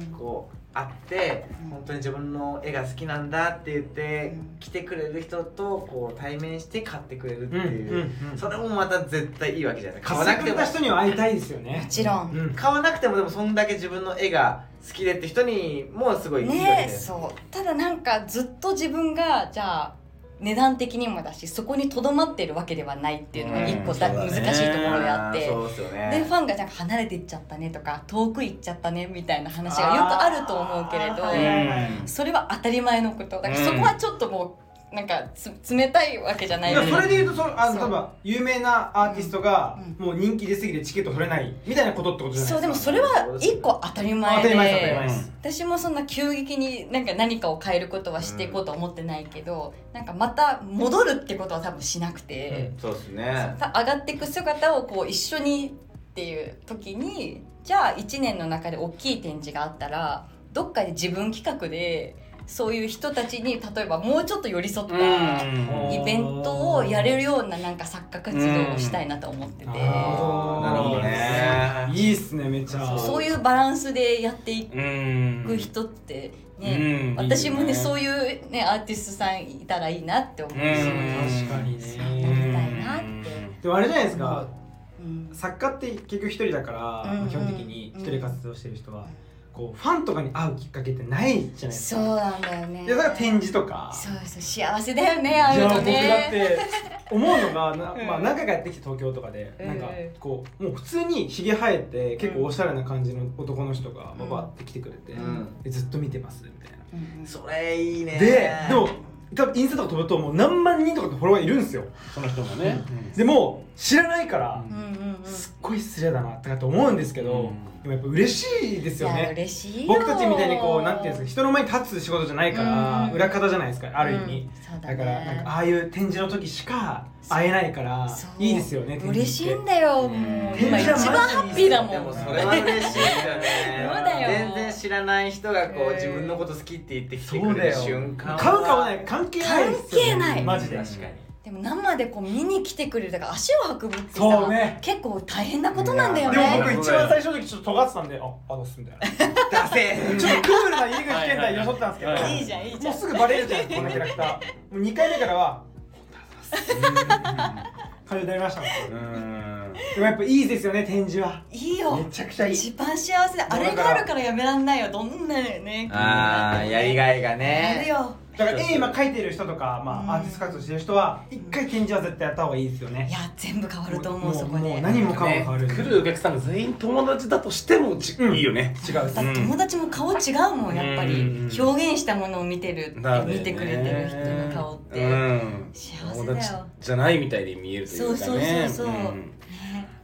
Speaker 6: うん
Speaker 5: こう会って
Speaker 6: うん
Speaker 5: 本当に自分の絵が好きなんだって言って
Speaker 6: うん
Speaker 5: 来てくれる人とこう対面して買ってくれるっていううん
Speaker 2: うんうん
Speaker 5: それもまた絶対いいわけじゃない買
Speaker 2: 買
Speaker 5: わ
Speaker 2: わ
Speaker 5: な
Speaker 2: な
Speaker 5: く
Speaker 2: く
Speaker 5: て
Speaker 2: て
Speaker 5: も
Speaker 2: た人には会いたいですよ
Speaker 6: うんも
Speaker 2: ね
Speaker 6: ちろん
Speaker 2: うん
Speaker 5: 買わなくてもでもそんだけ自分の絵が好きでって人にもすごいいいわけだ
Speaker 6: ね
Speaker 5: よ
Speaker 6: えそうただなんかずっと自分がじゃあ値段的にもだしそこにとどまってるわけではないっていうのが一個だ、
Speaker 4: うんそうだね
Speaker 6: 難しいところであって
Speaker 5: そうですよ
Speaker 6: で
Speaker 5: ね
Speaker 6: ファンがなんか離れていっちゃったねとか遠く行っちゃったねみたいな話がよくあると思うけれど
Speaker 2: あー
Speaker 4: うん
Speaker 6: それは当たり前のことだから
Speaker 4: うん
Speaker 6: そこはちょっともうなんかつ冷たいわけじゃないい
Speaker 2: やそれで言うとそのあ
Speaker 6: そう
Speaker 2: 例えば有名なアーティストが
Speaker 6: う
Speaker 2: もう人気出すぎてチケット取れないみたいなことってことじゃない
Speaker 6: そうでも
Speaker 2: すか
Speaker 6: それは一個当たり前
Speaker 2: 当
Speaker 6: で
Speaker 2: たり前です当たり前です
Speaker 6: 私もそんな急激になんか何かを変えることはしていこうとは思ってないけど、なんかまた戻るってことは多分しなくて、
Speaker 5: そうですね
Speaker 6: た上がっていく姿をこう一緒にっていう時にじゃあ1年の中で大きい展示があったらどっかで自分企画でそういう人たちに例えばもうちょっと寄り添った。
Speaker 4: うん
Speaker 6: イベントをやれるようななんか作家活動をしたいなと思ってて、
Speaker 2: あー
Speaker 5: なるほどね
Speaker 2: いいっすねめっちゃ
Speaker 6: そういうバランスでやってい
Speaker 4: うん
Speaker 6: く人って
Speaker 4: う
Speaker 6: ね、
Speaker 4: ん
Speaker 6: 私もね
Speaker 4: いいよね
Speaker 6: そういうねアーティストさんいたらいいなって思うし、
Speaker 4: うん
Speaker 2: 確かに
Speaker 6: や
Speaker 2: ね
Speaker 6: りたいなって
Speaker 2: でもあれじゃないですか
Speaker 6: うん
Speaker 2: 作家って結局一人だから、
Speaker 6: うんうん
Speaker 2: 基本的に一人で活動してる人は、こうファンとかに会うきっかけってないじゃないです
Speaker 6: そ
Speaker 2: か
Speaker 6: うなんだよね
Speaker 2: でだから展示とか
Speaker 6: そうそう幸せだよねああ
Speaker 2: い
Speaker 6: い
Speaker 2: や
Speaker 6: う
Speaker 2: 僕だ
Speaker 6: の
Speaker 2: っ
Speaker 6: ね
Speaker 2: て思うのがな、
Speaker 6: うん
Speaker 2: まあ、何回かやってきて東京とかで、
Speaker 6: うん
Speaker 2: なんかこうもう普通にひげ生えて結構おしゃれな感じの男の人が
Speaker 6: う
Speaker 2: バ
Speaker 6: ん
Speaker 2: バって来てくれて、
Speaker 5: うん
Speaker 2: でずっと見てますみたいな、
Speaker 6: うんうん
Speaker 5: それいいね
Speaker 2: ででも多分インスタとか飛ぶともう何万人とかってフォロワーいるんですよ
Speaker 4: その人もね
Speaker 2: でも知らないから、
Speaker 4: うん
Speaker 6: うんうんうん
Speaker 2: すっごい失礼だなとかって思うんですけど、
Speaker 4: うん
Speaker 2: でもやっぱ嬉しいですよ
Speaker 6: いや
Speaker 2: ね
Speaker 6: 嬉しいよ
Speaker 2: 僕たちみたいにこうなんていうんですか人の前に立つ仕事じゃないから、
Speaker 6: うん
Speaker 2: 裏方じゃないですかある意味、
Speaker 6: うんそうだ
Speaker 2: だ
Speaker 6: ね
Speaker 2: からなんかああいう展示の時しか会えないから
Speaker 6: そう
Speaker 2: いいですよね展
Speaker 6: 嬉
Speaker 2: 示
Speaker 6: し
Speaker 2: って
Speaker 6: いんだよもう今一番ハッピーだもん
Speaker 5: でもそれは嬉しいよね
Speaker 6: そうだよ
Speaker 5: 全然知らない人がこ
Speaker 6: う
Speaker 5: うん自分のこと好きって言ってきて
Speaker 2: そ
Speaker 5: く
Speaker 2: う
Speaker 5: れ
Speaker 2: だ
Speaker 5: る
Speaker 2: よ
Speaker 5: 瞬間
Speaker 2: 買
Speaker 5: は
Speaker 2: う買わない関係ないですよね
Speaker 6: 関係ない
Speaker 2: マジで
Speaker 5: 確かに
Speaker 6: でも生でこう見に来てくれるだから足を運ぶって
Speaker 2: そ
Speaker 6: さ、
Speaker 2: うね
Speaker 6: 結構大変なことなんだよ
Speaker 2: でも
Speaker 6: ね
Speaker 2: 僕一番最初の時ちょっと尖ってたんでああのすみたいなち
Speaker 5: ダセー
Speaker 2: ょっとクールな入り口健太によそったんですけど
Speaker 4: はいはい
Speaker 6: いいじゃんいいじ
Speaker 2: も
Speaker 6: ゃ
Speaker 2: うんすぐバレるじゃないですかこのキャラクターもう2回目からは「感じになりましたもん
Speaker 4: うん
Speaker 2: でもやっぱいいですよね展示はい
Speaker 6: いよ
Speaker 2: めちゃくちゃいい
Speaker 6: 一番幸せであれがあるからやめらんないよどんなね
Speaker 5: あーやりがいが
Speaker 6: やる
Speaker 5: ね
Speaker 6: よ
Speaker 2: だから絵今描いてる人とか、ま
Speaker 6: うん
Speaker 2: あ、アーティスト活動してる人は一回展示は絶対やった方がいいですよ
Speaker 6: い
Speaker 2: ね
Speaker 6: や全部変わると思
Speaker 2: も
Speaker 6: うそ
Speaker 2: も
Speaker 6: こ
Speaker 2: う
Speaker 6: でだ
Speaker 2: 何もかも変わる、
Speaker 4: 来るお客さんが全員友達だとしてもち
Speaker 2: うん
Speaker 4: いいよね
Speaker 2: 違うし
Speaker 6: って友達も顔違うもんやっぱ
Speaker 4: う
Speaker 6: り
Speaker 4: ん
Speaker 6: 表現したものを見てるって
Speaker 4: なるよね
Speaker 6: 見てくれてる人の顔って
Speaker 4: う
Speaker 6: ね
Speaker 4: ん
Speaker 6: 幸せだよ
Speaker 4: 友達じゃないみたいで見えるというかね
Speaker 6: そうそうそうそうん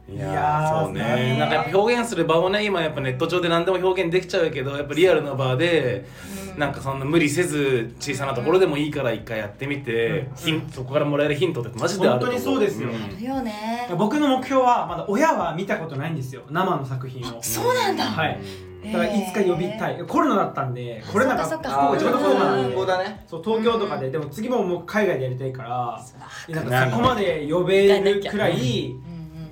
Speaker 4: い
Speaker 2: い
Speaker 4: や
Speaker 2: やー
Speaker 4: ーそう
Speaker 2: ね
Speaker 4: ねなんかやっぱ表現する場もね今やっぱネット上で何でも表現できちゃうけどやっぱリアルな場で
Speaker 6: うん
Speaker 4: なんかそんな無理せず小さなところでもいいから一回やってみて、ヒンそこからもらえるヒントってマジであると
Speaker 2: 本
Speaker 4: 思
Speaker 2: 当にそうですよ
Speaker 4: ん
Speaker 6: あるよね
Speaker 2: 僕の目標はまだ親は見たことないんですよ生の作品を
Speaker 6: そうなんだ
Speaker 2: はい
Speaker 6: え
Speaker 2: だからいつか呼びたい、コロナだったんでコロナが
Speaker 6: そっかそっか
Speaker 2: 福岡ちょうどコロナなんで
Speaker 5: ここだね
Speaker 2: そう東京とかで、でも次ももう海外でやりたいからなんかそこまで呼べるくらい
Speaker 6: うんうん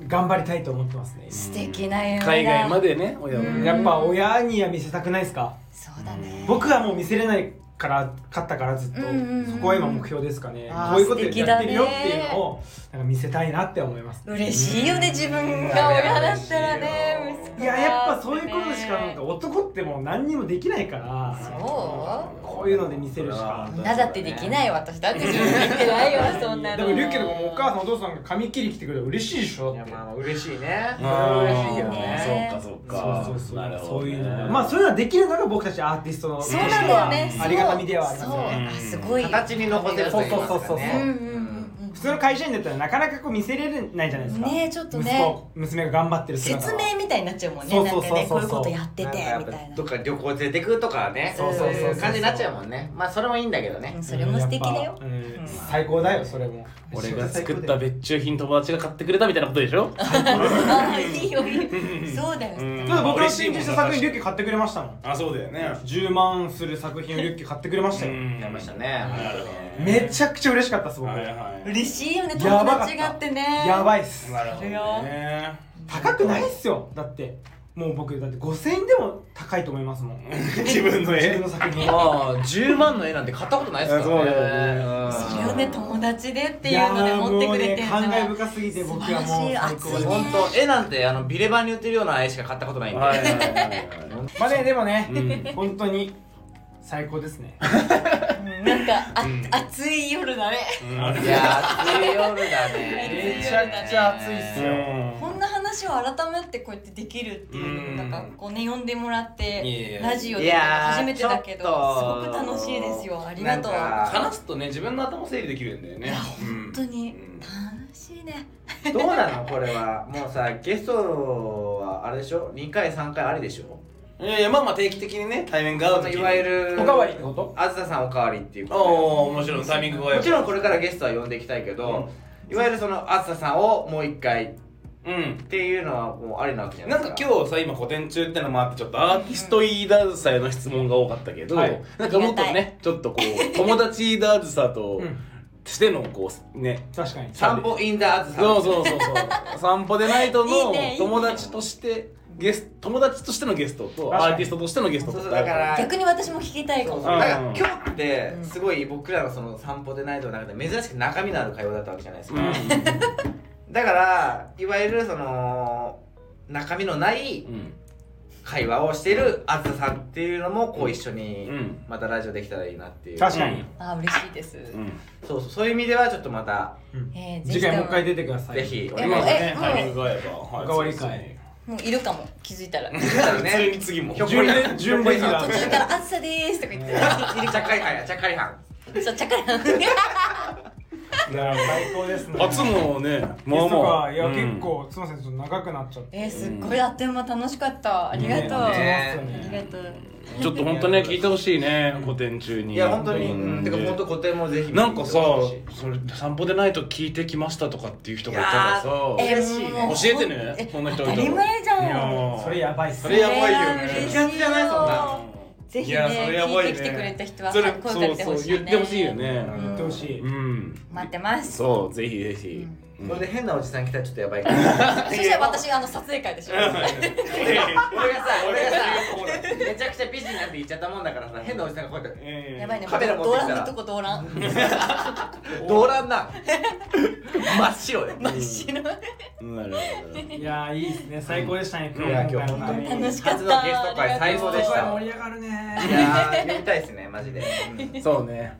Speaker 2: 頑張りたいと思ってますね、
Speaker 6: 素敵な夢だ
Speaker 4: 海外までね親は
Speaker 6: うん
Speaker 2: やっぱ親には見せたくないですか
Speaker 6: そうだね
Speaker 2: 僕はもう見せれないから勝ったからずっと、
Speaker 6: うんうんうん
Speaker 2: そこは今目標ですかね
Speaker 6: あー
Speaker 2: こういうことやってるよっていうのをなんか見せたいなって思います
Speaker 6: 嬉しいよね自分が親だったらね
Speaker 5: う
Speaker 2: いややっぱそういうことしかなんか男ってもう何にもできないから
Speaker 6: そ
Speaker 2: こういうので見せるしか
Speaker 6: みんなだってできない私だって自分できてないよそんな
Speaker 2: で
Speaker 6: の
Speaker 2: もリュッケとかもお母さんお父さんが髪切り来てくれたら嬉しいでしょ
Speaker 5: い
Speaker 2: だ
Speaker 5: や
Speaker 2: って
Speaker 5: まあまあ嬉しいねそれ
Speaker 4: あ
Speaker 5: は
Speaker 4: ー
Speaker 5: 嬉しいよね
Speaker 4: そうかそうか
Speaker 2: そうそうそう
Speaker 4: なるほ
Speaker 2: そ
Speaker 4: ど
Speaker 2: う
Speaker 4: ね
Speaker 2: いうのがまあそういうのはできるのが僕たちアーティストの
Speaker 6: そうなんだよね
Speaker 2: ありがたみではあります
Speaker 6: そう
Speaker 2: よね
Speaker 6: あすごい
Speaker 5: 形に残ってると言いますかね
Speaker 2: そうそうそうそう
Speaker 6: うんうんうん
Speaker 2: 普通の会社員だったらなかなかこう見せれないじゃないですか
Speaker 6: ねえちょっとね
Speaker 2: 息子娘が頑張って
Speaker 6: うん
Speaker 2: る姿
Speaker 6: 説
Speaker 2: は
Speaker 6: 明みたいになっちゃうもんね
Speaker 2: そう
Speaker 6: な
Speaker 2: そ
Speaker 6: ん
Speaker 2: う
Speaker 6: か
Speaker 2: そう
Speaker 6: ね
Speaker 2: そ
Speaker 6: こ
Speaker 2: う
Speaker 6: ういうことやっててみた
Speaker 5: なんかや
Speaker 6: い
Speaker 5: っぱ
Speaker 6: な
Speaker 5: どっか旅行連れてくとかね
Speaker 6: そうそうそうそう
Speaker 5: い感じになっちゃうもんねまあそれもいいんだけどね
Speaker 6: うんそれも素敵だよ
Speaker 2: うんやっぱうん
Speaker 6: うん
Speaker 2: 最高だよそれも
Speaker 4: 俺が作った別注品友達が買ってくれたみたいなことでしょ
Speaker 6: あーいいよいいよそうだよ
Speaker 4: うん
Speaker 2: ただ僕の新人した作品リュッケ買ってくれましたもん
Speaker 4: あそうだよね
Speaker 2: 10万する作品をリュッケ買ってくれましたよ
Speaker 5: やりましたね
Speaker 4: なるほどね
Speaker 2: めちゃくちゃ嬉しかったです僕
Speaker 4: はい
Speaker 2: や
Speaker 4: はい
Speaker 6: 嬉しいよね
Speaker 2: やば
Speaker 6: 友
Speaker 2: かった
Speaker 6: 達がってね
Speaker 2: ばいっす
Speaker 4: なるほどね
Speaker 2: 高くないっすよだってもう僕だって5000円でも高いと思いますもん
Speaker 4: 自分の
Speaker 2: 自
Speaker 4: 絵
Speaker 2: 分の作品は
Speaker 5: ああ10万の絵なんて買ったことないっすからね
Speaker 4: そうだよね
Speaker 5: うん
Speaker 6: それをね友達でっていうので持ってくれてる
Speaker 2: い
Speaker 6: の
Speaker 2: やーもうね感慨
Speaker 6: は
Speaker 2: 深すぎて僕はもう
Speaker 6: 素晴らし
Speaker 2: 最
Speaker 6: い
Speaker 2: 高です
Speaker 6: 熱いね
Speaker 5: 本当絵なんてあのビレバンに売ってるような絵しか買ったことないんで、
Speaker 4: はいはいはいはい
Speaker 2: まあねでもね、
Speaker 4: うん
Speaker 2: 本当に最高ですね
Speaker 6: うんなんかあ
Speaker 4: うん
Speaker 6: 暑い夜だね
Speaker 5: いやー暑い夜だね
Speaker 2: めちゃくちゃ暑いっすよ、
Speaker 6: こんな話を改めてこうやってできるっていうの
Speaker 4: うん
Speaker 6: なんかこうね呼んでもらっ
Speaker 4: いえいえ
Speaker 6: てラジオ
Speaker 5: い
Speaker 6: で
Speaker 5: やー
Speaker 6: 初めてだけど
Speaker 5: ちょっ
Speaker 6: す
Speaker 5: と
Speaker 6: ごく楽しいですよありがとう
Speaker 5: なんか
Speaker 4: 話すとね自分の頭整理できるんだよ
Speaker 6: い
Speaker 4: ね
Speaker 6: や本当に
Speaker 4: うん
Speaker 6: 楽しいね
Speaker 5: どうなのこれはもうさゲストはあれでしょ2回3回ありでしょ
Speaker 4: いやいやまあまあ定期的にね対面が合う時
Speaker 5: いわゆる
Speaker 2: おかわりってこと
Speaker 5: あずささんおかわりっていう
Speaker 4: お
Speaker 5: こ
Speaker 4: お面白いタイミン
Speaker 5: と
Speaker 4: グ
Speaker 5: で
Speaker 4: が
Speaker 5: もちろんこれからゲストは呼んでいきたいけど、いわゆるそのあずささんをもう一回っ
Speaker 4: うん
Speaker 5: ていうのはもうありなわけじゃな
Speaker 4: ないん
Speaker 5: で
Speaker 4: か
Speaker 5: すか
Speaker 4: 今日さ今古典中ってのもあってちょっとアーティストイーダーズさへの質問が多かったけど、
Speaker 2: はい
Speaker 4: なんかもっとねちょっとこう友達イーダーズさと
Speaker 2: うん
Speaker 4: してのこうね
Speaker 2: 確かに
Speaker 5: 散歩インダーあずさ
Speaker 4: そうそうそうそう散歩でナイト
Speaker 6: いい
Speaker 4: の
Speaker 6: ねいいね
Speaker 4: 友達としてゲス友達としてのゲストと
Speaker 2: 確か
Speaker 4: ア
Speaker 2: に
Speaker 4: ーティストとしてのゲストと
Speaker 5: そうそうだから
Speaker 6: 逆に私も聞きたいか
Speaker 5: そう
Speaker 6: も
Speaker 5: そう
Speaker 4: うん
Speaker 5: だから今日ってすごい僕らのその散歩でないとの中で珍しく中身のある会話だったわけじゃないです
Speaker 4: う
Speaker 5: か、
Speaker 4: ん
Speaker 5: だからいわゆるその中身のない
Speaker 4: うん
Speaker 5: 会話をしてるあずささんっていうのもこう一緒に
Speaker 4: うん
Speaker 5: またラジオできたらいいなっていう
Speaker 2: 確かに、
Speaker 6: あ嬉しいです
Speaker 4: うん
Speaker 5: そうそうそういう意味ではちょっとまた
Speaker 2: うん
Speaker 6: えーぜひ
Speaker 2: 次回もう一回出てください
Speaker 5: ぜひお
Speaker 6: え
Speaker 5: 願い
Speaker 4: 今
Speaker 5: し
Speaker 4: の
Speaker 5: ます
Speaker 4: ね
Speaker 6: えもう
Speaker 4: タイミングが合えばはい
Speaker 2: おかわり会
Speaker 4: そうですね
Speaker 6: もういるかも気づいたら
Speaker 4: 普通に次も
Speaker 5: ひょっこ
Speaker 4: 順
Speaker 5: り
Speaker 4: 連順番に
Speaker 6: 途中から暑さでーすとか言っ
Speaker 5: ちゃっかりはんちゃっかりはん
Speaker 6: てそうちゃから
Speaker 2: なるほど最高ですね
Speaker 4: 初も
Speaker 2: ゲ
Speaker 4: ね
Speaker 2: スト
Speaker 4: まあま
Speaker 2: か
Speaker 4: あ
Speaker 2: いや、
Speaker 4: うん
Speaker 2: 結構すみませんちょっと長くなっちゃって
Speaker 6: えーすっごいあっという間楽しかったありがとう
Speaker 2: ね
Speaker 6: あ
Speaker 5: ね
Speaker 6: りがとう
Speaker 4: ちょっと本当ね聞いてほしいね古典中に
Speaker 5: いや本当にうんてか本当固定もぜひ
Speaker 4: なんかさそれ散歩でないと聞いてきましたとかっていう人がいたらさ
Speaker 5: いや
Speaker 4: 教
Speaker 5: ー
Speaker 6: え
Speaker 5: 嬉しいね
Speaker 6: もう
Speaker 4: えてね
Speaker 6: え
Speaker 4: そんな人
Speaker 6: 当
Speaker 4: いた
Speaker 6: た
Speaker 4: ら
Speaker 6: り前じ
Speaker 4: いや
Speaker 6: ゃん
Speaker 4: ー
Speaker 2: それやばいっす
Speaker 4: それやばいよね
Speaker 6: それは嬉し
Speaker 5: 気
Speaker 6: いよ
Speaker 5: が気じゃないそんな
Speaker 6: ぜひ
Speaker 4: い
Speaker 6: ね
Speaker 4: やそれやばい
Speaker 6: 聞い
Speaker 4: ね
Speaker 6: てきてくれた人は
Speaker 4: それ
Speaker 6: 声かけてほ
Speaker 4: そう
Speaker 6: し
Speaker 4: そう言
Speaker 6: い
Speaker 4: ってほしいよね
Speaker 6: うん
Speaker 2: 言ってほしい、
Speaker 4: うん
Speaker 6: 待ってますそ
Speaker 4: そうぜひぜひ
Speaker 5: これで変なおじさん来たらちょっとやばいから
Speaker 6: して私あの撮影会でしょ
Speaker 5: 俺がさ俺がさめちゃくちゃ美人なんて言っちゃったもんだからさ変なおじさんがこうやって
Speaker 6: やばいね
Speaker 5: カメラ持って
Speaker 6: 動
Speaker 5: きたら
Speaker 6: 乱のとこ動乱
Speaker 5: 動乱な真っ白よ
Speaker 6: 真っ白
Speaker 4: なるほど
Speaker 2: いやーいいですね最高でしたね、
Speaker 4: ん
Speaker 2: 今日
Speaker 5: いや今日本当に
Speaker 2: 本
Speaker 6: 楽しかった
Speaker 5: 初のゲスト会
Speaker 6: あり
Speaker 5: 最
Speaker 6: がと
Speaker 5: 高でした
Speaker 2: 盛り上がるね
Speaker 5: いやー読みたいですねマジでうん
Speaker 4: そうね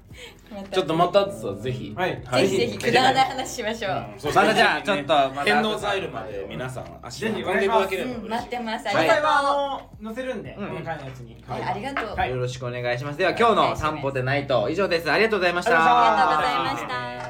Speaker 6: また
Speaker 4: ちょっとまたさぜひ
Speaker 2: はい
Speaker 6: ぜひぜひくだらない話しましょう
Speaker 4: ま
Speaker 5: またじゃあちょっとまた
Speaker 4: 天王ザイルまで皆さん足を運んでいただければ
Speaker 6: うん待ってますあ
Speaker 2: 今
Speaker 6: り
Speaker 2: 回
Speaker 6: が
Speaker 2: はあの載せるんで、
Speaker 5: うん
Speaker 2: 今回のやつに、
Speaker 6: とうありがとう
Speaker 2: はい
Speaker 5: よろしくお願いしますでは今日の散歩でないと以上ですありがとうございました
Speaker 2: ありがとうございました
Speaker 6: ありがとうございました